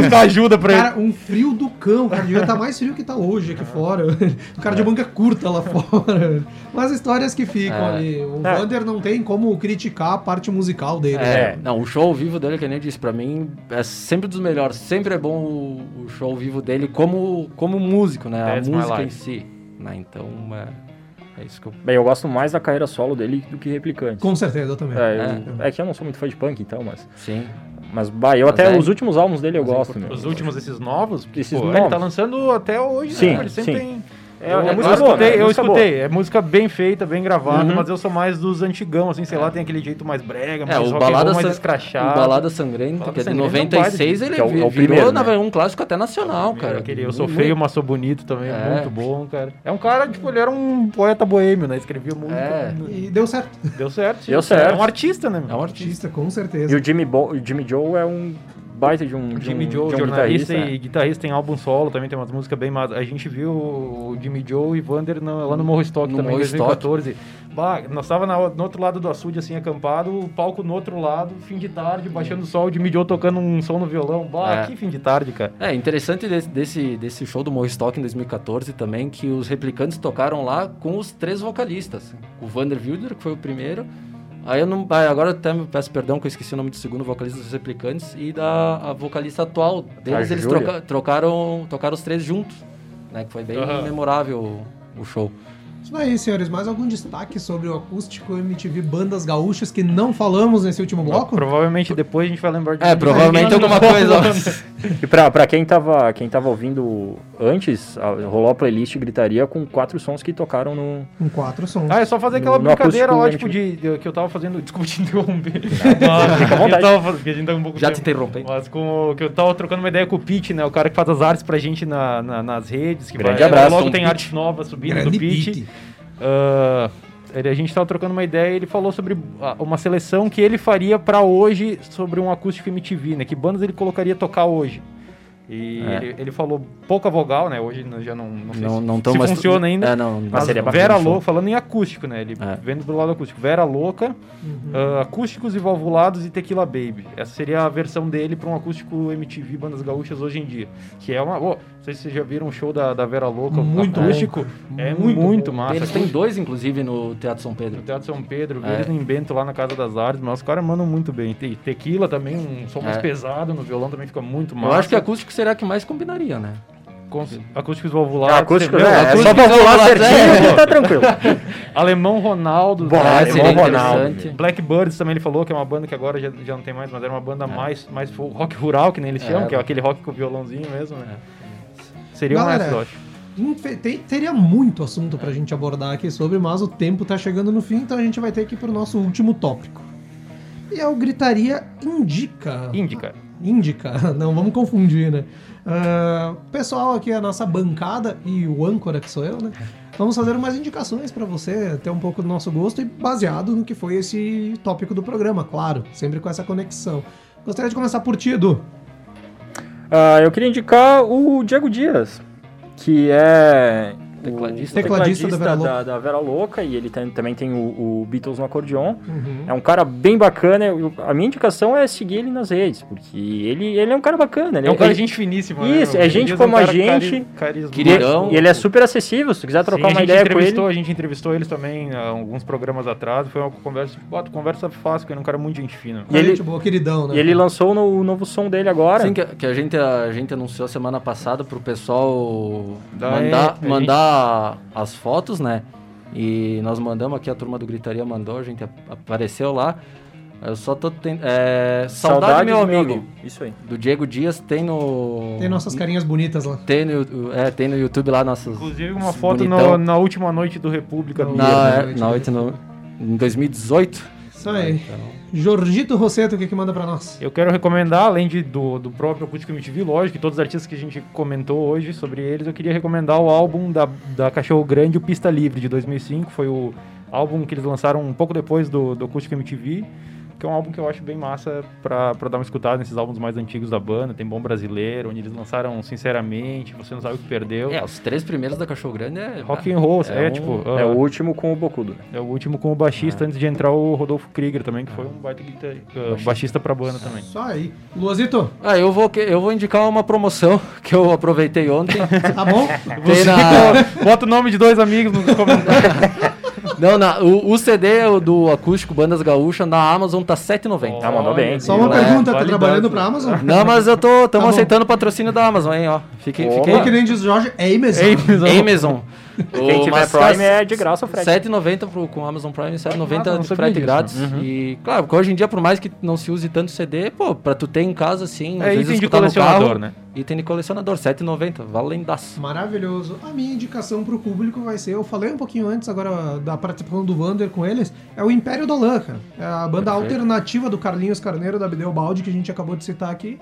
[SPEAKER 6] buscar ajuda pra ele.
[SPEAKER 1] Cara, um frio do cão, cara. Devia estar mais frio que tá hoje aqui fora. O cara de manga curta lá fora. Mas histórias que ficam
[SPEAKER 5] É.
[SPEAKER 1] ali. O Vander não tem como criticar a parte musical dele.
[SPEAKER 5] É,
[SPEAKER 3] É.
[SPEAKER 5] não, o show ao vivo dele, que nem eu disse, pra mim é sempre dos melhores. Sempre é bom o, o show ao vivo dele como, como músico, né?
[SPEAKER 6] That's
[SPEAKER 5] a
[SPEAKER 6] my
[SPEAKER 5] música em
[SPEAKER 6] life.
[SPEAKER 5] si. Né? Então, é, é isso que eu.
[SPEAKER 3] Bem, eu gosto mais da carreira solo dele do que replicante.
[SPEAKER 1] Com certeza, eu também.
[SPEAKER 3] É, eu- é que eu não sou muito fã de punk, então, mas.
[SPEAKER 5] Sim.
[SPEAKER 3] Mas, bah, eu
[SPEAKER 5] Mas
[SPEAKER 3] até.
[SPEAKER 5] é-
[SPEAKER 3] Os últimos álbuns dele eu gosto, meu.
[SPEAKER 6] Os últimos, esses novos, porque,
[SPEAKER 3] Esses
[SPEAKER 6] pô, ele
[SPEAKER 3] novos.
[SPEAKER 6] tá lançando até hoje,
[SPEAKER 3] Sim,
[SPEAKER 6] né? Ele sempre
[SPEAKER 3] sim.
[SPEAKER 6] tem.
[SPEAKER 3] É,
[SPEAKER 6] eu,
[SPEAKER 3] é
[SPEAKER 6] eu
[SPEAKER 3] música boa,
[SPEAKER 6] escutei,
[SPEAKER 3] né? É
[SPEAKER 6] eu
[SPEAKER 3] música
[SPEAKER 6] escutei. É música bem feita, bem gravada,
[SPEAKER 3] Uhum.
[SPEAKER 6] mas eu sou mais dos antigão, assim, sei lá, tem aquele jeito mais brega, mais
[SPEAKER 5] É, o
[SPEAKER 6] rock and
[SPEAKER 5] Balada,
[SPEAKER 6] roll, mais
[SPEAKER 5] San-
[SPEAKER 6] escrachado.
[SPEAKER 5] o Balada Sangrenta,
[SPEAKER 6] Balada
[SPEAKER 5] que é de
[SPEAKER 6] Sangrenta é um baita
[SPEAKER 5] 96,
[SPEAKER 6] de-
[SPEAKER 5] ele
[SPEAKER 3] que é o- é o
[SPEAKER 5] virou
[SPEAKER 3] primeiro,
[SPEAKER 5] na
[SPEAKER 3] né?
[SPEAKER 5] verdade, um clássico até nacional, cara.
[SPEAKER 6] Aquele eu sou
[SPEAKER 5] Muito-
[SPEAKER 6] feio, mas sou bonito também,
[SPEAKER 5] É.
[SPEAKER 6] muito bom, cara. É um cara, tipo, ele era um poeta boêmio, né? Escrevia muito.
[SPEAKER 5] É.
[SPEAKER 1] E deu certo.
[SPEAKER 6] Deu certo. sim.
[SPEAKER 3] Deu certo.
[SPEAKER 6] É um artista, né?
[SPEAKER 5] É
[SPEAKER 6] meu?
[SPEAKER 5] um artista.
[SPEAKER 1] Artista, com certeza.
[SPEAKER 3] E o Jimmy, Bo- o Jimmy Joe é um baita de um. de
[SPEAKER 6] Jimmy
[SPEAKER 3] um-
[SPEAKER 6] Joe,
[SPEAKER 3] de um
[SPEAKER 6] jornalista
[SPEAKER 3] guitarrista, né?
[SPEAKER 6] e guitarrista em álbum solo, também tem umas músicas bem mas A gente viu o Jimmy Joe e Vander na- lá no Morro Stock
[SPEAKER 5] No
[SPEAKER 6] também, em
[SPEAKER 5] Morro Stock.
[SPEAKER 6] 2014. Bah, nós tava na- no outro lado do açude, assim, acampado, o palco no outro lado, fim de tarde, baixando o sol, o Jimmy Joe tocando um som no violão. Bah,
[SPEAKER 5] É.
[SPEAKER 6] que fim de tarde, cara.
[SPEAKER 5] É, interessante desse, desse, desse show do Morristock em 2014 também, que os replicantes tocaram lá com os três vocalistas. O Vander Wilder, que foi o primeiro. Aí eu não. ah, Agora eu até me peço perdão que eu esqueci o nome do segundo vocalista dos replicantes e da a vocalista atual deles.
[SPEAKER 3] A
[SPEAKER 5] eles
[SPEAKER 3] Júlia.
[SPEAKER 5] troca- trocaram, tocaram os três juntos, né? Que foi bem memorável o, o show.
[SPEAKER 1] Isso aí, senhores. Mais algum destaque sobre o acústico MTV Bandas Gaúchas que não falamos nesse último bloco?
[SPEAKER 6] Provavelmente depois a gente vai lembrar de
[SPEAKER 5] É,
[SPEAKER 6] Jimmy Joe.
[SPEAKER 5] provavelmente alguma coisa.
[SPEAKER 3] E pra, pra quem, tava, quem tava ouvindo antes, a- rolou a playlist Gritaria com quatro sons que tocaram no.
[SPEAKER 1] Com quatro sons.
[SPEAKER 6] Ah, é só fazer
[SPEAKER 3] No-
[SPEAKER 6] aquela
[SPEAKER 3] no
[SPEAKER 6] brincadeira
[SPEAKER 3] acústico,
[SPEAKER 6] lá,
[SPEAKER 3] né,
[SPEAKER 6] tipo,
[SPEAKER 3] tipo-
[SPEAKER 6] de, de- que eu tava fazendo. Desculpa te interromper. Mas,
[SPEAKER 3] Fica à vontade.
[SPEAKER 6] eu tava fazendo- porque a gente tá com pouco
[SPEAKER 5] Já
[SPEAKER 6] tempo.
[SPEAKER 5] te interrompei.
[SPEAKER 6] Mas com o que eu tava trocando uma ideia com o Pete, né? O cara que faz as artes pra gente na- na- nas redes. Que
[SPEAKER 3] Grande
[SPEAKER 6] vai,
[SPEAKER 3] abraço,
[SPEAKER 6] Logo
[SPEAKER 3] Tom
[SPEAKER 6] tem
[SPEAKER 3] Pitt.
[SPEAKER 6] arte nova subindo
[SPEAKER 1] Grande
[SPEAKER 6] do Pete.
[SPEAKER 1] Pete.
[SPEAKER 6] Ah, ele- a gente tava trocando uma ideia e ele falou sobre ah, uma seleção que ele faria pra hoje sobre um acústico MTV, né? Que bandas ele colocaria tocar hoje. E
[SPEAKER 5] É.
[SPEAKER 6] ele, ele falou pouca vogal, né? Hoje nós já não, não sei
[SPEAKER 5] Não,
[SPEAKER 6] se,
[SPEAKER 5] não tão
[SPEAKER 6] se
[SPEAKER 5] mais-
[SPEAKER 6] funciona ainda.
[SPEAKER 5] É, não,
[SPEAKER 6] Mas
[SPEAKER 5] mas
[SPEAKER 3] seria bacana
[SPEAKER 6] Vera
[SPEAKER 3] no show.
[SPEAKER 6] Louca, falando em acústico, né? Ele
[SPEAKER 5] É.
[SPEAKER 6] vendo pelo lado acústico. Vera Louca, ah, acústicos e valvulados e Tequila Baby. Essa seria a versão dele para um acústico MTV Bandas Gaúchas hoje em dia. Que é uma. ô, não sei se vocês já viram o show da, da Vera Louca,
[SPEAKER 1] Muito
[SPEAKER 6] o acústico. É muito, muito massa.
[SPEAKER 5] Eles têm dois, inclusive, no Teatro São Pedro.
[SPEAKER 6] No Teatro São Pedro,
[SPEAKER 5] É.
[SPEAKER 6] eles em Bento lá na Casa das Artes, mas os caras mandam muito bem. Tem tequila também, um som mais
[SPEAKER 5] É.
[SPEAKER 6] pesado no violão também fica muito
[SPEAKER 5] Eu
[SPEAKER 6] massa.
[SPEAKER 5] acho que acústico será a que mais combinaria, né?
[SPEAKER 6] Cons- acústicos valvulados.
[SPEAKER 3] acústico,
[SPEAKER 6] entendeu?
[SPEAKER 3] né? É só
[SPEAKER 5] acústico,
[SPEAKER 3] popular
[SPEAKER 5] é,
[SPEAKER 3] certinho que tá tranquilo.
[SPEAKER 6] Alemão Ronaldo.
[SPEAKER 3] Bom,
[SPEAKER 6] né?
[SPEAKER 5] Ah,
[SPEAKER 3] Alemão
[SPEAKER 5] seria
[SPEAKER 6] Alemão
[SPEAKER 3] Ronaldo.
[SPEAKER 5] interessante.
[SPEAKER 6] Blackbirds também ele falou, que é uma banda que agora já, já não tem mais, mas era uma
[SPEAKER 3] É.
[SPEAKER 6] banda mais, mais full rock rural, que nem eles
[SPEAKER 5] É.
[SPEAKER 6] chamam, que é aquele rock com violãozinho mesmo, né?
[SPEAKER 3] É.
[SPEAKER 6] Seria um
[SPEAKER 1] Galera,
[SPEAKER 6] dessas, eu acho.
[SPEAKER 1] Infe- tem- teria muito assunto pra gente abordar aqui sobre, mas o tempo tá chegando no fim, então a gente vai ter que ir pro nosso último tópico. E é o gritaria indica.
[SPEAKER 6] Índica.
[SPEAKER 1] Indica, não, vamos confundir, né? Ah, pessoal, aqui é a nossa bancada e o âncora que sou eu, né? Vamos fazer umas indicações pra você ter um pouco do nosso gosto e baseado no que foi esse tópico do programa, claro, sempre com essa conexão. Gostaria de começar por ti, Edu.
[SPEAKER 3] Ah, eu queria indicar o Diego Dias, que é o
[SPEAKER 5] Tecladista.
[SPEAKER 1] Tecladista da Vera Louca.
[SPEAKER 3] da, da Vera Louca, e ele tem- também tem o, o Beatles no acordeon.
[SPEAKER 1] Uhum.
[SPEAKER 3] É um cara bem bacana. eu- a minha indicação é seguir ele nas redes, porque ele, ele é um cara bacana. Ele,
[SPEAKER 6] É um cara
[SPEAKER 3] ele-
[SPEAKER 6] gente finíssima.
[SPEAKER 3] Isso, é gente
[SPEAKER 6] Dias
[SPEAKER 3] como
[SPEAKER 6] um
[SPEAKER 3] a
[SPEAKER 6] cara
[SPEAKER 3] gente,
[SPEAKER 6] cari- carismático.
[SPEAKER 3] e ele-
[SPEAKER 5] Queridão.
[SPEAKER 3] e ele é super acessível, se tu quiser trocar
[SPEAKER 6] Sim,
[SPEAKER 3] uma
[SPEAKER 6] a gente
[SPEAKER 3] ideia com ele.
[SPEAKER 6] entrevistou, a gente entrevistou eles também há alguns programas atrás, foi uma conversa, tipo, tu conversa fácil, porque ele é um cara muito gente fina.
[SPEAKER 3] E ele-
[SPEAKER 1] Gente boa, queridão, né?
[SPEAKER 3] E ele lançou no- o novo som dele agora.
[SPEAKER 5] Sim, que, que a, gente, a gente anunciou semana passada pro pessoal
[SPEAKER 6] Da-
[SPEAKER 5] mandar,
[SPEAKER 6] é, a
[SPEAKER 5] mandar as fotos, né? E nós mandamos aqui, a turma do Gritaria mandou, a gente ap- apareceu lá. Eu só tô tentando. É, saudade,
[SPEAKER 3] Saudades,
[SPEAKER 5] meu amigo,
[SPEAKER 3] Isso aí.
[SPEAKER 5] Do Diego Dias tem no.
[SPEAKER 1] Tem nossas carinhas bonitas lá.
[SPEAKER 5] Tem no, é, tem no YouTube lá nossas.
[SPEAKER 6] Inclusive uma foto no-
[SPEAKER 5] bonitão.
[SPEAKER 6] na última noite do República.
[SPEAKER 1] Não,
[SPEAKER 6] Bia.
[SPEAKER 5] Na,
[SPEAKER 1] na
[SPEAKER 5] é,
[SPEAKER 1] noite
[SPEAKER 5] na
[SPEAKER 1] do
[SPEAKER 5] oito no- em 2018.
[SPEAKER 1] Isso aí. Jorgito Rosseto, o que, que manda pra nós?
[SPEAKER 6] Eu quero recomendar, além de, do, do próprio Acústico MTV, lógico, e todos os artistas que a gente comentou hoje sobre eles, eu queria recomendar o álbum da, da Cachorro Grande, o Pista Livre, de 2005. Foi o álbum que eles lançaram um pouco depois do, do Acústico MTV, que é um álbum que eu acho bem massa pra, pra dar uma escutada nesses álbuns mais antigos da banda. Tem Bom Brasileiro, onde eles lançaram Sinceramente, Você Não Sabe O Que Perdeu.
[SPEAKER 5] É, os três primeiros da Cachorro Grande é.
[SPEAKER 6] Rock and Roll, é,
[SPEAKER 5] É um-
[SPEAKER 6] tipo...
[SPEAKER 3] É
[SPEAKER 6] ah,
[SPEAKER 3] o último com o Bocudo. né?
[SPEAKER 6] é o último com o baixista, antes de entrar o Rodolfo Krieger também, que foi um baita guitar, ah, baixista pra banda também.
[SPEAKER 1] Só aí. Luazito,
[SPEAKER 5] Ah, eu vou, que- eu vou indicar uma promoção que eu aproveitei ontem.
[SPEAKER 1] tá bom?
[SPEAKER 5] Tem na-
[SPEAKER 6] Bota o nome de dois amigos nos comentários.
[SPEAKER 5] Não, na, o, o CD do acústico Bandas Gaúcha na Amazon tá R$ 7,90.
[SPEAKER 6] Ah,
[SPEAKER 3] Tá, mandou bem.
[SPEAKER 1] Só uma
[SPEAKER 5] Olá,
[SPEAKER 1] pergunta, tá
[SPEAKER 6] qualidade.
[SPEAKER 1] trabalhando pra Amazon?
[SPEAKER 5] Não, mas eu tô
[SPEAKER 6] Tá
[SPEAKER 5] tamo
[SPEAKER 1] bom.
[SPEAKER 5] aceitando o patrocínio da Amazon, hein, ó. Fiquei,
[SPEAKER 3] Ó.
[SPEAKER 5] fiquei
[SPEAKER 1] Ou que nem diz Jorge, é Amazon.
[SPEAKER 5] Amazon.
[SPEAKER 3] Quem tiver Prime é de graça o frete.
[SPEAKER 5] 7,90 pro, com Amazon Prime, 7,90
[SPEAKER 6] Nossa, Ah, não
[SPEAKER 5] de
[SPEAKER 6] sabia
[SPEAKER 5] frete
[SPEAKER 6] disso.
[SPEAKER 5] grátis.
[SPEAKER 3] Uhum.
[SPEAKER 5] E, claro, porque hoje em dia, por mais que não se use tanto CD, pô, pra tu ter em casa, assim,
[SPEAKER 6] É
[SPEAKER 5] às vezes
[SPEAKER 6] item de
[SPEAKER 5] escutar no
[SPEAKER 6] colecionador,
[SPEAKER 5] carro,
[SPEAKER 6] né?
[SPEAKER 5] Item de colecionador, 7,90, valendaço.
[SPEAKER 1] Maravilhoso. A minha indicação pro público vai ser, eu falei um pouquinho antes agora da participação do Vander com eles, é o Império da Lã, cara. É a banda alternativa do Carlinhos Carneiro da Abdeu Balde, que a gente acabou de citar aqui.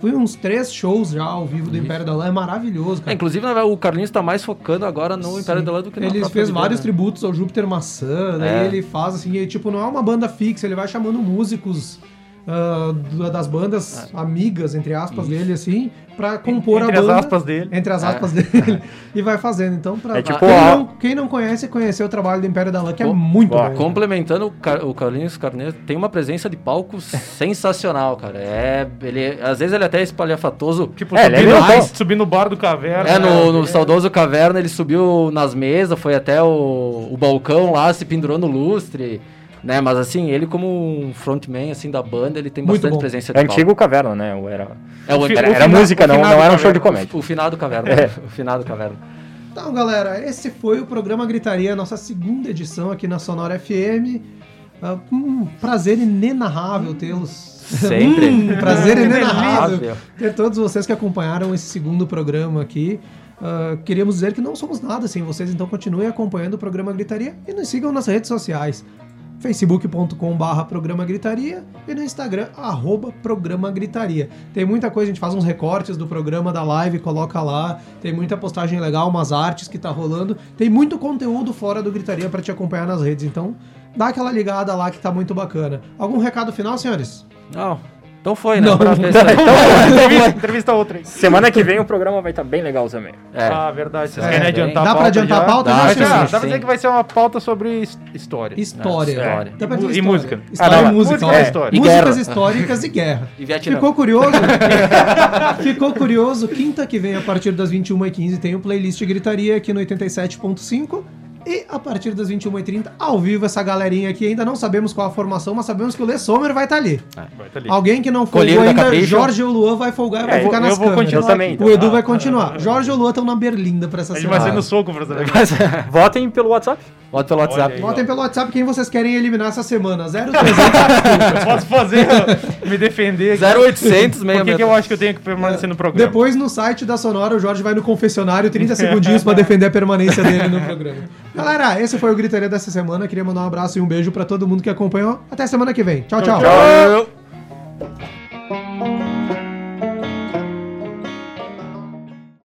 [SPEAKER 1] Fui uns três shows já ao vivo do Império da Lã, é maravilhoso,
[SPEAKER 5] É,
[SPEAKER 1] cara.
[SPEAKER 5] inclusive, na verdade, o Carlinhos tá mais focando agora no Império da Lã do que na
[SPEAKER 1] Ele
[SPEAKER 5] própria
[SPEAKER 1] fez
[SPEAKER 5] vida,
[SPEAKER 1] vários
[SPEAKER 5] né?
[SPEAKER 1] tributos ao Júpiter Maçã, daí
[SPEAKER 5] É.
[SPEAKER 1] ele faz assim, e, tipo, não é uma banda fixa, ele vai chamando músicos ah, do- das bandas amigas, entre aspas, dele, assim, pra compor
[SPEAKER 6] Entre
[SPEAKER 1] a
[SPEAKER 6] as
[SPEAKER 1] banda.
[SPEAKER 6] aspas dele.
[SPEAKER 1] Entre as aspas dele. e vai fazendo. Então, pra,
[SPEAKER 3] É tipo
[SPEAKER 1] quem,
[SPEAKER 3] a-
[SPEAKER 1] não, quem não conhece, conheceu o trabalho do Império da Lã, que é
[SPEAKER 5] Com-
[SPEAKER 1] muito
[SPEAKER 3] ó,
[SPEAKER 1] bom.
[SPEAKER 5] Complementando, o, Car o Carlinhos Carneiro tem uma presença de palco sensacional, cara. É, ele, às vezes ele até é espalhafatoso.
[SPEAKER 6] Tipo,
[SPEAKER 3] É,
[SPEAKER 6] subir,
[SPEAKER 3] ele é
[SPEAKER 6] no,
[SPEAKER 3] legal.
[SPEAKER 6] subir no bar do caverna.
[SPEAKER 5] É, no, no saudoso Caverna ele subiu nas mesas, foi até o, o balcão lá, se pendurou no lustre, né? Mas assim, ele como um frontman assim da banda, ele tem
[SPEAKER 1] Muito
[SPEAKER 5] bastante
[SPEAKER 1] bom.
[SPEAKER 5] presença de
[SPEAKER 3] É
[SPEAKER 5] palco.
[SPEAKER 3] antigo Caverna, né? O Era,
[SPEAKER 5] É o
[SPEAKER 3] era,
[SPEAKER 5] André.
[SPEAKER 3] era
[SPEAKER 6] fina-
[SPEAKER 3] música,
[SPEAKER 6] o
[SPEAKER 3] não,
[SPEAKER 6] finado
[SPEAKER 3] não era um show de
[SPEAKER 6] Caverna.
[SPEAKER 3] comédia. É.
[SPEAKER 5] O finado Caverna. O finado Caverna.
[SPEAKER 1] Então, galera, esse foi o programa Gritaria, nossa segunda edição aqui na Sonora FM. Ah, um prazer inenarrável tê-los.
[SPEAKER 5] Sempre.
[SPEAKER 1] Hum, prazer inenarrável
[SPEAKER 5] Inenarrável.
[SPEAKER 1] ter todos vocês que acompanharam esse segundo programa aqui. Ah, queríamos dizer que não somos nada sem vocês, então continuem acompanhando o programa Gritaria e nos sigam nas redes sociais facebook.com.br Programa Gritaria e no Instagram, arroba Programa Gritaria. Tem muita coisa, a gente faz uns recortes do programa, da live, coloca lá. Tem muita postagem legal, umas artes que tá rolando. Tem muito conteúdo fora do Gritaria pra te acompanhar nas redes, então dá aquela ligada lá que tá muito bacana. Algum recado final, senhores?
[SPEAKER 5] Não. Então foi, né? Próxima vez- então,
[SPEAKER 6] Entrevista, entrevista outra aí.
[SPEAKER 3] Semana que vem o programa vai estar bem legal também.
[SPEAKER 5] É.
[SPEAKER 6] Ah, verdade. Vocês
[SPEAKER 5] É,
[SPEAKER 6] querem
[SPEAKER 5] bem.
[SPEAKER 6] adiantar
[SPEAKER 1] Dá
[SPEAKER 6] a
[SPEAKER 1] pra
[SPEAKER 6] pauta
[SPEAKER 1] adiantar
[SPEAKER 6] já?
[SPEAKER 1] a pauta?
[SPEAKER 5] Dá,
[SPEAKER 1] né,
[SPEAKER 5] sim,
[SPEAKER 1] senhor?
[SPEAKER 6] Dá, dá pra
[SPEAKER 5] sim.
[SPEAKER 6] dizer que vai ser uma pauta sobre his- história.
[SPEAKER 1] História.
[SPEAKER 5] Não, é. história.
[SPEAKER 1] Dá pra dizer
[SPEAKER 6] E mu- e
[SPEAKER 1] história.
[SPEAKER 6] música.
[SPEAKER 1] História
[SPEAKER 6] Ah,
[SPEAKER 1] e
[SPEAKER 6] não,
[SPEAKER 1] música.
[SPEAKER 6] música e história.
[SPEAKER 5] E
[SPEAKER 1] Músicas
[SPEAKER 5] guerra.
[SPEAKER 1] históricas e guerra.
[SPEAKER 5] E Vietnã.
[SPEAKER 1] Ficou curioso? Ficou curioso? Quinta que vem, a partir das 21h15, tem o playlist Gritaria aqui no 87.5. E a partir das 21h30, ao vivo, essa galerinha aqui. Ainda não sabemos qual a formação, mas sabemos que o Lê Sommer vai estar ali.
[SPEAKER 6] Vai, tá ali.
[SPEAKER 1] Alguém que não folgou
[SPEAKER 5] Colírio É. da
[SPEAKER 1] ainda,
[SPEAKER 5] Capricho.
[SPEAKER 1] Jorge ou Luan vai folgar e vai
[SPEAKER 3] É,
[SPEAKER 1] ficar
[SPEAKER 3] eu-
[SPEAKER 1] nas
[SPEAKER 3] eu vou
[SPEAKER 1] câmeras.
[SPEAKER 3] continuar também, então.
[SPEAKER 1] O
[SPEAKER 6] Ah,
[SPEAKER 1] Edu vai continuar. Jorge ou Luan estão na Berlinda pra essa
[SPEAKER 6] A gente vai
[SPEAKER 5] Ah.
[SPEAKER 6] ser
[SPEAKER 1] semana.
[SPEAKER 6] no soco, professor.
[SPEAKER 3] Votem pelo WhatsApp.
[SPEAKER 5] Bota pelo WhatsApp.
[SPEAKER 1] Votem pelo WhatsApp quem vocês querem eliminar essa semana. 0300.
[SPEAKER 6] Eu posso fazer, me defender. aqui.
[SPEAKER 5] 0800
[SPEAKER 6] Por que, que
[SPEAKER 5] 66.
[SPEAKER 6] eu acho que eu tenho que permanecer no programa?
[SPEAKER 1] Depois no site da Sonora, o Jorge vai no confessionário 30 segundinhos pra defender a permanência dele no programa. Galera, esse foi o Gritaria dessa semana. Queria mandar um abraço e um beijo pra todo mundo que acompanhou. Até semana que vem. tchau. tchau.
[SPEAKER 5] Ah!
[SPEAKER 3] Tchau.